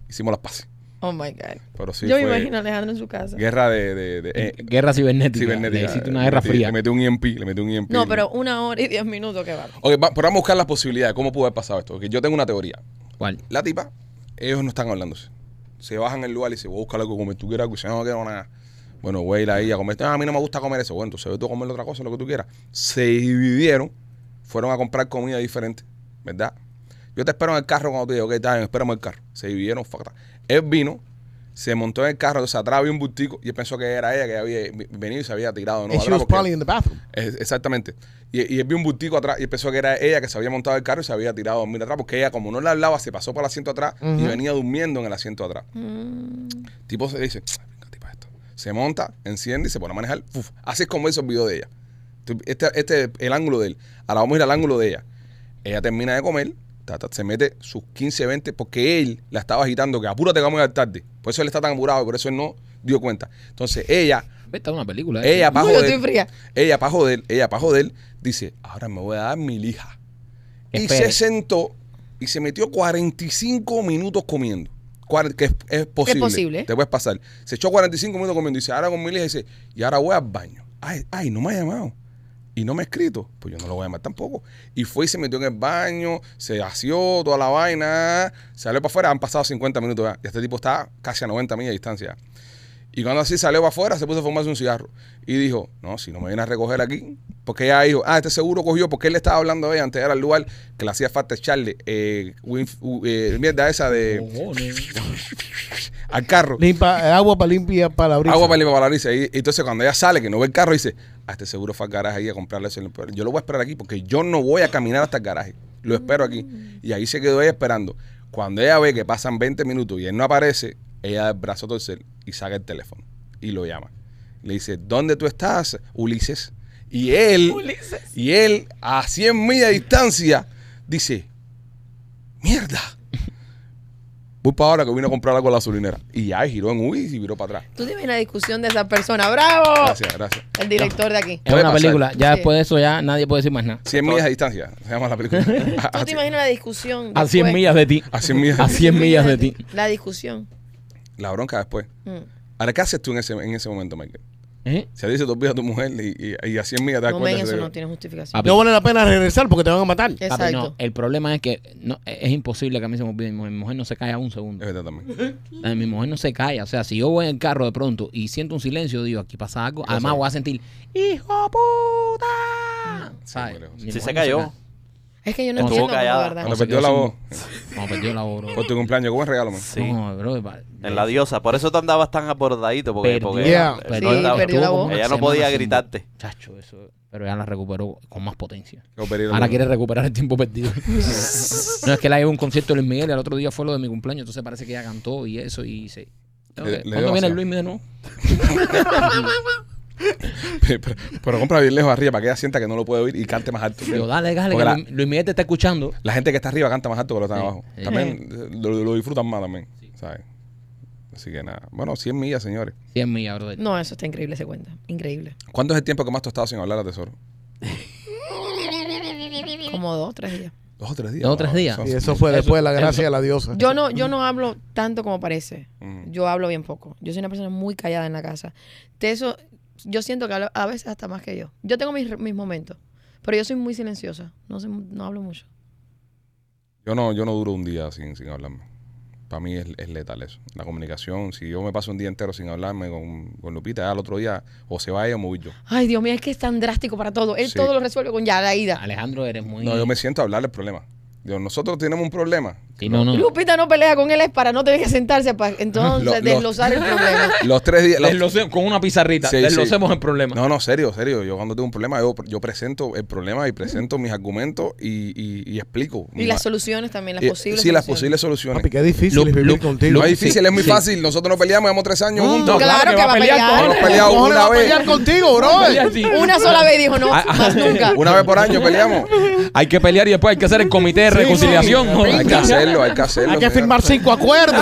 S1: Hicimos las pases.
S5: Oh my God.
S1: Pero sí
S5: yo me
S1: fue
S5: imagino a Alejandro en su casa.
S1: guerra de, de, de- eh,
S2: Guerra cibernética.
S1: cibernética.
S2: Le hiciste una
S1: Le
S2: guerra
S1: metí-
S2: fría.
S1: Le metí un EMP, le metí un EMP.
S5: No, pero una hora y diez minutos que va.
S1: Ok, va- pero vamos a buscar las posibilidades. ¿Cómo pudo haber pasado esto? Porque yo tengo una teoría.
S2: ¿Cuál?
S1: La tipa, ellos no están hablándose. Se bajan el lugar y se voy a buscar algo que comer. Tú quieres algo y dice, no, no quiero nada. Bueno, voy a ir ahí a comer. "Ah, a mí no me gusta comer eso. Bueno, entonces ve tú a comer otra cosa, lo que tú quieras. Se dividieron, fueron a comprar comida diferente, ¿verdad? Yo te espero en el carro cuando te digo, ok, está bien, espérame en el carro. Se dividieron, fuck, ta. Él vino, se montó en el carro, entonces atrás había un bultico y él pensó que era ella que había venido y se había tirado. ¿no?
S3: And she
S1: Atrás,
S3: was
S1: porque-
S3: probably in the bathroom.
S1: es- exactamente. Y, y él vio un bultico atrás y él pensó que era ella que se había montado el carro y se había tirado a dormir atrás porque ella, como no le hablaba, se pasó por el asiento atrás y
S3: Ujú.
S1: venía durmiendo en el asiento atrás.
S5: Mm.
S1: Tipo se dice, "Ch, venga, tipa, esto. Se monta, enciende y se pone a manejar. Uf, así es como él se olvidó de ella. Tú- Este, este es el ángulo de él. Ahora vamos a ir al ángulo de ella. Ella termina de comer, ta, ta, se mete sus 15, 20, porque él la estaba agitando, que apúrate que vamos a llegar tarde. Por eso él está tan apurado y por eso él no dio cuenta. Entonces ella,
S2: Vete a una película. eh.
S1: ella para
S5: No, yo
S1: joder,
S5: estoy fría.
S1: ella para joder, ella para joder, dice, ahora me voy a dar mi lija.
S2: Que
S1: Y
S2: espere.
S1: se sentó y se metió 45 minutos comiendo. Cuar- Que es, es posible.
S5: posible.
S1: Te puedes pasar. Se echó 45 minutos comiendo y dice, ahora con mi lija, dice, y ahora voy al baño. Ay, ay, no me ha llamado. Y no me ha escrito. Pues yo no lo voy a llamar tampoco. Y fue y se metió en el baño, se asió toda la vaina, salió para afuera. Han pasado 50 minutos ya. Y este tipo está casi a 90 millas de distancia. Y cuando así salió para afuera, se puso a fumarse un cigarro. Y dijo, no, si no me viene a recoger aquí, porque ella dijo, ah, este seguro cogió porque él le estaba hablando a ella antes de ir al lugar que le hacía falta echarle eh, Winf- u- eh, mierda esa de
S2: Cojones.
S1: al carro.
S3: Limpa, el agua para limpia para abrir.
S1: Agua para para la brisa. Y, y entonces cuando ella sale, que no ve el carro, dice, a este seguro fue al garaje ahí a comprarle eso. Yo lo voy a esperar aquí porque yo no voy a caminar hasta el garaje. Lo espero aquí. Y ahí se quedó ella esperando. Cuando ella ve que pasan 20 minutos y él no aparece, ella da el brazo a torcer y saca el teléfono y lo llama. Le dice, ¿dónde tú estás, Ulises? Y él, y él a 100 millas de distancia, dice, mierda. Voy para ahora que vine a comprar algo a la gasolinera. Y ya y giró en Uy y viró para atrás.
S5: Tú tienes una discusión de esa persona. ¡Bravo!
S1: Gracias, gracias.
S5: El director de aquí.
S2: Es
S1: Puede
S2: una
S1: pasar.
S2: película. Ya
S5: Sí.
S2: después de eso ya nadie puede decir más nada.
S1: 100 millas de distancia, se llama la película. Ah,
S5: ¿Tú te imaginas la discusión?
S2: A 100
S5: después?
S2: Ah, millas de ti.
S1: A 100 ah, millas.
S2: A 100 millas de ti.
S5: La discusión.
S1: La bronca después.
S5: Mm.
S1: Ahora, ¿qué haces tú en ese, en ese momento, Michael?
S2: ¿Eh?
S1: Si a ti se te olvida tu mujer y, y, y a 100 millas te das
S5: No, men,
S1: cuenta.
S5: eso
S1: de-
S5: no tiene justificación.
S2: Ah,
S3: No vale la pena regresar porque te van a matar.
S2: Papi,
S5: Exacto.
S2: no, el problema es que no, e, es imposible que a mí se me olvide. Mi mujer, mi mujer no se calla un segundo.
S1: Es verdad también.
S2: Eh, Mi mujer no se calla. O sea, si yo voy en el carro de pronto y siento un silencio, digo, aquí pasa algo. Además,
S1: sabe.
S2: voy a sentir, ¡hijo puta! ¿Sabes?
S1: muy lejos.
S2: Mi
S4: Mm. Sí,
S2: mujer
S1: se
S2: no
S4: se cayó.
S2: calla.
S5: Es que yo no
S2: Estuvo
S5: entiendo la
S4: callada.
S5: verdad.
S1: Cuando perdió la voz
S2: No, perdió la hora.
S1: por tu cumpleaños, ¿cómo es regalo, man?
S4: Sí.
S2: No, bro, pa-
S4: En la diosa. Por eso te andabas tan abordadito. Porque,
S2: Perdió-
S4: porque
S3: Yeah.
S4: eh,
S2: perdió-
S4: no
S5: Sí,
S4: andaba-
S5: perdió la
S2: estuvo como
S5: voz.
S2: una
S4: Ella no
S2: semana
S4: podía
S2: sin-
S4: gritarte.
S2: Chacho, eso. Pero ya la recuperó con más potencia.
S1: Qué operero,
S2: Ahora
S1: man.
S2: quiere recuperar el tiempo perdido. no, es que la llevo a un concierto de Luis Miguel y el otro día fue lo de mi cumpleaños. Entonces parece que ella cantó y eso y se...
S1: Le-
S2: Ok,
S1: le dio
S2: ¿Cuándo viene
S1: vacío.
S2: el Luis Miguel? No?
S1: Pero, pero compra bien lejos arriba para que ella sienta que no lo puede oír y cante más alto.
S2: Digo, dale, dale, que
S1: Porque la,
S2: Luis- Luis Miguel te está escuchando.
S1: la gente que está arriba canta más alto que lo que están
S2: Sí,
S1: abajo.
S2: sí.
S1: También eh, lo, lo disfrutan más también, ¿sabes? Así que nada. Bueno, 100 millas, señores.
S2: 100 millas, bro.
S5: No, eso está increíble, se cuenta. Increíble.
S1: ¿Cuánto es el tiempo que más tú has estado sin hablar a Tesoro?
S5: Como dos, tres días.
S1: Dos o tres días.
S2: Dos o tres
S1: Wow,
S2: días.
S1: son-
S3: Y eso fue
S2: Eso-
S3: después de la
S2: eso-
S3: gracia de la diosa.
S5: Yo no, yo no hablo tanto como parece.
S1: Mm.
S5: Yo hablo bien poco. Yo soy una persona muy callada en la casa. De eso, yo siento que hablo a veces hasta más que yo. Yo tengo mis, mis momentos, pero yo soy muy silenciosa. No, sé, no hablo mucho.
S1: Yo no, yo no duro un día sin, sin hablarme. Para mí es, es letal eso. La comunicación, si yo me paso un día entero sin hablarme con, con Lupita, ya al otro día o se va ella o me voy yo.
S5: Ay, Dios mío, es que es tan drástico para todo. Él
S1: Sí.
S5: todo lo resuelve con ya la ida.
S2: Alejandro, eres muy...
S1: No, yo me siento a hablar el problema. Digo, nosotros tenemos un problema.
S2: Sí, no, no.
S5: Lupita no pelea con él, es para no tener que sentarse para entonces
S1: Lo- lo-
S5: desglosar el problema.
S1: Los tres días... los-
S2: Desloce- con una pizarrita.
S1: Sí,
S2: Deslocemos
S1: sí.
S2: el problema.
S1: No, no, serio, serio. Yo cuando tengo un problema, yo, yo presento el problema y presento mis argumentos y, y- y explico.
S5: Y las soluciones también, las
S1: Y-
S5: posibles.
S1: Sí, las
S5: soluciones.
S1: posibles soluciones.
S3: Papi, qué difícil
S2: Lu-
S3: es
S2: Lu-
S3: vivir contigo.
S1: No es
S2: Lu-
S1: difícil,
S2: sí,
S1: es muy
S2: sí.
S1: fácil. Nosotros nos peleamos, llevamos tres años juntos.
S5: Mm, claro que va a pelear.
S1: No,
S2: cojones.
S1: nos peleamos
S3: ¿Cómo
S1: una
S3: va a
S1: vez.
S3: pelear contigo, bro?
S2: Sí.
S5: Una sola vez dijo no, más nunca.
S1: Ah, Una vez por año peleamos.
S2: Hay que pelear y después hay que hacer el comité de
S3: Sí,
S2: reconciliación.
S3: sí.
S2: ¿no?
S1: Hay que hacerlo, hay que hacerlo.
S3: Hay que
S1: señor.
S3: firmar cinco acuerdos.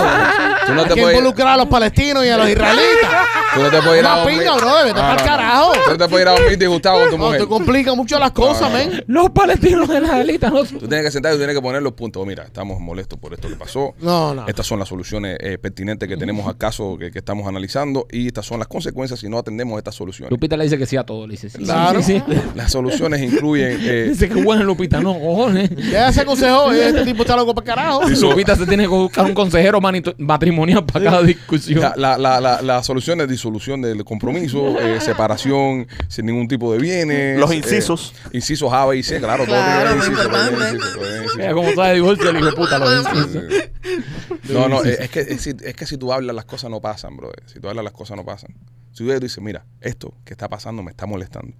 S1: Tú no
S3: Hay
S1: te
S3: que
S1: puedes,
S3: involucrar a los palestinos y a los israelitas.
S1: tú no te puedes ir a
S3: Una
S1: dormir.
S3: pinga, bro, vete
S1: No,
S3: pa'l
S1: no, no.
S3: carajo.
S1: Tú no te puedes ir a un meeting disgustado con tu
S3: No,
S1: mujer.
S3: te complica mucho las cosas,
S1: No, no, no.
S3: men.
S2: Los palestinos de las elitas. no-
S1: Tú tienes que sentar y tú tienes que poner los puntos. Mira, estamos molestos por esto que pasó.
S3: No, no.
S1: Estas son las soluciones eh, pertinentes que tenemos al caso que, que estamos analizando y estas son las consecuencias si no atendemos estas soluciones.
S2: Lupita le dice que sí a todo. Le dice sí.
S3: Claro.
S2: Sí, sí.
S1: Las soluciones incluyen eh,
S2: Dice que bueno Lupita. No, eh. cojones.
S3: Ya se aconsejó, eh, este tipo está loco para carajo.
S2: Lupita se tiene que buscar un consejero manito- matrimonial para cada discusión.
S1: la- la- la- la- las soluciones disolución del compromiso, eh, separación sin ningún tipo de bienes.
S4: Los
S1: eh,
S4: incisos.
S1: incisos A, B y C, claro. todo
S5: Claro,
S1: tiene
S5: muy
S1: incisos, todo tiene
S5: importante.
S1: incisos, todo tiene incisos.
S2: Mira cómo sabe divorcio el hijo de puta. Lo dice.
S1: Sí, sí. No, no, eh, es que, es, si- es que si tú hablas las cosas no pasan, brother. Si tú hablas las cosas no pasan. Si tú dices, mira, esto que está pasando me está molestando.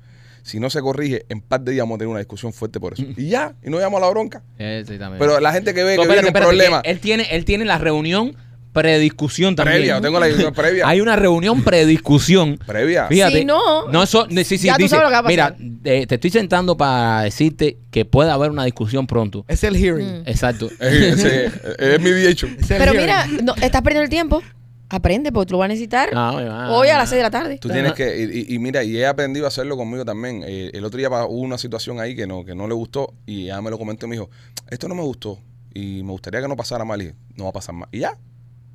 S1: Si no se corrige, en par de días vamos a tener una discusión fuerte por eso. Y ya, y no llamamos a la bronca.
S2: Exactamente.
S1: Pero la gente que ve
S2: No,
S1: que
S2: espérate,
S1: viene un
S2: espérate,
S1: problema
S2: que Él tiene, él tiene la reunión prediscusión también.
S1: previa, yo tengo la discusión previa. Ah.
S2: Hay una reunión prediscusión.
S1: Previa.
S2: Fíjate.
S5: Si no,
S2: eso, sí, sí,
S5: ya tú
S2: dice,
S5: sabes lo que va a pasar.
S2: Mira, eh, te estoy sentando para decirte que puede haber una discusión pronto.
S3: Es el hearing.
S5: Mm.
S2: Exacto.
S1: Eh, ese- eh, es mi dicho.
S3: Es el
S5: Pero
S3: hearing.
S5: mira, no, estás perdiendo el tiempo. Aprende, porque tú lo vas a necesitar
S2: Ah, bueno, ah,
S5: hoy a
S2: ah.
S5: las 6 de la tarde.
S1: Tú tienes que, y, y- y mira, y he aprendido a hacerlo conmigo también. Eh, el otro día pa- hubo una situación ahí que no, que no le gustó y ya me lo comentó y me dijo, esto no me gustó y me gustaría que no pasara mal y dije, no va a pasar mal. Y ya.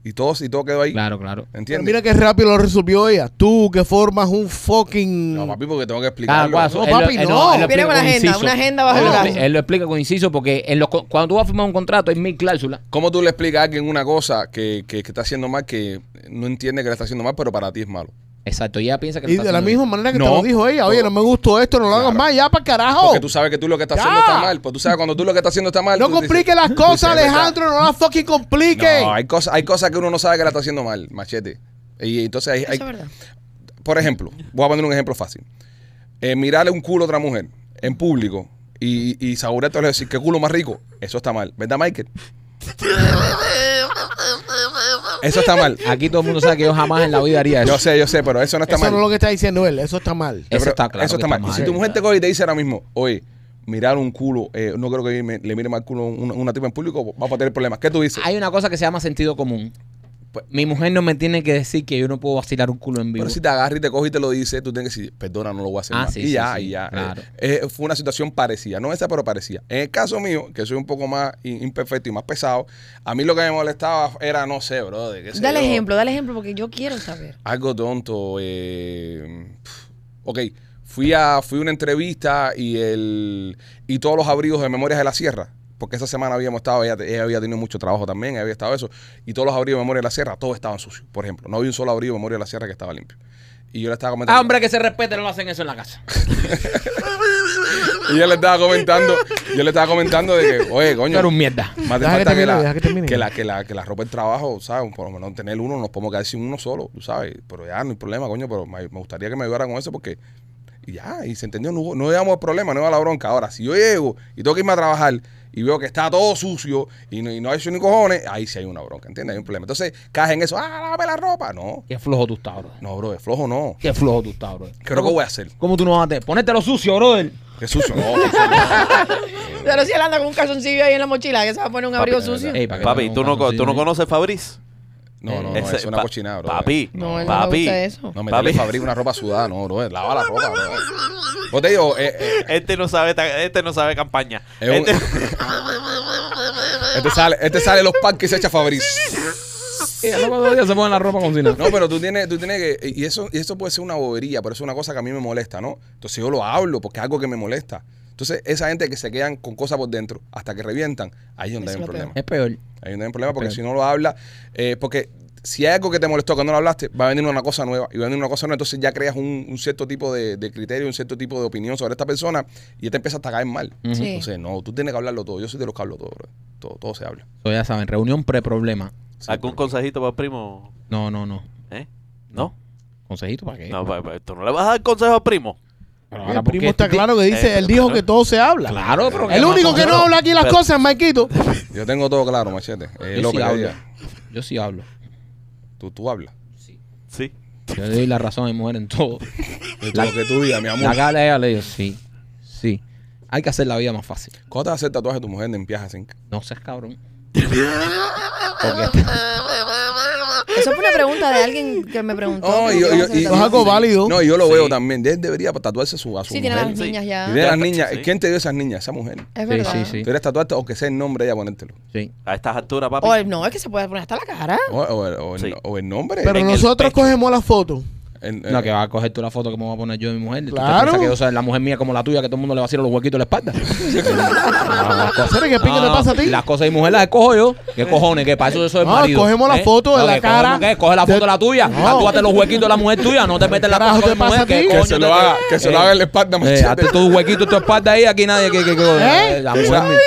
S1: Y todo, y todo quedó ahí.
S2: Claro, claro.
S3: Pero
S1: ¿Entiendes?
S3: mira qué rápido lo resolvió ella. Tú que formas un fucking.
S1: No, papi, porque tengo que
S2: Cada
S1: explicarlo.
S2: cual-
S3: No,
S2: Ah, él lo-
S3: papi,
S2: él lo-
S3: no.
S2: él lo explica
S5: Viene con la
S2: con
S5: agenda,
S2: inciso.
S5: una agenda bajo
S2: Él
S5: el
S2: lo
S5: brazo.
S2: expli- Él lo explica con inciso porque en los, co- cuando tú vas a firmar un contrato hay mil cláusulas.
S1: ¿Cómo tú le explicas a alguien una cosa que, que, que está haciendo mal, que no entiende que le está haciendo mal, pero para ti es malo?
S2: Exacto, y ella piensa que lo
S3: Y
S2: está
S3: de la
S2: haciendo bien.
S3: misma manera que te
S1: No.
S3: lo dijo ella. Oye, no me gustó esto, no lo hagas
S1: Claro.
S3: más, ya para carajo.
S1: Porque tú sabes que tú lo que estás
S3: Ya.
S1: haciendo está mal. Pues tú sabes cuando tú lo que estás haciendo está mal.
S3: No
S1: tú dices-
S3: compliques las
S1: tú
S3: cosas,
S1: dices, "Verdad".
S3: Alejandro, no las fucking compliques.
S1: No, hay cosas, hay cosas que uno no sabe que la está haciendo mal, machete. Y entonces, hay, hay-
S5: Eso es verdad.
S1: por ejemplo, voy a poner un ejemplo fácil. Eh, mirarle un culo a otra mujer en público y, y saborearte y decir, qué culo más rico, eso está mal. ¿Verdad, Michael? Eso está mal.
S2: Aquí todo el mundo sabe que yo jamás en la vida haría eso.
S1: Yo sé, yo sé, pero eso no está
S3: Eso
S1: mal.
S3: no es lo que está diciendo él, eso está mal.
S1: Yo
S2: Eso
S1: creo-
S2: está claro
S1: Eso
S2: que
S1: está
S2: está
S1: mal.
S2: mal.
S1: Y si tu mujer te coge y te dice ahora mismo, oye, mirar un culo, eh, no creo que me- le mire mal culo a una, una tipa en público, vamos a tener problemas. ¿Qué tú dices?
S2: Hay una cosa que se llama sentido común. Pues, Mi mujer no me tiene que decir que yo no puedo vacilar un culo en vivo.
S1: Pero si te agarra y te coge y te lo dice, tú tienes que decir, perdona, no lo voy a hacer
S2: Ah,
S1: más.
S2: sí,
S1: y
S2: sí,
S1: ya,
S2: sí,
S1: y ya.
S2: claro.
S1: Eh, eh, fue una situación parecida, no esa, pero parecida. En el caso mío, que soy un poco más i- imperfecto y más pesado, a mí lo que me molestaba era, no sé, bro, de qué sé
S5: Dale
S1: yo,
S5: ejemplo, dale ejemplo, porque yo quiero saber.
S1: Algo tonto. eh, pf, ok, fui a, fui a una entrevista y, el, y todos los abrigos de Memorias de la Sierra. Porque esa semana habíamos estado, ella, ella había tenido mucho trabajo también, había estado eso. Y todos los abrigos de Memorias de la Sierra, todos estaban sucios, por ejemplo. No había un solo abrigo de Memorias de la Sierra que estaba limpio. Y yo le estaba comentando.
S2: Ah, hombre, que se respete, no lo hacen eso en la casa.
S1: Y yo le estaba comentando, yo le estaba comentando de que, oye,
S2: Tú
S1: coño.
S2: eres un mierda.
S1: Más te
S3: Deja que
S1: falta que
S3: termine,
S1: la,
S3: deja que termine.
S1: que, la, que, la, que la ropa del trabajo, ¿sabes? Por lo menos tener uno, nos podemos quedar sin uno solo, tú sabes. Pero ya, no hay problema, coño, pero me, me gustaría que me ayudara con eso porque y ya, y se entendió, no, hubo- no llegamos al problema, no iba a la bronca. Ahora, si yo llego y tengo que irme a trabajar y veo que está todo sucio y no, y no hay ni cojones, ahí sí hay una bronca, ¿entiendes? Hay un problema. Entonces, caes en eso, ah, lávame la ropa. No,
S2: Qué flojo tú estás, bro.
S1: no, bro, es flojo no.
S2: Qué flojo tú estás, bro.
S1: Creo que voy a hacer.
S2: ¿Cómo tú no vas a tener? Ponértelo sucio, brother.
S1: Qué sucio, no. qué sucio. Eh,
S5: Pero si él anda con un calzoncillo ahí en la mochila, que se va a poner un abrigo sucio.
S2: Ey, para que
S4: Papi,
S2: no-
S4: ¿tú no, co-
S2: calzoncillo,
S4: tú no
S2: ¿eh?
S4: conoces Fabriz?
S1: No, no, no,
S4: Ese-
S1: es una
S4: pa-
S1: cochinada, bro. eh.
S4: Papi,
S5: No, él no le
S4: papi.
S5: gusta eso.
S1: No, meterle
S4: Papi.
S1: Fabric una ropa sudada, no, bro. eh, Lava la ropa, bro. Vos te digo, eh, eh,
S4: Este no sabe, ta- este no sabe campaña.
S1: es un-
S4: Este-
S1: este, sale, este sale de los parques y se echa Fabric.
S2: Sí, a los dos días se ponen la ropa con sin nada.
S1: No, pero tú tienes, tú tienes que. Y eso, y eso puede ser una bobería, pero eso es una cosa que a mí me molesta, ¿no? Entonces yo lo hablo porque es algo que me molesta. Entonces, esa gente que se quedan con cosas por dentro hasta que revientan, ahí es donde
S5: Eso
S1: hay un
S5: es lo
S1: problema.
S2: Es peor.
S1: Ahí no hay un problema porque
S2: Pero-
S1: si no lo habla, eh, porque si hay algo que te molestó que no lo hablaste, va a venir una cosa nueva y va a venir una cosa nueva, entonces ya creas un, un cierto tipo de, de criterio, un cierto tipo de opinión sobre esta persona y ya te empieza a caer mal.
S2: Ujú.
S5: Sí.
S1: Entonces, no, tú tienes que hablarlo todo. Yo soy de los que hablo todo, bro. Todo, todo se habla.
S2: So, ya saben, reunión pre-problema.
S1: Sí,
S4: ¿Algún
S1: bro.
S4: consejito para el primo?
S2: No, no, no.
S4: ¿Eh? ¿No?
S2: ¿Consejito para qué?
S4: No, pa- pa- ¿Tú no le vas a dar consejo al primo?
S2: Pero
S3: el
S2: ahora, ¿por
S3: primo
S2: qué
S3: está
S2: tú te-
S3: claro que dice,
S4: Eh,
S3: él dijo
S4: claro.
S3: que todo se habla.
S2: Claro, pero
S3: El único que no habla aquí las
S4: Pero-
S3: cosas es Maikito.
S1: Yo tengo todo claro, machete. Eh,
S2: Yo
S1: López,
S2: sí
S1: ¿qué
S2: hablo.
S1: diga?
S2: Yo sí hablo.
S1: Tú, tú hablas.
S4: Sí.
S2: Yo le doy la razón a mi mujer en todo.
S1: Yo lo que tú digas, mi
S2: La
S1: amor.
S2: cara de ella le digo, sí, sí. Hay que hacer la vida más fácil.
S1: ¿Cuándo te vas a hacer tatuaje de tu mujer en Piaja 5?
S2: No seas cabrón.
S5: Eso fue una pregunta de alguien que me preguntó.
S1: No,
S5: ¿cómo
S1: y yo- yo-
S5: que vas a hacer
S1: y-
S3: Es
S5: la
S3: algo
S5: pregunta?
S3: válido.
S1: No, yo lo
S4: Sí.
S1: veo también. Él debería tatuarse a su, a su
S5: Sí, tiene
S1: mujer.
S5: las niñas ya.
S1: Y tiene las
S4: Sí.
S1: niñas.
S4: Sí.
S1: ¿Quién te dio esas niñas? Esa mujer.
S5: Es
S2: Sí,
S5: verdad.
S2: sí, sí.
S1: Tú eres tatuarte o que sea el nombre de ella ponértelo.
S2: Sí.
S4: A estas alturas, papi.
S5: O el- no, es que se puede poner hasta la cara.
S1: O, o- o el,
S4: Sí.
S1: o el nombre.
S3: Pero
S4: en el
S3: nosotros
S4: pecho.
S3: cogemos la foto.
S1: En-
S2: No,
S1: eh,
S2: que va a coger tú la foto que me voy a poner yo de mi mujer. ¿Tú te
S3: Claro.
S2: piensas que yo soy la mujer mía como la tuya, que todo el mundo le va a hacer los huequitos en la espalda. Eh,
S3: Las cosas que pinga te
S2: No,
S3: pasa a ti.
S2: Las cosas de mujer las escojo yo. ¿Qué cojones? ¿Qué para eso yo soy el
S3: No,
S2: marido?
S3: cogemos la
S2: ¿Eh?
S3: foto de
S2: No,
S3: la
S2: que cogemos,
S3: cara.
S2: ¿qué? Coge la foto de la tuya.
S3: No.
S2: Actúate los huequitos de la mujer tuya. No te metes la
S3: carajo
S2: foto de
S3: te
S2: mi mujer.
S3: pasa a ti?
S2: ¿Qué
S3: Que
S1: que
S2: coño
S1: se
S2: te-
S1: lo haga, que se lo haga en la espalda,
S2: Eh, hazte
S1: machete.
S2: tus huequitos en tu espalda ahí, aquí nadie que... que, que
S3: ¿Eh?
S2: la
S1: Que se
S2: mujer
S1: haga-
S2: mía.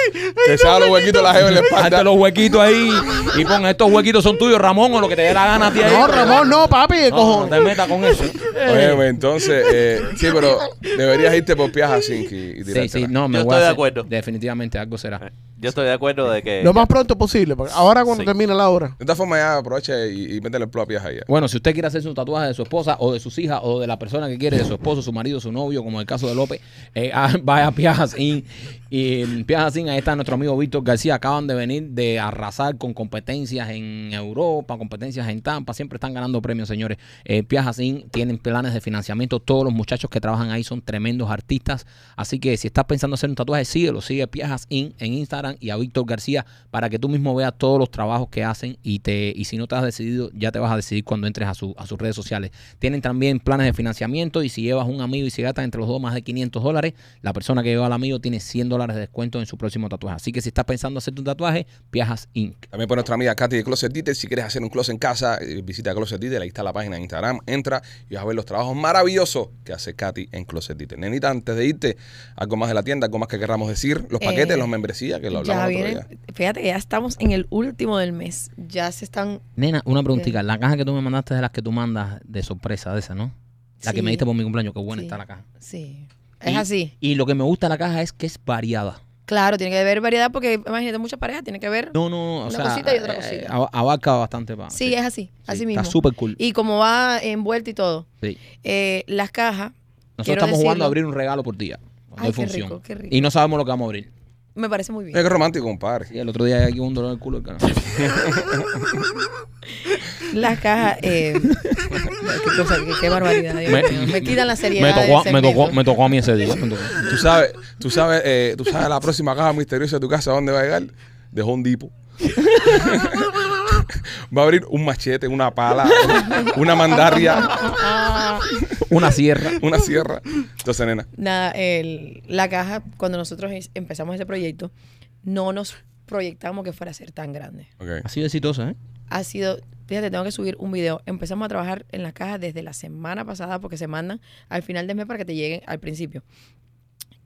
S1: que se haga los huequitos de la jeva en la espalda.
S2: Hazte los huequitos ahí y pon estos huequitos son tuyos, Ramón, o lo que te dé la gana a ti ahí. pues.
S3: No, Ramón, no, papi, ¿qué
S2: No, no
S3: cojones? Eh,
S2: te metas con eso.
S1: Oye, pues, entonces, eh, sí, pero deberías irte por Piaja Helsinki y
S2: Sí, sí,
S1: tirártela.
S2: no, me
S4: Yo
S2: voy
S4: estoy
S2: a
S4: de
S2: hacer-
S4: acuerdo. Eh.
S2: Definitivamente algo será.
S4: Yo estoy de acuerdo de que.
S3: Lo más pronto posible. porque Ahora cuando
S4: Sí.
S3: termine la hora.
S1: De esta forma ya aprovecha y, y métele el plo a Piaja allá.
S2: Bueno, si usted quiere hacerse un tatuaje de su esposa o de sus hijas o de la persona que quiere, de su esposo, su marido, su novio, como en el caso de López, eh, ah, vaya a Piajacín. Y en Piajacín, ahí está nuestro amigo Víctor García. Acaban de venir de arrasar con competencias en Europa, competencias en Tampa. Siempre están ganando premios, señores. Eh, Piajacín tienen planes de financiamiento. Todos los muchachos que trabajan ahí son tremendos artistas. Así que si estás pensando hacer un tatuaje, síguelo. Sigue Piajacín en Instagram y a Víctor García para que tú mismo veas todos los trabajos que hacen y te y si no te has decidido ya te vas a decidir cuando entres a, su- a sus redes sociales tienen también planes de financiamiento y si llevas un amigo y se gastan entre los dos más de 500 dólares la persona que lleva al amigo tiene 100 dólares de descuento en su próximo tatuaje así que si estás pensando hacer un tatuaje viajas Inc
S1: También por nuestra amiga Katy de Closet Detail. Si quieres hacer un closet en casa, eh, visita Closet Detail. Ahí está la página de Instagram. Entra y vas a ver los trabajos maravillosos que hace Katy en Closet Detail. Nenita, antes de irte, algo más de la tienda, algo más que querramos decir. Los
S5: Eh,
S1: paquetes, los membresías, que lo
S5: ya
S1: hablamos el otro
S5: vienen,
S1: día.
S5: fíjate que ya estamos en el último del mes. Ya se están.
S2: nena una preguntita la caja que tú me mandaste es de las que tú mandas de sorpresa de esa no la que
S5: Sí.
S2: me diste por mi cumpleaños qué buena
S5: Sí.
S2: está la caja
S5: Sí. Es
S2: Y-
S5: así.
S2: y lo que me gusta de la caja es que es variada
S5: Claro, tiene que haber variedad porque imagínate, muchas parejas tiene que haber.
S2: no no o
S5: Una
S2: sea
S5: cosita y otra
S2: eh,
S5: cosita.
S2: ab- abarca bastante pa-
S5: sí, es así.
S2: Sí,
S5: así mismo.
S2: Está súper cool.
S5: Y como va envuelta y todo,
S2: Sí.
S5: eh, las cajas.
S2: Nosotros
S5: quiero
S2: estamos jugando
S5: decirlo.
S2: a abrir un regalo por día. cuando
S5: Ay,
S2: hay
S5: qué
S2: función.
S5: rico, qué rico.
S2: Y no sabemos lo que vamos a abrir.
S5: Me parece muy
S1: Mira
S2: Eh.
S5: bien.
S1: qué romántico, compadre.
S2: Sí, el otro día aquí hubo un dolor en el culo. del canal.
S5: Las cajas. eh, qué, cosa, qué, qué barbaridad. Dios
S2: Me-
S5: mío. me, quitan la seriedad.
S2: me, tocó,
S5: del
S2: me, tocó,
S5: segmento.
S2: me tocó a mí ese día. me tocó.
S1: Tú sabes, tú sabes, eh, tú sabes la próxima caja misteriosa de tu casa, ¿a ¿dónde va a llegar? De Home Depot. va a abrir un machete, una pala, una mandarria,
S2: Una sierra.
S1: una sierra. Entonces, nena,
S5: Nada, el- la caja, cuando nosotros es- empezamos ese proyecto, no nos proyectamos que fuera a ser tan grande.
S1: ok.
S2: Ha sido exitosa, ¿eh?
S5: ha sido, fíjate, tengo que subir un video. Empezamos a trabajar en las cajas desde la semana pasada porque se mandan al final del mes para que te lleguen al principio.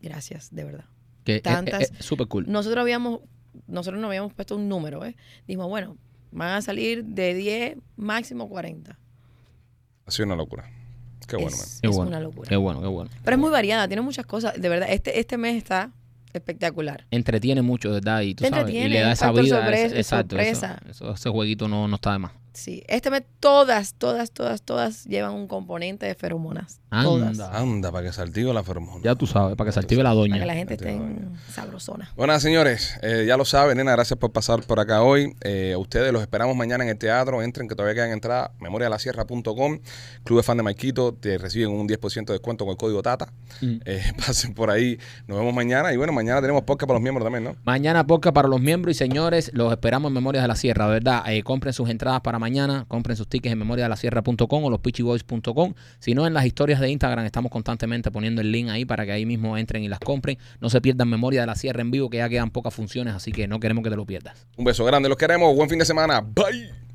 S5: Gracias, de verdad.
S2: Que es-
S5: Tantas-
S2: es- es súper cool.
S5: Nosotros habíamos, nosotros no habíamos puesto un número, ¿eh? Dijimos, bueno, van a salir de 10, máximo 40.
S1: ha sido una locura. Qué bueno, man.
S5: es,
S2: Qué
S5: es
S2: bueno,
S5: una locura.
S2: Qué bueno, qué bueno.
S5: Pero es muy variada, tiene muchas cosas. De verdad, este, este mes está espectacular.
S2: Entretiene mucho, ¿verdad? Y tú
S5: Te
S2: sabes, y
S5: entretiene,
S2: le da esa
S5: factor
S2: vida.
S5: sorpre-
S2: es- exacto. eso-
S5: sorpresa.
S2: eso- ese jueguito no, no está de más.
S5: Sí, este mes todas, todas, todas, todas llevan un componente de feromonas. Todas.
S2: Anda.
S1: Anda, para que saltigo la fermona.
S2: Ya tú sabes, para que se active la
S5: Para que la
S2: doña.
S5: gente esté
S1: Entiendo,
S5: en sabrosona.
S1: Bueno, señores, eh, ya lo saben, nena, gracias por pasar por acá hoy. Eh, ustedes los esperamos mañana en el teatro. Entren, que todavía quedan entradas. memorialasierra.com. Club de fan de Marquito, te reciben un 10% de descuento con el código TATA.
S2: Mm.
S1: Eh, pasen por ahí. Nos vemos mañana. Y bueno, mañana tenemos podcast para los miembros también, ¿no?
S2: Mañana podcast para los miembros y señores, los esperamos en Memorias de la Sierra, ¿verdad? Eh, compren sus entradas para mañana, compren sus tickets en memoriasdelasierra.com o lospitchyboys.com. Si no, en las historias de Instagram estamos constantemente poniendo el link ahí para que ahí mismo entren y las compren. No se pierdan Memoria de la Sierra en vivo, que ya quedan pocas funciones, así que no queremos que te lo pierdas.
S1: Un beso grande, los queremos. Buen fin de semana. Bye.